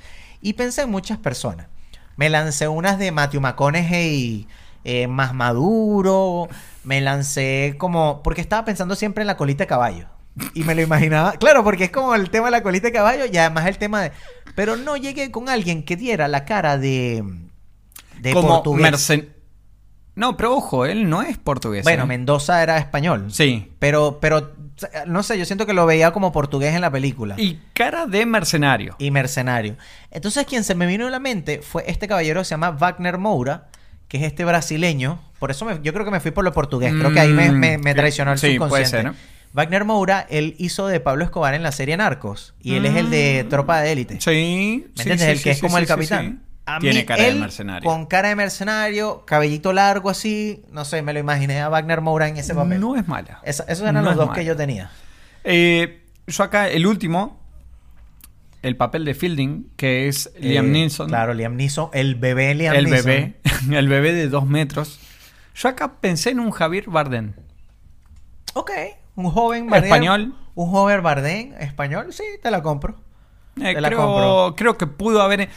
Speaker 5: Y pensé en muchas personas. Me lancé unas de Matthew McConaughey eh, más maduro, me lancé como... porque estaba pensando siempre en la colita de caballo. Y me lo imaginaba, claro, porque es como el tema de la colita de caballo y además el tema de... Pero no llegué con alguien que diera la cara de... de
Speaker 6: Como
Speaker 5: portugués.
Speaker 6: mercen- No, pero ojo, él no es portugués.
Speaker 5: Bueno,
Speaker 6: ¿eh?
Speaker 5: Mendoza era español.
Speaker 6: Sí.
Speaker 5: Pero, pero, no sé, yo siento que lo veía como portugués en la película. Y,
Speaker 6: Y cara de mercenario.
Speaker 5: mercenario. Entonces, quien se me vino a la mente fue este caballero que se llama Wagner Moura, que es este brasileño. Por eso me- yo creo que me fui por lo portugués. Creo que ahí me, me- me
Speaker 6: Mm,
Speaker 5: traicionó el
Speaker 6: sí, puede
Speaker 5: subconsciente.
Speaker 6: ser, ¿no?
Speaker 5: Wagner Moura, él hizo de Pablo Escobar en la serie Narcos. Y él es el de Tropa de Élite.
Speaker 6: Mm. Sí.
Speaker 5: ¿Me
Speaker 6: sí,
Speaker 5: entiendes?
Speaker 6: sí,
Speaker 5: el que
Speaker 6: sí,
Speaker 5: es
Speaker 6: sí,
Speaker 5: como
Speaker 6: sí,
Speaker 5: el
Speaker 6: sí,
Speaker 5: capitán.
Speaker 6: sí.
Speaker 5: A mí,
Speaker 6: Tiene cara
Speaker 5: él,
Speaker 6: de mercenario.
Speaker 5: Con cara de mercenario, cabellito largo así. No sé, me lo imaginé a Wagner Moura en ese papel.
Speaker 6: No es mala.
Speaker 5: Esa- esos eran
Speaker 6: No
Speaker 5: los
Speaker 6: es
Speaker 5: dos
Speaker 6: mala.
Speaker 5: que yo tenía.
Speaker 6: Eh, yo acá, el último, el papel de Fielding, que es Liam
Speaker 5: Eh,
Speaker 6: Neeson.
Speaker 5: Claro, Liam Neeson. El bebé Liam
Speaker 6: el
Speaker 5: Neeson.
Speaker 6: bebé. El bebé de dos metros. Yo acá pensé en un Javier Bardem.
Speaker 5: Ok. Un joven Bardem.
Speaker 6: Español.
Speaker 5: Un joven Bardem. Español. Sí, te la compro.
Speaker 6: Eh,
Speaker 5: Te la
Speaker 6: creo,
Speaker 5: compro.
Speaker 6: creo que pudo haber.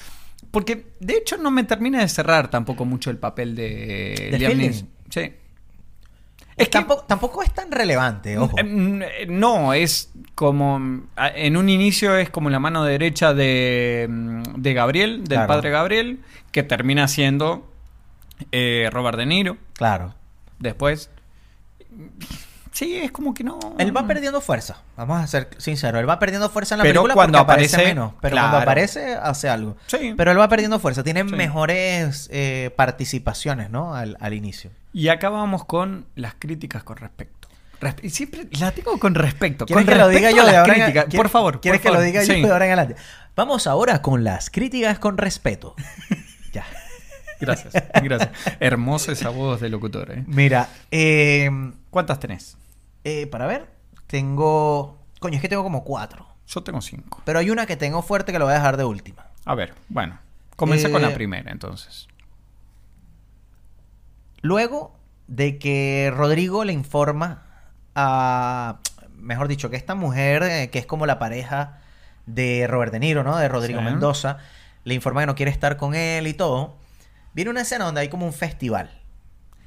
Speaker 6: Porque de hecho no me termina de cerrar tampoco mucho el papel de,
Speaker 5: ¿De
Speaker 6: Liam
Speaker 5: Fielding?
Speaker 6: Neeson. Sí. Es que-
Speaker 5: tampoco, tampoco es tan relevante, ojo.
Speaker 6: Eh, mm, eh, No, es como. mm, a- En un inicio es como la mano derecha de, mm, de Gabriel, del
Speaker 5: Claro.
Speaker 6: padre Gabriel, que termina siendo eh, Robert De Niro.
Speaker 5: Claro.
Speaker 6: Después. Sí, es como que no.
Speaker 5: Él va perdiendo fuerza. Vamos a ser sinceros. Él va perdiendo fuerza en la
Speaker 6: mm. Pero
Speaker 5: película
Speaker 6: cuando
Speaker 5: porque
Speaker 6: aparece-
Speaker 5: menos. Pero
Speaker 6: claro.
Speaker 5: cuando aparece, hace algo.
Speaker 6: Sí.
Speaker 5: Pero él va perdiendo fuerza. Tiene
Speaker 6: Sí.
Speaker 5: mejores eh, participaciones, ¿no? Al, al inicio.
Speaker 6: Y acabamos con las críticas con respecto. Resp- y siempre la tengo con respecto.
Speaker 5: ¿Quieres
Speaker 6: con
Speaker 5: que lo diga
Speaker 6: respecto a
Speaker 5: yo
Speaker 6: las
Speaker 5: de ahora en
Speaker 6: críticas,
Speaker 5: adelante?
Speaker 6: por favor.
Speaker 5: ¿Quieres
Speaker 6: por
Speaker 5: que lo
Speaker 6: favor.
Speaker 5: diga
Speaker 6: Sí.
Speaker 5: yo de ahora en adelante? Vamos ahora con las críticas con respeto. ya.
Speaker 6: Gracias, gracias. Hermosa esa voz de locutor, ¿eh?
Speaker 5: Mira, eh,
Speaker 6: em, ¿Cuántas tenés?
Speaker 5: eh, para ver, tengo. Coño, es que tengo como cuatro.
Speaker 6: Yo tengo cinco.
Speaker 5: Pero hay una que tengo fuerte que lo voy a dejar de última.
Speaker 6: A ver, bueno. Comencé con la
Speaker 5: Eh,
Speaker 6: primera, entonces.
Speaker 5: Luego de que Rodrigo le informa a, mejor dicho, que esta mujer, eh, que es como la pareja de Robert De Niro, ¿no? De Rodrigo
Speaker 6: Sí.
Speaker 5: Mendoza, le informa que no quiere estar con él y todo. Viene una escena donde hay como un festival,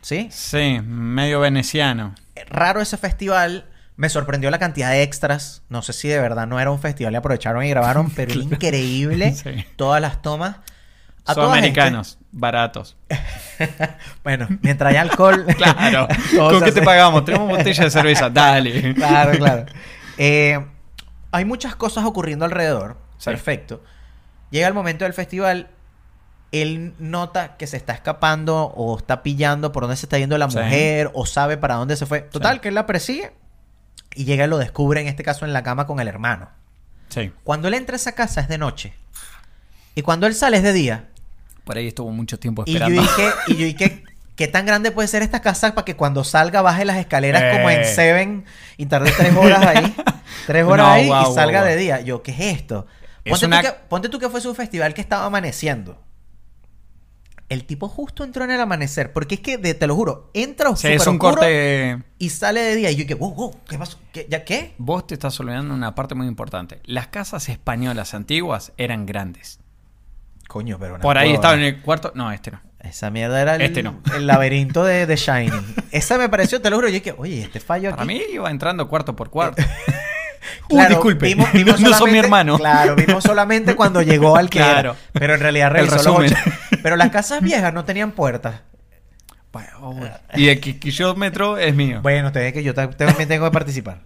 Speaker 5: ¿sí?
Speaker 6: Sí, medio veneciano.
Speaker 5: Raro ese festival. Me sorprendió la cantidad de extras. No sé si de verdad no era un festival y aprovecharon y grabaron, pero era increíble
Speaker 6: Sí.
Speaker 5: todas las tomas. A
Speaker 6: Son
Speaker 5: toda gente-
Speaker 6: americanos, baratos.
Speaker 5: Bueno, mientras hay alcohol.
Speaker 6: Claro.
Speaker 5: todo
Speaker 6: ¿Con
Speaker 5: se
Speaker 6: qué te
Speaker 5: hace.
Speaker 6: pagamos? Tenemos botella de cerveza. Dale.
Speaker 5: Claro, claro. Eh, hay muchas cosas ocurriendo alrededor.
Speaker 6: Sí.
Speaker 5: Perfecto. Llega el momento del festival. Él nota que se está escapando o está pillando por dónde se está yendo la
Speaker 6: Sí.
Speaker 5: mujer o sabe para dónde se fue. Total,
Speaker 6: Sí.
Speaker 5: que él la persigue y llega y lo descubre, en este caso, en la cama con el hermano.
Speaker 6: Sí.
Speaker 5: Cuando él entra a esa casa es de noche. Y cuando él sale es de día.
Speaker 6: Por ahí estuvo mucho tiempo
Speaker 5: Y yo
Speaker 6: esperando.
Speaker 5: dije, y yo dije, ¿qué tan grande puede ser esta casa para que cuando salga baje las escaleras
Speaker 6: Eh.
Speaker 5: como en Seven y tarde tres horas ahí? Tres horas
Speaker 6: No,
Speaker 5: ahí
Speaker 6: guau,
Speaker 5: y salga
Speaker 6: guau,
Speaker 5: de
Speaker 6: guau.
Speaker 5: día. Yo, ¿qué es esto?
Speaker 6: Es
Speaker 5: Ponte, tú
Speaker 6: una-
Speaker 5: que, ponte tú que fuese un festival que estaba amaneciendo. El tipo justo entró en el amanecer. Porque es que, de- te lo juro, entra
Speaker 6: Sí, es
Speaker 5: súper
Speaker 6: un
Speaker 5: oscuro
Speaker 6: corte.
Speaker 5: y sale de día. Y yo dije, wow, wow, ¿qué pasó? ¿Qué- ¿Ya qué?
Speaker 6: Vos te estás olvidando una parte muy importante. Las casas españolas antiguas eran grandes.
Speaker 5: Coño, pero... no
Speaker 6: Por ahí
Speaker 5: puedo,
Speaker 6: estaba
Speaker 5: no.
Speaker 6: en el cuarto. No, este no.
Speaker 5: Esa mierda era el,
Speaker 6: Este no.
Speaker 5: el laberinto de, de Shining. Esa me pareció, te lo juro, yo dije, oye, este fallo aquí...
Speaker 6: Para mí iba entrando cuarto por cuarto.
Speaker 5: Claro,
Speaker 6: uh, disculpe.
Speaker 5: vimos- vimos
Speaker 6: no son mi
Speaker 5: solamente-
Speaker 6: hermano.
Speaker 5: Claro, vimos solamente cuando llegó al que
Speaker 6: Claro.
Speaker 5: era. Pero en realidad
Speaker 6: El
Speaker 5: revisó los
Speaker 6: resumen.
Speaker 5: ocho. Pero las casas viejas no tenían puertas.
Speaker 6: Bueno, bueno. Y el quilómetro es mío.
Speaker 5: Bueno, te ve que yo ta- también tengo que participar.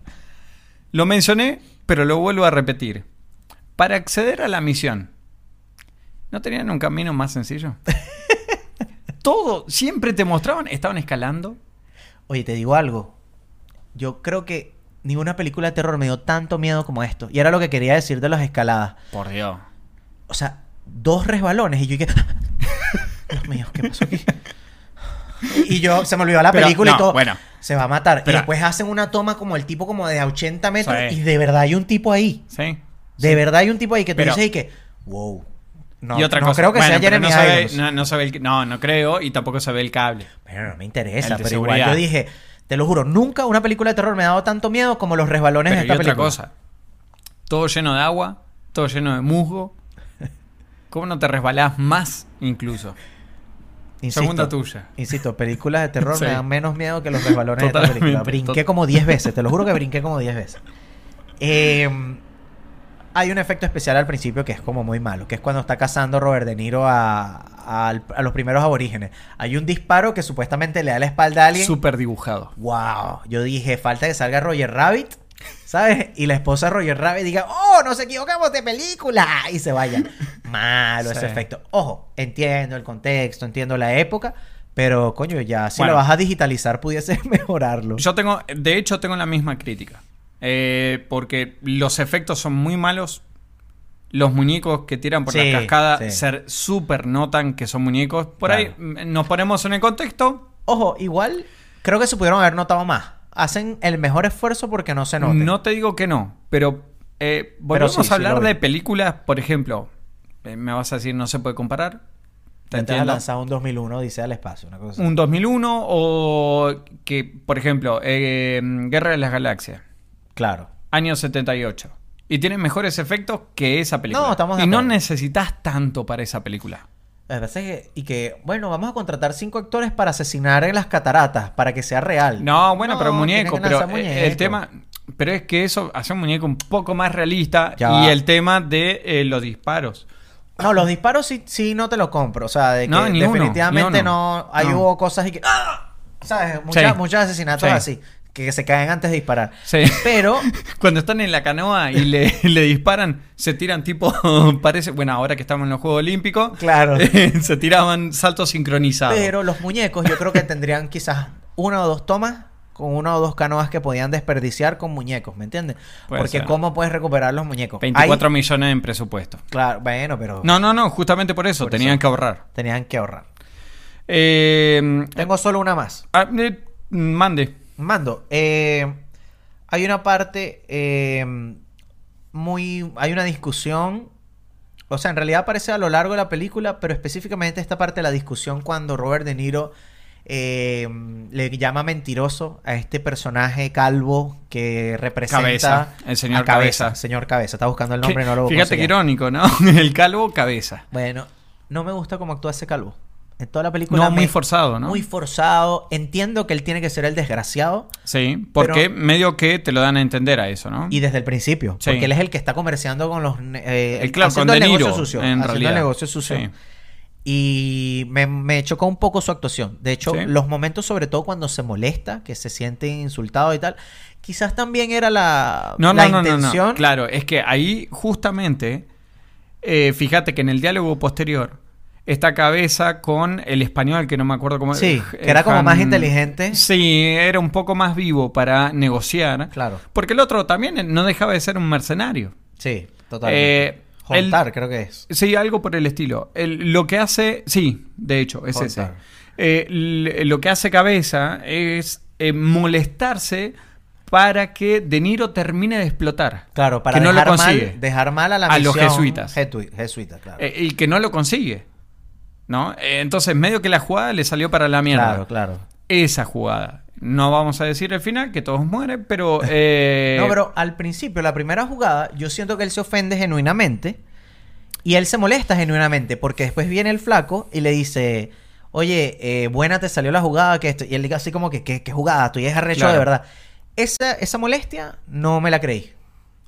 Speaker 6: Lo mencioné, pero lo vuelvo a repetir. Para acceder a la misión, ¿no tenían un camino más sencillo? Todo, siempre te mostraban, estaban escalando.
Speaker 5: Oye, te digo algo. Yo creo que ninguna película de terror me dio tanto miedo como esto. Y era lo que quería decir de las escaladas.
Speaker 6: Por Dios.
Speaker 5: O sea, dos resbalones y yo dije... Dios mío, ¿qué pasó aquí? Y yo, se me olvidó la
Speaker 6: Pero,
Speaker 5: película
Speaker 6: no,
Speaker 5: y todo.
Speaker 6: bueno.
Speaker 5: se va a matar.
Speaker 6: Espera.
Speaker 5: Y después hacen una toma como el tipo como de 80 metros
Speaker 6: Sí.
Speaker 5: y de verdad hay un tipo ahí.
Speaker 6: Sí.
Speaker 5: De verdad hay un tipo ahí que tú
Speaker 6: Pero-
Speaker 5: dices y que... Wow. No,
Speaker 6: y otra
Speaker 5: no
Speaker 6: cosa.
Speaker 5: creo que
Speaker 6: Bueno,
Speaker 5: sea
Speaker 6: pero
Speaker 5: Jeremy
Speaker 6: no se ve-
Speaker 5: Irons.
Speaker 6: no, no se ve el- no, no creo y tampoco se ve el cable.
Speaker 5: Bueno, no me
Speaker 6: El
Speaker 5: interesa,
Speaker 6: de
Speaker 5: pero igual
Speaker 6: seguridad.
Speaker 5: yo dije, te lo juro, nunca una película de terror me ha dado tanto miedo como los resbalones
Speaker 6: Pero
Speaker 5: de
Speaker 6: y
Speaker 5: esta
Speaker 6: otra
Speaker 5: película.
Speaker 6: cosa. Todo lleno de agua, todo lleno de musgo. ¿Cómo no te resbalás más incluso?
Speaker 5: Insisto,
Speaker 6: Segunda tuya.
Speaker 5: Insisto, películas de terror
Speaker 6: Sí.
Speaker 5: me dan menos miedo que los resbalones de esta
Speaker 6: Totalmente,
Speaker 5: película.
Speaker 6: tot-
Speaker 5: Brinqué como 10 veces, te lo juro que brinqué como 10 veces. Eh, hay un efecto especial al principio que es como muy malo, que es cuando está cazando Robert De Niro a, al- a los primeros aborígenes. Hay un disparo que supuestamente le da la espalda a alguien.
Speaker 6: Súper dibujado.
Speaker 5: Wow, yo dije, falta que salga Roger Rabbit, ¿sabes? Y la esposa de Roger Rabbit diga, oh, nos equivocamos de película, y se vaya. Malo
Speaker 6: Sí.
Speaker 5: ese efecto. Ojo, entiendo el contexto, entiendo la época, pero coño, ya si
Speaker 6: Bueno.
Speaker 5: lo vas a digitalizar, pudiese mejorarlo.
Speaker 6: Yo tengo, de hecho, tengo la misma crítica. Eh, porque los efectos son muy malos. Los muñecos que tiran por
Speaker 5: Sí,
Speaker 6: la cascada
Speaker 5: sí.
Speaker 6: se súper notan que son muñecos. Por ahí
Speaker 5: Claro.
Speaker 6: mm, nos ponemos en el contexto.
Speaker 5: Ojo, igual creo que se pudieron haber notado más. Hacen el mejor esfuerzo porque no se
Speaker 6: No,
Speaker 5: noten.
Speaker 6: te digo que no, pero eh, volvemos
Speaker 5: sí, sí
Speaker 6: a hablar
Speaker 5: lo vi.
Speaker 6: de películas, por ejemplo, eh, me vas a decir, no se puede comparar. Te
Speaker 5: Antes de
Speaker 6: entiendo.
Speaker 5: lanzar un 2001 dice al espacio, una cosa así.
Speaker 6: Un 2001 o que, por ejemplo, eh, Guerra de las Galaxias,
Speaker 5: Claro.
Speaker 6: año 78. Y tiene mejores efectos que esa película.
Speaker 5: No, estamos de
Speaker 6: y no
Speaker 5: acuerdo.
Speaker 6: necesitas tanto para esa película.
Speaker 5: Lo que pasa es que- y que, bueno, vamos a contratar cinco actores para asesinar en las cataratas, para que sea real.
Speaker 6: No, bueno, pero
Speaker 5: tienen
Speaker 6: muñeco,
Speaker 5: que
Speaker 6: pero
Speaker 5: lanzar
Speaker 6: eh, el
Speaker 5: muñecos.
Speaker 6: tema, pero es que eso hace un muñeco un poco más realista
Speaker 5: Ya
Speaker 6: y
Speaker 5: va.
Speaker 6: el tema de eh, los disparos.
Speaker 5: No, los disparos sí, sí no te los compro. O sea, de que
Speaker 6: No, ni uno,
Speaker 5: definitivamente
Speaker 6: ni uno.
Speaker 5: no. Ahí
Speaker 6: No.
Speaker 5: hubo cosas y que. ¡ah! ¿Sabes? Mucha-
Speaker 6: Sí.
Speaker 5: Muchos asesinatos
Speaker 6: Sí.
Speaker 5: así, que se caen antes de disparar.
Speaker 6: Sí.
Speaker 5: Pero.
Speaker 6: Cuando están en la canoa y le, le disparan, se tiran tipo, parece, bueno, ahora que estamos en los Juegos Olímpicos, eh,
Speaker 5: Claro.
Speaker 6: se tiraban saltos sincronizados.
Speaker 5: Pero los muñecos yo creo que tendrían quizás una o dos tomas con una o dos canoas que podían desperdiciar con muñecos, ¿me entiendes?
Speaker 6: Puede
Speaker 5: Porque
Speaker 6: ser.
Speaker 5: ¿cómo puedes recuperar los muñecos? Hay-
Speaker 6: 24 millones en presupuesto.
Speaker 5: Claro, bueno, pero
Speaker 6: No, no, no, justamente por eso,
Speaker 5: Por
Speaker 6: tenían
Speaker 5: eso.
Speaker 6: que ahorrar.
Speaker 5: tenían que ahorrar.
Speaker 6: Eh,
Speaker 5: Tengo solo una más.
Speaker 6: ah, eh, mande.
Speaker 5: Mando, eh, hay una parte eh, muy... Hay una discusión, o sea, en realidad aparece a lo largo de la película, pero específicamente esta parte de la discusión cuando Robert De Niro eh, le llama mentiroso a este personaje calvo que representa...
Speaker 6: Cabeza, el señor
Speaker 5: a cabeza,
Speaker 6: Cabeza.
Speaker 5: Señor Cabeza, está buscando el nombre,
Speaker 6: Que-
Speaker 5: no lo
Speaker 6: Fíjate que
Speaker 5: conseguía.
Speaker 6: irónico, ¿no? El calvo, cabeza.
Speaker 5: Bueno, no me gusta cómo actúa ese calvo. En toda la película...
Speaker 6: No,
Speaker 5: me-
Speaker 6: muy forzado, ¿no?
Speaker 5: Muy forzado. Entiendo que él tiene que ser el desgraciado.
Speaker 6: sí, porque
Speaker 5: pero-
Speaker 6: medio que te lo dan a entender a eso, ¿no?
Speaker 5: Y desde el principio.
Speaker 6: Sí.
Speaker 5: Porque él es el que está comerciando con los. ne- eh,
Speaker 6: el claro, con
Speaker 5: haciendo
Speaker 6: De
Speaker 5: el negocio
Speaker 6: Niro,
Speaker 5: sucio.
Speaker 6: en
Speaker 5: haciendo
Speaker 6: realidad.
Speaker 5: el negocio sucio.
Speaker 6: Sí.
Speaker 5: Y me, me chocó un poco su actuación. De hecho,
Speaker 6: Sí.
Speaker 5: los momentos, sobre todo cuando se molesta, que se siente insultado y tal, quizás también era la,
Speaker 6: No,
Speaker 5: la
Speaker 6: no, no, no,
Speaker 5: intención.
Speaker 6: no. Claro, es que ahí justamente, eh, fíjate que en el diálogo posterior, esta cabeza con el español, que no me acuerdo cómo
Speaker 5: Sí,
Speaker 6: eh,
Speaker 5: que era como más inteligente.
Speaker 6: Sí, era un poco más vivo para negociar.
Speaker 5: Claro.
Speaker 6: Porque el otro también eh, no dejaba de ser un mercenario.
Speaker 5: Sí, totalmente.
Speaker 6: Eh, el-
Speaker 5: Jontar, creo que es.
Speaker 6: Sí, algo por el estilo. El- lo que hace, sí, de hecho, es ese.
Speaker 5: Contar.
Speaker 6: Eh, l- lo que hace cabeza es eh, molestarse para que De Niro termine de explotar.
Speaker 5: Claro, para
Speaker 6: que no
Speaker 5: dejar,
Speaker 6: lo consigue.
Speaker 5: mal, dejar mal a la
Speaker 6: A los
Speaker 5: misión
Speaker 6: jesuitas.
Speaker 5: jetu- jesuitas, claro.
Speaker 6: Eh, y que no lo consigue. ¿No? Eh, entonces, medio que la jugada le salió para la mierda.
Speaker 5: claro, claro.
Speaker 6: Esa jugada. No vamos a decir el final, que todos mueren, pero. eh,
Speaker 5: No, pero al principio, la primera jugada, yo siento que él se ofende genuinamente y él se molesta genuinamente porque después viene el flaco y le dice, oye, eh, buena te salió la jugada que esto. Y él dice así como que, ¿qué, qué jugada? Tú ya es arrecho
Speaker 6: Claro.
Speaker 5: de verdad. Esa, esa molestia no me la creí.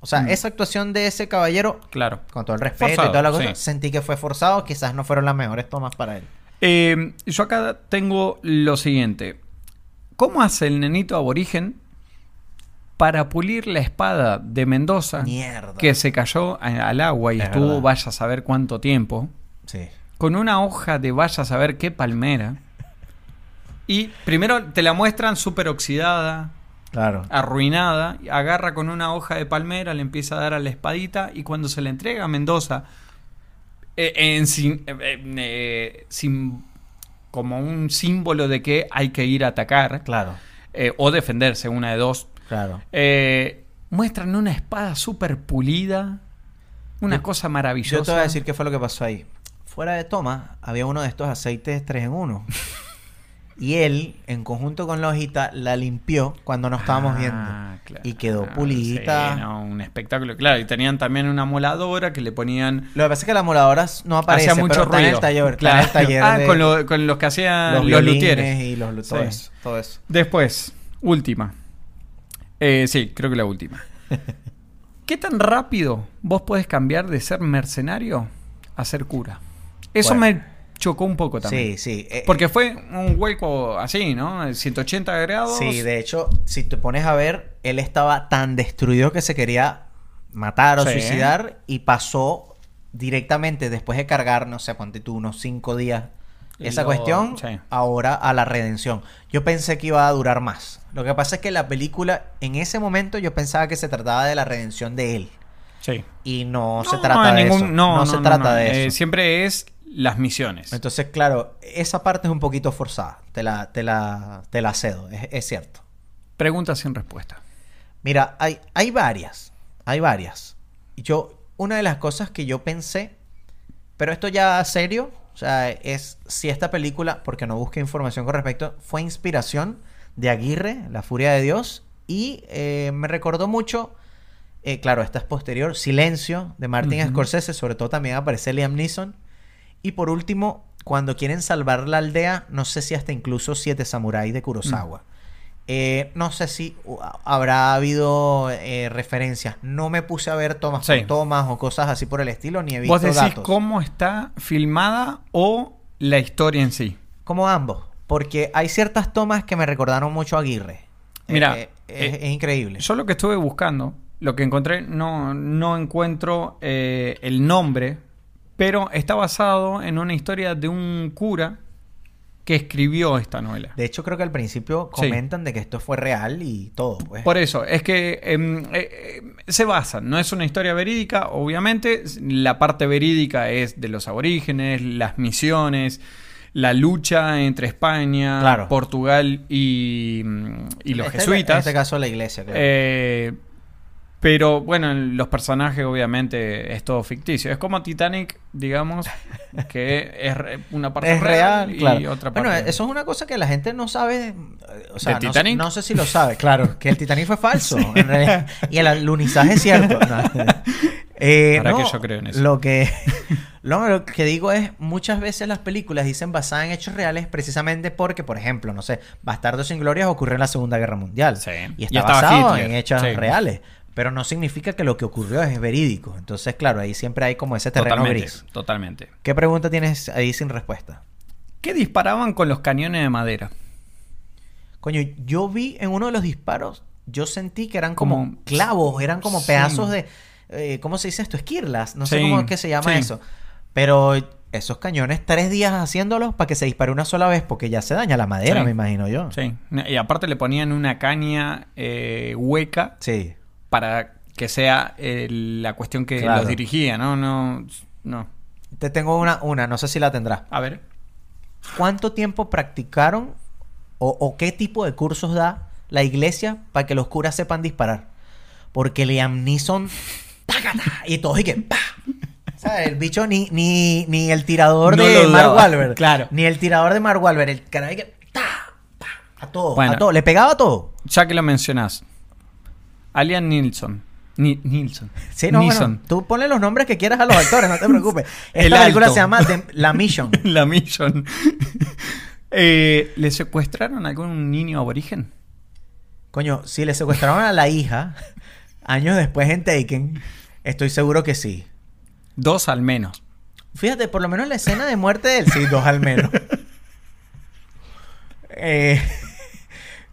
Speaker 5: O sea,
Speaker 6: Mm.
Speaker 5: esa actuación de ese caballero,
Speaker 6: Claro.
Speaker 5: con todo el respeto
Speaker 6: Forzado,
Speaker 5: y toda la cosa,
Speaker 6: sí.
Speaker 5: sentí que fue forzado. Quizás no fueron las mejores tomas para él.
Speaker 6: Eh, yo acá tengo lo siguiente. ¿Cómo hace el nenito aborigen para pulir la espada de Mendoza
Speaker 5: Mierda.
Speaker 6: que se cayó a- al agua y
Speaker 5: Es
Speaker 6: estuvo
Speaker 5: verdad.
Speaker 6: vaya a saber cuánto tiempo,
Speaker 5: Sí.
Speaker 6: con una hoja de vaya a saber qué palmera. Y primero te la muestran súper oxidada,
Speaker 5: Claro.
Speaker 6: arruinada, y agarra con una hoja de palmera, le empieza a dar a la espadita y cuando se la entrega a Mendoza, eh, en sin- eh, eh, eh, sin- como un símbolo de que hay que ir a atacar
Speaker 5: Claro.
Speaker 6: eh, o defenderse, una de dos,
Speaker 5: Claro.
Speaker 6: eh, muestran una espada súper pulida, una
Speaker 5: Yo-
Speaker 6: cosa maravillosa.
Speaker 5: Yo te voy a decir qué fue lo que pasó ahí. Fuera de toma, había uno de estos aceites 3 en 1. y él, en conjunto con la hojita, la limpió cuando no estábamos
Speaker 6: Ah,
Speaker 5: viendo.
Speaker 6: claro.
Speaker 5: Y quedó pulidita.
Speaker 6: Sí, no, un espectáculo, claro. Y tenían también una moladora que le ponían...
Speaker 5: Lo que pasa es que la moladora no aparece,
Speaker 6: hacía mucho
Speaker 5: pero está
Speaker 6: ruido.
Speaker 5: en el taller. está en
Speaker 6: Claro.
Speaker 5: el taller
Speaker 6: ah,
Speaker 5: de
Speaker 6: con, lo- con los que hacían los,
Speaker 5: violines
Speaker 6: luthieres.
Speaker 5: y los lu- todo
Speaker 6: Sí.
Speaker 5: eso, todo eso.
Speaker 6: Después, última. Eh, sí, creo que la última. ¿Qué tan rápido vos podés cambiar de ser mercenario a ser cura? Eso
Speaker 5: Bueno.
Speaker 6: me chocó un poco
Speaker 5: Sí,
Speaker 6: también.
Speaker 5: sí. eh,
Speaker 6: Porque fue un hueco así, ¿no? 180 grados.
Speaker 5: Sí, de hecho, si te pones a ver, él estaba tan destruido que se quería matar o
Speaker 6: Sí.
Speaker 5: suicidar y pasó directamente después de cargar, no sé, ponte tú unos cinco días esa
Speaker 6: Lo-
Speaker 5: cuestión,
Speaker 6: sí.
Speaker 5: ahora a la redención. Yo pensé que iba a durar más. Lo que pasa es que la película, en ese momento, yo pensaba que se trataba de la redención de él.
Speaker 6: Sí.
Speaker 5: Y no, se trata
Speaker 6: en
Speaker 5: de
Speaker 6: ningún-
Speaker 5: eso. No, se trata
Speaker 6: no.
Speaker 5: de
Speaker 6: Eh,
Speaker 5: eso.
Speaker 6: siempre es las misiones.
Speaker 5: Entonces, claro, esa parte es un poquito forzada. Te la, te la, te la cedo, es- es cierto.
Speaker 6: Preguntas sin respuesta.
Speaker 5: Mira, hay, hay varias. Hay varias. Yo, una de las cosas que yo pensé, pero esto ya serio, o sea, es si esta película, porque no busqué información con respecto, fue inspiración de Aguirre, La Furia de Dios, y eh, me recordó mucho, eh, claro, esta es posterior, Silencio de Martin
Speaker 6: Ujú.
Speaker 5: Scorsese, sobre todo también aparece Liam Neeson, y por último, cuando quieren salvar la aldea, no sé si hasta incluso Siete Samuráis de Kurosawa. Eh, no sé si uh, habrá habido eh, referencias. No me puse a ver tomas
Speaker 6: Sí.
Speaker 5: por tomas o cosas así por el estilo, ni he visto
Speaker 6: Vos decís
Speaker 5: datos.
Speaker 6: cómo está filmada o la historia en sí.
Speaker 5: Como ambos. Porque hay ciertas tomas que me recordaron mucho a Aguirre.
Speaker 6: Mira,
Speaker 5: Eh, es,
Speaker 6: eh,
Speaker 5: es increíble.
Speaker 6: Yo lo que estuve buscando, lo que encontré, no, no encuentro eh, el nombre, pero está basado en una historia de un cura que escribió esta novela.
Speaker 5: De hecho, creo que al principio
Speaker 6: Sí.
Speaker 5: comentan de que esto fue real y todo. Pues.
Speaker 6: Por eso, es que em, eh, eh, se basan, no es una historia verídica, obviamente, la parte verídica es de los aborígenes, las misiones, la lucha entre España,
Speaker 5: Claro.
Speaker 6: Portugal y, mm, y los
Speaker 5: Este- En
Speaker 6: jesuitas.
Speaker 5: este caso, la iglesia, claro.
Speaker 6: Eh, pero bueno, los personajes obviamente es todo ficticio. Es como Titanic, digamos, que es re- una parte
Speaker 5: es real,
Speaker 6: y
Speaker 5: claro.
Speaker 6: otra parte.
Speaker 5: bueno, eso es una cosa que la gente no sabe. eh, O sea,
Speaker 6: ¿Del
Speaker 5: no,
Speaker 6: Titanic?
Speaker 5: no sé si lo sabe, claro. Que el Titanic fue falso. en realidad, y el alunizaje es cierto. No, eh,
Speaker 6: Ahora que
Speaker 5: no,
Speaker 6: yo creo en eso.
Speaker 5: Lo que, lo, lo que digo es, muchas veces las películas dicen basadas en hechos reales precisamente porque, por ejemplo, no sé, Bastardos sin Glorias ocurrió en la Segunda Guerra Mundial.
Speaker 6: Sí.
Speaker 5: Y
Speaker 6: Y
Speaker 5: está
Speaker 6: estaba
Speaker 5: basado
Speaker 6: Hitler.
Speaker 5: en hechos
Speaker 6: Sí.
Speaker 5: reales. Pero no significa que lo que ocurrió es verídico. Entonces, claro, ahí siempre hay como ese terreno
Speaker 6: totalmente,
Speaker 5: gris.
Speaker 6: totalmente.
Speaker 5: ¿Qué pregunta tienes ahí sin respuesta?
Speaker 6: ¿Qué disparaban con los cañones de madera?
Speaker 5: Coño, yo vi en uno de los disparos, yo sentí que eran como,
Speaker 6: Como-
Speaker 5: clavos, eran como
Speaker 6: Sí.
Speaker 5: pedazos de. eh, ¿Cómo se dice esto? Esquirlas. No sé
Speaker 6: Sí,
Speaker 5: cómo es que se llama
Speaker 6: sí.
Speaker 5: eso. Pero esos cañones, tres días haciéndolos para que se dispare una sola vez, porque ya se daña la madera,
Speaker 6: Sí.
Speaker 5: me imagino yo.
Speaker 6: Sí. Y aparte le ponían una caña eh, hueca
Speaker 5: Sí.
Speaker 6: para que sea eh, la cuestión que
Speaker 5: Claro.
Speaker 6: los dirigía, ¿no? No, no.
Speaker 5: Te tengo una, una, no sé si la tendrás.
Speaker 6: A ver.
Speaker 5: ¿Cuánto tiempo practicaron o, o qué tipo de cursos da la iglesia para que los curas sepan disparar? Porque Liam Neeson, ¡tácata! Y todos y que ¡pa! O sea, el bicho ni, ni, ni el tirador
Speaker 6: No
Speaker 5: de
Speaker 6: lo
Speaker 5: Mark
Speaker 6: dudaba,
Speaker 5: Wahlberg.
Speaker 6: claro.
Speaker 5: Ni el tirador de Mark Wahlberg. El caray que ¡ta! ¡pa! A todo, a
Speaker 6: Bueno.
Speaker 5: todo. Le pegaba a todo.
Speaker 6: Ya que lo mencionás. Alian Nilsson. Ni- Nilsson.
Speaker 5: Sí, no, bueno,
Speaker 6: Nilsson.
Speaker 5: tú ponle los nombres que quieras a los actores, no te preocupes.
Speaker 6: El
Speaker 5: Esta película
Speaker 6: alto.
Speaker 5: se llama The- La Mission.
Speaker 6: La Mission. Eh, ¿Le secuestraron a algún niño aborigen?
Speaker 5: Coño, si le secuestraron a la hija años después en Taken, estoy seguro que sí.
Speaker 6: Dos al menos.
Speaker 5: Fíjate, por lo menos la escena de muerte del sí, dos al menos. Eh,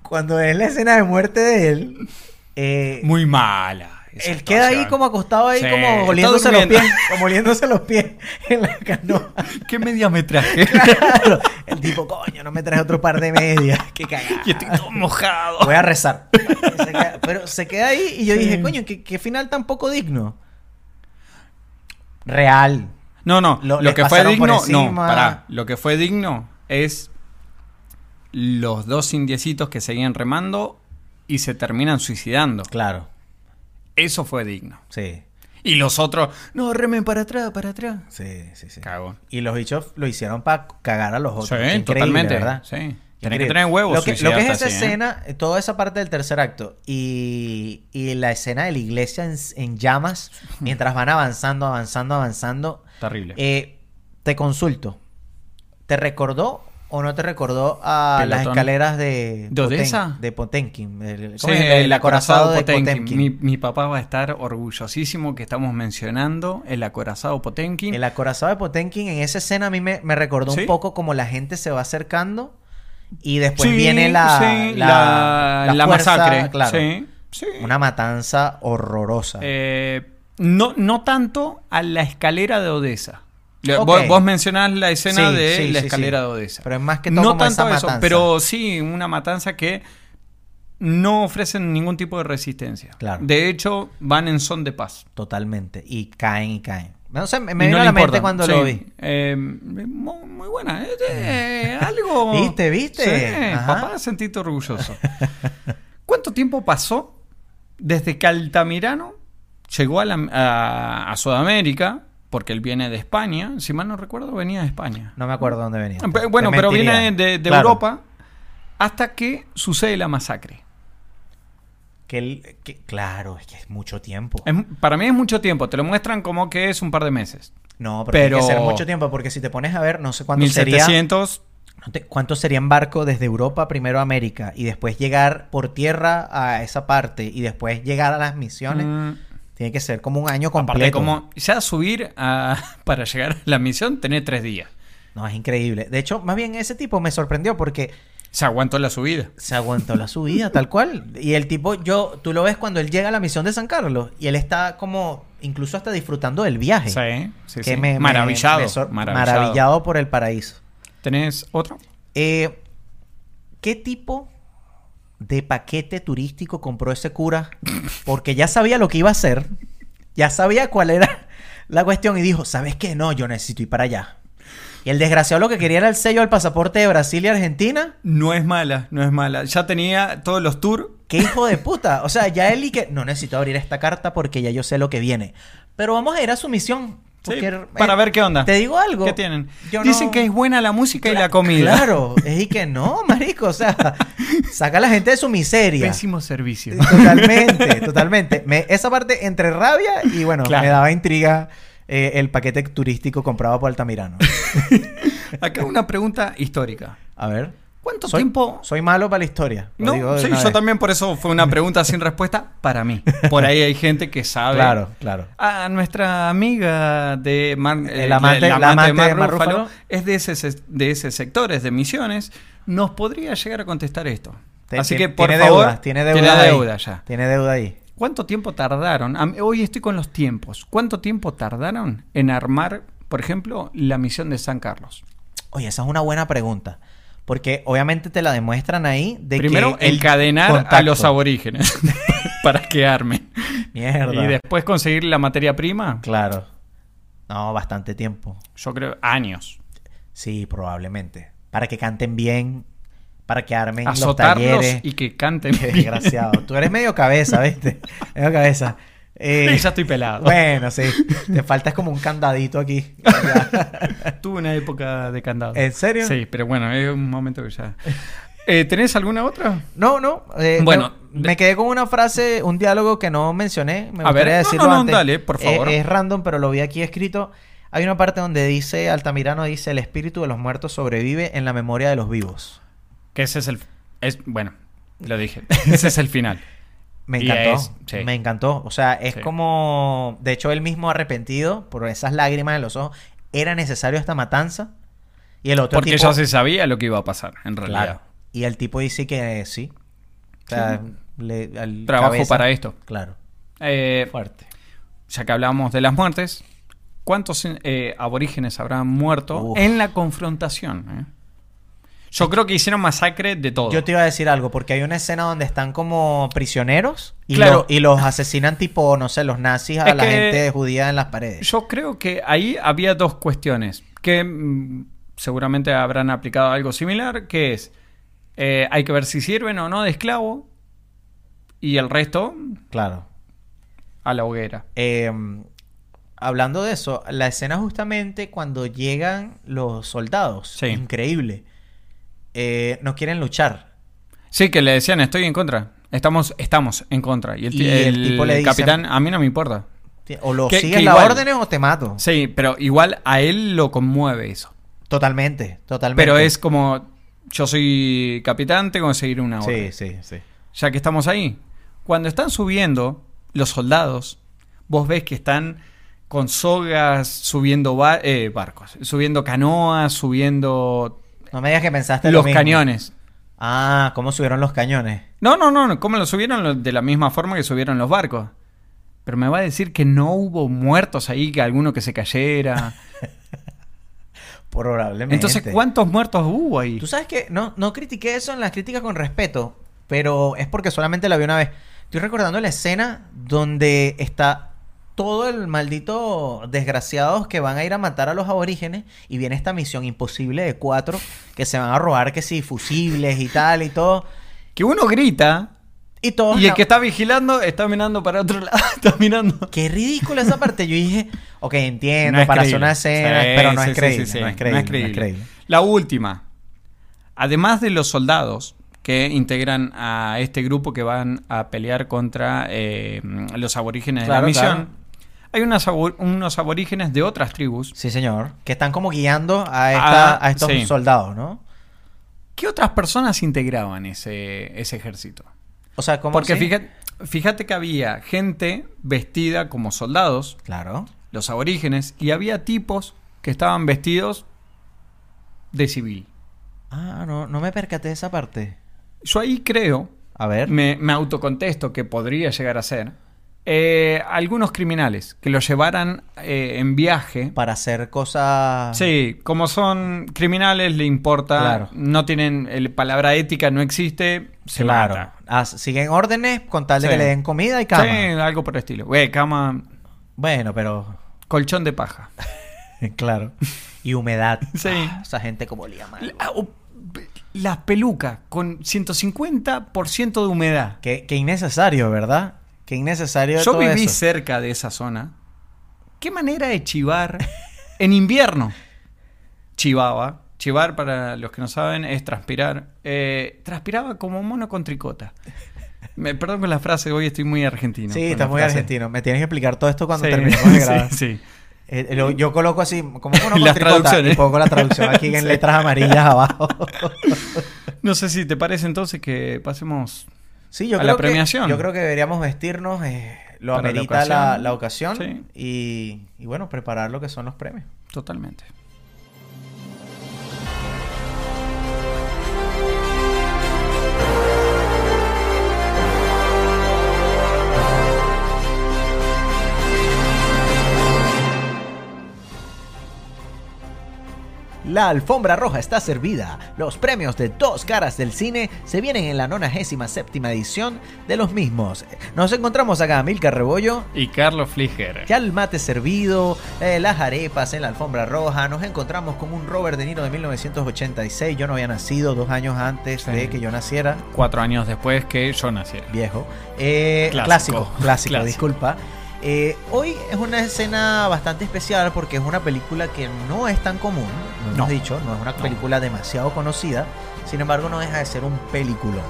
Speaker 5: cuando es la escena de muerte de él, eh,
Speaker 6: Muy mala. esa
Speaker 5: él queda ahí
Speaker 6: actuación.
Speaker 5: como acostado ahí,
Speaker 6: Sí,
Speaker 5: como
Speaker 6: todo
Speaker 5: oliéndose los pies,
Speaker 6: durmiendo.
Speaker 5: como oliéndose los pies en la canoa.
Speaker 6: ¿Qué medias me traje?
Speaker 5: Claro. El tipo, coño, no me traes otro par de medias. Qué cagada.
Speaker 6: y estoy todo mojado.
Speaker 5: Voy a rezar. Se queda- pero se queda ahí y yo dije, coño, qué, qué final tan poco digno. Real.
Speaker 6: No, no.
Speaker 5: Lo-
Speaker 6: Lo,
Speaker 5: les
Speaker 6: que fue
Speaker 5: pasaron por
Speaker 6: digno. No,
Speaker 5: encima.
Speaker 6: pará. Lo que fue digno es los dos indiecitos que seguían remando y se terminan suicidando.
Speaker 5: Claro,
Speaker 6: Eso fue digno.
Speaker 5: sí.
Speaker 6: Y los otros, no, remen para atrás, para atrás.
Speaker 5: Sí, sí, sí.
Speaker 6: Cago.
Speaker 5: Y los bichos lo hicieron para cagar a los otros.
Speaker 6: Sí,
Speaker 5: Qué increíble,
Speaker 6: totalmente.
Speaker 5: ¿verdad? Qué
Speaker 6: Sí. Tenés
Speaker 5: increíble.
Speaker 6: que tener huevos.
Speaker 5: Lo que, lo que es
Speaker 6: suicidarte
Speaker 5: esa
Speaker 6: así, ¿eh?
Speaker 5: escena, toda esa parte del tercer acto y, y la escena de la iglesia en, en llamas, mientras van avanzando, avanzando, avanzando.
Speaker 6: Terrible.
Speaker 5: Eh, te consulto. ¿Te recordó o no te recordó a
Speaker 6: Pelotón.
Speaker 5: las escaleras de,
Speaker 6: ¿De Odessa?
Speaker 5: de Potenkin? El, ¿cómo
Speaker 6: Sí,
Speaker 5: es? El-
Speaker 6: el,
Speaker 5: el acorazado
Speaker 6: acorazado,
Speaker 5: de
Speaker 6: Potemkin.
Speaker 5: Potemkin.
Speaker 6: Mi, mi papá va a estar orgullosísimo que estamos mencionando el acorazado Potemkin.
Speaker 5: El acorazado de Potenkin en esa escena a mí me, me recordó un
Speaker 6: Sí.
Speaker 5: poco como la gente se va acercando y después
Speaker 6: Sí,
Speaker 5: pues viene la,
Speaker 6: sí,
Speaker 5: la,
Speaker 6: la-
Speaker 5: la
Speaker 6: la
Speaker 5: fuerza,
Speaker 6: masacre.
Speaker 5: claro.
Speaker 6: Sí, sí.
Speaker 5: Una matanza horrorosa.
Speaker 6: Eh, no, no tanto a la escalera de Odessa. Le-
Speaker 5: Ok.
Speaker 6: Vos, vos mencionás la escena
Speaker 5: Sí,
Speaker 6: de
Speaker 5: sí,
Speaker 6: la
Speaker 5: sí,
Speaker 6: escalera
Speaker 5: sí.
Speaker 6: de Odessa.
Speaker 5: Pero es más que todo
Speaker 6: no
Speaker 5: como esa
Speaker 6: tanto eso,
Speaker 5: matanza.
Speaker 6: pero sí una matanza que no ofrecen ningún tipo de resistencia.
Speaker 5: Claro.
Speaker 6: De hecho, van en son de paz.
Speaker 5: Totalmente. Y caen y caen. No sé, me, me
Speaker 6: Y
Speaker 5: vino
Speaker 6: no
Speaker 5: a
Speaker 6: le
Speaker 5: la mente
Speaker 6: importan.
Speaker 5: cuando
Speaker 6: Sí.
Speaker 5: lo vi.
Speaker 6: Eh, mu- muy buena. eh, eh, algo.
Speaker 5: Viste, viste.
Speaker 6: Sí,
Speaker 5: Ajá.
Speaker 6: papá, sentiste orgulloso. ¿Cuánto tiempo pasó desde que Altamirano llegó a, la- a- a Sudamérica? Porque él viene de España. Si mal no recuerdo, venía de España.
Speaker 5: No me acuerdo dónde venía.
Speaker 6: Pe- Bueno,
Speaker 5: Te
Speaker 6: pero
Speaker 5: mentiría.
Speaker 6: viene de, de
Speaker 5: Claro.
Speaker 6: Europa hasta que sucede la masacre.
Speaker 5: Que el- que- claro, es que es mucho tiempo.
Speaker 6: Es mu- para mí es mucho tiempo. Te lo muestran como que es un par de meses.
Speaker 5: No, pero, tiene que
Speaker 6: pero-
Speaker 5: ser mucho tiempo porque si te pones a ver, no sé cuánto sería.
Speaker 6: 1700.
Speaker 5: No te- ¿Cuánto sería en barco desde Europa primero a América y después llegar por tierra a esa parte y después llegar a las misiones?
Speaker 6: Mm.
Speaker 5: Tiene que ser como un año
Speaker 6: Aparte,
Speaker 5: completo.
Speaker 6: como ya subir a- para llegar a la misión, tenés tres días.
Speaker 5: No, es increíble. De hecho, más bien ese tipo me sorprendió porque
Speaker 6: Se aguantó la subida.
Speaker 5: se aguantó la subida, tal cual. Y el tipo, yo, tú lo ves cuando él llega a la misión de San Carlos y él está como incluso hasta disfrutando del viaje.
Speaker 6: Sí, ¿eh? sí,
Speaker 5: Que
Speaker 6: sí.
Speaker 5: me- me-
Speaker 6: maravillado,
Speaker 5: me sor-
Speaker 6: maravillado.
Speaker 5: maravillado por el paraíso.
Speaker 6: ¿Tenés otro?
Speaker 5: Eh, ¿Qué tipo de paquete turístico compró ese cura? Porque ya sabía lo que iba a hacer, ya sabía cuál era la cuestión y dijo, ¿sabes qué? No, yo necesito ir para allá. Y el desgraciado lo que quería era el sello del pasaporte de Brasil y Argentina.
Speaker 6: No es mala, no es mala. Ya tenía todos los tours.
Speaker 5: ¡Qué hijo de puta! O sea, ya él y que... No necesito abrir esta carta porque ya yo sé lo que viene. Pero vamos a ir a su misión.
Speaker 6: sí,
Speaker 5: porque, eh,
Speaker 6: para ver qué onda.
Speaker 5: Te digo algo.
Speaker 6: ¿Qué tienen?
Speaker 5: yo
Speaker 6: Dicen
Speaker 5: no-
Speaker 6: que es buena la música y
Speaker 5: Cla-
Speaker 6: la comida.
Speaker 5: Claro, es y que no, marico, o sea, saca a la gente de su miseria.
Speaker 6: Pésimo servicio.
Speaker 5: Totalmente, totalmente. Me- esa parte entre rabia y bueno,
Speaker 6: Claro.
Speaker 5: me daba intriga eh, el paquete turístico comprado por Altamirano.
Speaker 6: Acá una pregunta histórica.
Speaker 5: A ver.
Speaker 6: ¿Cuánto
Speaker 5: soy,
Speaker 6: tiempo?
Speaker 5: Soy malo para la historia. lo digo
Speaker 6: No,
Speaker 5: de
Speaker 6: sí,
Speaker 5: una
Speaker 6: yo
Speaker 5: vez.
Speaker 6: también por eso fue una pregunta sin respuesta para mí. Por ahí hay gente que sabe.
Speaker 5: Claro, claro.
Speaker 6: A nuestra amiga de Mar, eh,
Speaker 5: amante-
Speaker 6: la- la
Speaker 5: la amante
Speaker 6: Mar
Speaker 5: de Mar
Speaker 6: Ruffalo
Speaker 5: Ruffalo.
Speaker 6: es de ese, se- de ese sector, es de Misiones, nos podría llegar a contestar esto.
Speaker 5: Te-
Speaker 6: Así
Speaker 5: ti-
Speaker 6: que por
Speaker 5: tiene
Speaker 6: favor,
Speaker 5: deuda, tiene deuda, ahí.
Speaker 6: deuda ya.
Speaker 5: Tiene deuda ahí.
Speaker 6: ¿Cuánto tiempo tardaron? Am- Hoy estoy con los tiempos. ¿Cuánto tiempo tardaron en armar, por ejemplo, la misión de San Carlos?
Speaker 5: Oye, esa es una buena pregunta. Porque obviamente te la demuestran ahí de
Speaker 6: Primero,
Speaker 5: que el
Speaker 6: encadenar a
Speaker 5: contacto-
Speaker 6: los aborígenes para que armen.
Speaker 5: Mierda.
Speaker 6: Y después conseguir la materia prima.
Speaker 5: Claro. No, bastante tiempo.
Speaker 6: Yo creo años.
Speaker 5: Sí, probablemente. Para que canten bien, para que armen los
Speaker 6: Azotarlos
Speaker 5: talleres.
Speaker 6: y que canten.
Speaker 5: Qué
Speaker 6: bien.
Speaker 5: desgraciado. Tú eres medio cabeza, ¿viste? Medio cabeza. Eh,
Speaker 6: Sí, ya estoy pelado.
Speaker 5: Bueno, sí. Te falta es como un candadito aquí. Ya.
Speaker 6: Tuve una época de candado.
Speaker 5: ¿En serio?
Speaker 6: Sí, pero bueno, es un momento que ya. Eh, ¿Tenés alguna otra?
Speaker 5: no, no. eh,
Speaker 6: Bueno,
Speaker 5: no, me quedé con una frase, un diálogo que no mencioné. Me
Speaker 6: A ver,
Speaker 5: gustaría
Speaker 6: no,
Speaker 5: decirlo
Speaker 6: no, no,
Speaker 5: antes.
Speaker 6: dale, por
Speaker 5: Eh,
Speaker 6: favor.
Speaker 5: Es, random, pero lo vi aquí escrito. Hay una parte donde dice, Altamirano dice, el espíritu de los muertos sobrevive en la memoria de los vivos.
Speaker 6: Que ese es el. Es, bueno, lo dije. Ese es el final.
Speaker 5: Me
Speaker 6: Y
Speaker 5: encantó.
Speaker 6: es- sí.
Speaker 5: Me encantó. O sea, es
Speaker 6: Sí.
Speaker 5: como. De hecho, él mismo arrepentido por esas lágrimas en los ojos. Era necesario esta matanza. Y el otro
Speaker 6: Porque
Speaker 5: tipo.
Speaker 6: ya se sabía lo que iba a pasar, en realidad.
Speaker 5: Claro. Y el tipo dice que eh, sí. O sea, le- al
Speaker 6: Trabajo para esto.
Speaker 5: Claro.
Speaker 6: Eh,
Speaker 5: Fuerte.
Speaker 6: ya que hablábamos de las muertes, ¿cuántos eh, aborígenes habrán muerto
Speaker 5: Uf.
Speaker 6: en la confrontación? eh? Yo creo que hicieron masacre de todo.
Speaker 5: Yo te iba a decir algo, porque hay una escena donde están como prisioneros y,
Speaker 6: Claro.
Speaker 5: lo- y los asesinan tipo, no sé, los nazis a
Speaker 6: Es
Speaker 5: la
Speaker 6: que-
Speaker 5: gente judía en las paredes.
Speaker 6: Yo creo que ahí había dos cuestiones que mm, seguramente habrán aplicado algo similar, que es, eh, hay que ver si sirven o no de esclavo y el resto
Speaker 5: Claro.
Speaker 6: a la hoguera.
Speaker 5: Eh, hablando de eso, la escena justamente cuando llegan los soldados.
Speaker 6: Sí.
Speaker 5: Increíble. Eh, no quieren luchar.
Speaker 6: Sí, que le decían, estoy en contra. Estamos, estamos en contra. Y el, ti-
Speaker 5: Y el
Speaker 6: el
Speaker 5: tipo le dice-
Speaker 6: capitán, a mí no me importa.
Speaker 5: O lo
Speaker 6: Que-
Speaker 5: sigues
Speaker 6: que
Speaker 5: las
Speaker 6: igual-
Speaker 5: órdenes o te mato.
Speaker 6: Sí, pero igual a él lo conmueve eso.
Speaker 5: Totalmente, totalmente.
Speaker 6: Pero es como, yo soy capitán, tengo que seguir una orden.
Speaker 5: Sí, sí, sí.
Speaker 6: ya que estamos ahí. Cuando están subiendo los soldados, vos ves que están con sogas subiendo ba- eh, barcos, subiendo canoas, subiendo
Speaker 5: No me digas que pensaste lo
Speaker 6: los
Speaker 5: mismo.
Speaker 6: cañones.
Speaker 5: Ah, ¿cómo subieron los cañones?
Speaker 6: No, no, no, no, ¿cómo lo subieron? Lo- De la misma forma que subieron los barcos. Pero me va a decir que no hubo muertos ahí, que alguno que se cayera.
Speaker 5: Probablemente.
Speaker 6: Entonces, ¿cuántos muertos hubo ahí?
Speaker 5: Tú sabes que no, no critiqué eso en las críticas con respeto, pero es porque solamente la vi una vez. Estoy recordando la escena donde está todo el maldito desgraciados que van a ir a matar a los aborígenes y viene esta misión imposible de cuatro que se van a robar que sí, fusibles y tal y todo.
Speaker 6: Que uno grita
Speaker 5: Y todos...
Speaker 6: y el
Speaker 5: na-
Speaker 6: que está vigilando está mirando para otro lado, está mirando.
Speaker 5: Qué ridícula esa parte. Yo dije, ok, entiendo,
Speaker 6: No es
Speaker 5: para hacer
Speaker 6: creíble.
Speaker 5: una escena,
Speaker 6: Sí,
Speaker 5: pero no
Speaker 6: sí,
Speaker 5: es
Speaker 6: sí,
Speaker 5: creíble,
Speaker 6: sí, sí.
Speaker 5: no es creíble. no es creíble.
Speaker 6: La última. Además de los soldados que integran a este grupo que van a pelear contra eh, los aborígenes de
Speaker 5: Claro,
Speaker 6: la misión,
Speaker 5: claro.
Speaker 6: hay unas abo- unos aborígenes de otras tribus.
Speaker 5: Sí, señor. Que están como guiando a, esta-
Speaker 6: Ah,
Speaker 5: a estos
Speaker 6: sí.
Speaker 5: soldados, ¿no?
Speaker 6: ¿Qué otras personas integraban ese, ese ejército?
Speaker 5: O sea, como...
Speaker 6: Porque
Speaker 5: sí?
Speaker 6: fíjate, fíjate que había gente vestida como soldados,
Speaker 5: Claro.
Speaker 6: los aborígenes, y había tipos que estaban vestidos de civil.
Speaker 5: Ah, no, no me percaté de esa parte.
Speaker 6: Yo ahí creo
Speaker 5: A ver.
Speaker 6: me, me autocontesto que podría llegar a ser. eh, algunos criminales que lo llevaran eh, en viaje.
Speaker 5: Para hacer cosas...
Speaker 6: Sí, como son criminales, le importa.
Speaker 5: Claro.
Speaker 6: No tienen. El palabra ética no existe. Se
Speaker 5: claro.
Speaker 6: mata.
Speaker 5: Ah, siguen órdenes con tal de
Speaker 6: Sí.
Speaker 5: que le den comida y cama.
Speaker 6: Sí, algo por el estilo. Güey, cama.
Speaker 5: Bueno, pero... eh,
Speaker 6: Colchón de paja.
Speaker 5: claro. Y humedad.
Speaker 6: Sí.
Speaker 5: Ah, esa gente como olía mal.
Speaker 6: La- o- Las pelucas con 150% de humedad.
Speaker 5: Qué, qué innecesario, ¿verdad? Qué innecesario
Speaker 6: Yo
Speaker 5: todo
Speaker 6: viví
Speaker 5: eso.
Speaker 6: cerca de esa zona. ¿Qué manera de chivar en invierno? Chivaba. Chivar, para los que no saben, es transpirar. Eh, transpiraba como mono con tricota. Me, perdón con la frase, hoy estoy muy argentino.
Speaker 5: Sí,
Speaker 6: con
Speaker 5: estás
Speaker 6: las
Speaker 5: muy
Speaker 6: frases.
Speaker 5: argentino. Me tienes que explicar todo esto cuando
Speaker 6: Sí,
Speaker 5: terminemos de
Speaker 6: sí,
Speaker 5: grabar.
Speaker 6: sí.
Speaker 5: Eh, lo- yo coloco así, como uno con
Speaker 6: Las
Speaker 5: tricota, y
Speaker 6: traducciones.
Speaker 5: pongo la traducción aquí en letras amarillas abajo.
Speaker 6: No sé si te parece entonces que pasemos
Speaker 5: sí, yo
Speaker 6: A
Speaker 5: creo
Speaker 6: la
Speaker 5: que-
Speaker 6: premiación.
Speaker 5: yo creo que deberíamos vestirnos, eh, lo
Speaker 6: Para la
Speaker 5: amerita la, la ocasión,
Speaker 6: ocasión.
Speaker 5: y, y bueno, preparar lo que son los premios.
Speaker 6: totalmente.
Speaker 5: La alfombra roja está servida. Los premios de Dos Caras del Cine se vienen en la 97 edición de los mismos. Nos encontramos acá, Milcar Rebollo,
Speaker 6: Y Carlos Fliger.
Speaker 5: Ya el mate servido, eh, las arepas en la alfombra roja. Nos encontramos con un Robert De Niro de 1986. Yo no había nacido dos años antes
Speaker 6: Sí.
Speaker 5: de que yo naciera.
Speaker 6: Cuatro años después que yo naciera.
Speaker 5: Viejo. Eh, clásico,
Speaker 6: Clásico.
Speaker 5: clásico,
Speaker 6: Clásico.
Speaker 5: disculpa. Eh, hoy es una escena bastante especial porque es una película que no es tan común, lo hemos
Speaker 6: No.
Speaker 5: dicho, no es una película demasiado conocida, sin embargo no deja de ser un película.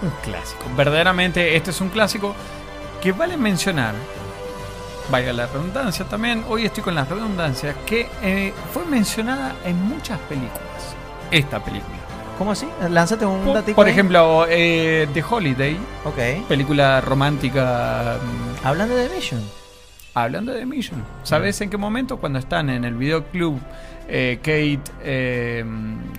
Speaker 6: Un clásico. Verdaderamente, este es un clásico que vale mencionar. Valga la redundancia también. Hoy estoy con las redundancias que eh, fue mencionada en muchas películas. Esta película.
Speaker 5: ¿Cómo así? Lánzate un
Speaker 6: Por,
Speaker 5: datico
Speaker 6: por
Speaker 5: ahí.
Speaker 6: ejemplo, eh, The Holiday,
Speaker 5: Ok.
Speaker 6: película romántica. mm,
Speaker 5: Hablando de Mission.
Speaker 6: Hablando de Mission. ¿Sabes en qué momento? Cuando están en el videoclub. eh, Kate, eh,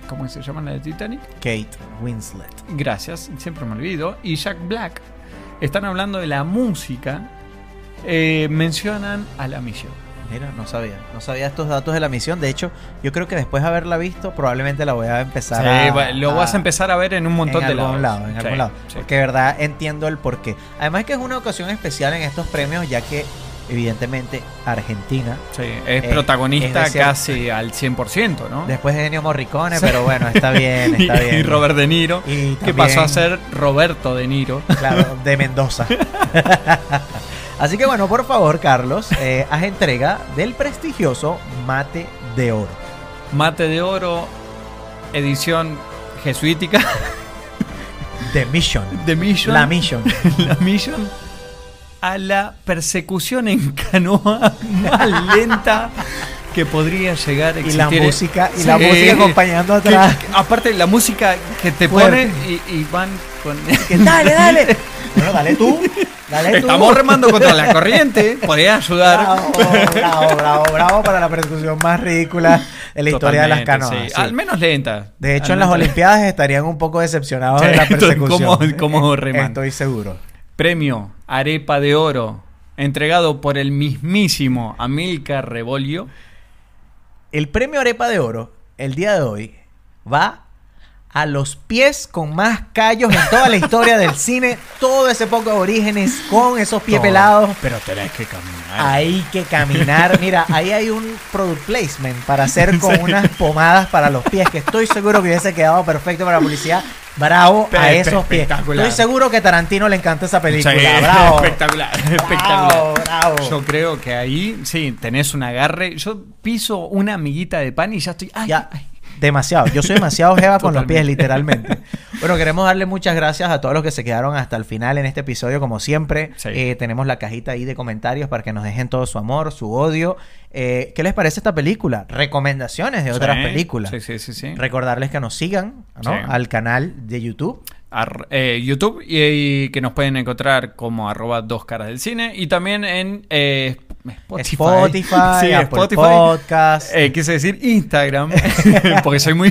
Speaker 6: ¿cómo se llama la de Titanic?
Speaker 5: Kate Winslet.
Speaker 6: Gracias, siempre me olvido. Y Jack Black están hablando de la música, eh, mencionan a la misión.
Speaker 5: Mira, no sabía. No sabía estos datos de la misión. De hecho, yo creo que después de haberla visto, probablemente la voy a empezar
Speaker 6: Sí,
Speaker 5: a.
Speaker 6: va- lo vas a empezar a ver en un montón
Speaker 5: en
Speaker 6: de
Speaker 5: algún
Speaker 6: lados.
Speaker 5: lado, en
Speaker 6: Sí,
Speaker 5: algún lado.
Speaker 6: sí.
Speaker 5: Porque de verdad entiendo el porqué. Además que es una ocasión especial en estos premios, ya que evidentemente Argentina,
Speaker 6: Sí, es
Speaker 5: Eh,
Speaker 6: protagonista
Speaker 5: es de cier-
Speaker 6: casi al 100%, ¿no?
Speaker 5: después de Ennio Morricone, pero bueno, está bien,
Speaker 6: y,
Speaker 5: está bien.
Speaker 6: y Robert De Niro,
Speaker 5: Y
Speaker 6: que
Speaker 5: también-
Speaker 6: pasó a ser Roberto De Niro.
Speaker 5: Claro, de Mendoza. Así que bueno, por favor, Carlos, eh, haz entrega del prestigioso mate de oro.
Speaker 6: Mate de Oro, edición jesuítica
Speaker 5: The Mission.
Speaker 6: de Mission.
Speaker 5: La Mission.
Speaker 6: la Mission a la persecución en canoa más lenta que podría llegar
Speaker 5: Y
Speaker 6: a existir. Eh,
Speaker 5: la música- y la música acompañando
Speaker 6: que-
Speaker 5: atrás.
Speaker 6: que- aparte, la música que te
Speaker 5: Fuerte.
Speaker 6: ponen y, y van con...
Speaker 5: Que dale, dale. Bueno, dale tú. Dale tú.
Speaker 6: Estamos remando contra la corriente, podría ayudar.
Speaker 5: Bravo, bravo, bravo, bravo para la persecución más ridícula en la historia de las
Speaker 6: Totalmente,
Speaker 5: canoas.
Speaker 6: sí.
Speaker 5: sí.
Speaker 6: Al menos lenta.
Speaker 5: De hecho,
Speaker 6: Al
Speaker 5: en las
Speaker 6: menos lenta.
Speaker 5: Olimpiadas estarían un poco decepcionados
Speaker 6: Sí,
Speaker 5: de la
Speaker 6: entonces,
Speaker 5: persecución.
Speaker 6: ¿cómo- cómo
Speaker 5: Eh,
Speaker 6: reman?
Speaker 5: Estoy seguro.
Speaker 6: Premio Arepa de Oro, entregado por el mismísimo Amilcar Rebolio.
Speaker 5: El premio Arepa de Oro, el día de hoy, va a los pies con más callos en toda la historia del cine. Todo ese poco de orígenes con esos pies
Speaker 6: Todo.
Speaker 5: pelados.
Speaker 6: Pero tenés que caminar.
Speaker 5: Hay que caminar. Mira, ahí hay un product placement para hacer con unas pomadas para los pies, que estoy seguro que hubiese quedado perfecto para la publicidad. Bravo
Speaker 6: Pe-
Speaker 5: a
Speaker 6: pe-
Speaker 5: esos pies.
Speaker 6: espectacular.
Speaker 5: Estoy seguro que a Tarantino le encanta esa
Speaker 6: Sí,
Speaker 5: película. bravo.
Speaker 6: Espectacular,
Speaker 5: Bravo,
Speaker 6: espectacular.
Speaker 5: bravo.
Speaker 6: Yo creo que ahí, sí, tenés un agarre. Yo piso una amiguita de pan y ya estoy. ay,
Speaker 5: Ya,
Speaker 6: ay.
Speaker 5: demasiado. Yo soy demasiado jeva con los pies,
Speaker 6: Totalmente.
Speaker 5: literalmente. Bueno, queremos darle muchas gracias a todos los que se quedaron hasta el final en este episodio, como siempre.
Speaker 6: Sí.
Speaker 5: Eh, tenemos la cajita ahí de comentarios para que nos dejen todo su amor, su odio. Eh, ¿Qué les parece esta película? Recomendaciones de otras
Speaker 6: Sí,
Speaker 5: películas.
Speaker 6: Sí, sí, sí. sí.
Speaker 5: Recordarles que nos sigan ¿no?
Speaker 6: Sí.
Speaker 5: al canal de YouTube.
Speaker 6: Ar- eh, YouTube y, y que nos pueden encontrar como arroba dos caras del cine y también en eh, Spotify,
Speaker 5: Spotify, Apple Podcast.
Speaker 6: Eh, quise decir Instagram porque soy muy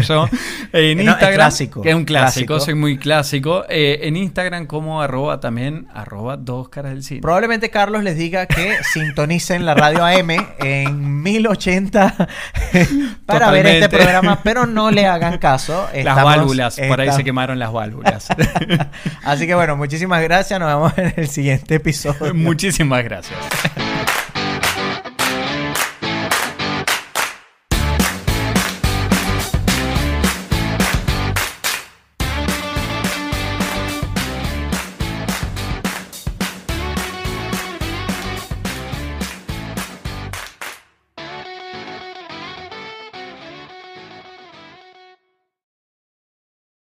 Speaker 6: yo Eh, en
Speaker 5: No, es
Speaker 6: Instagram
Speaker 5: clásico,
Speaker 6: que es un clásico,
Speaker 5: clásico.
Speaker 6: soy muy clásico eh, en Instagram como arroba también arroba dos caras del cine
Speaker 5: Probablemente Carlos les diga que sintonicen la radio AM en 1080 para ver
Speaker 6: Totalmente.
Speaker 5: este programa, pero no le hagan caso.
Speaker 6: las
Speaker 5: Estamos-
Speaker 6: válvulas por ahí
Speaker 5: esta-
Speaker 6: se quemaron las válvulas
Speaker 5: Así que bueno, muchísimas gracias. Nos vemos en el siguiente episodio.
Speaker 6: muchísimas gracias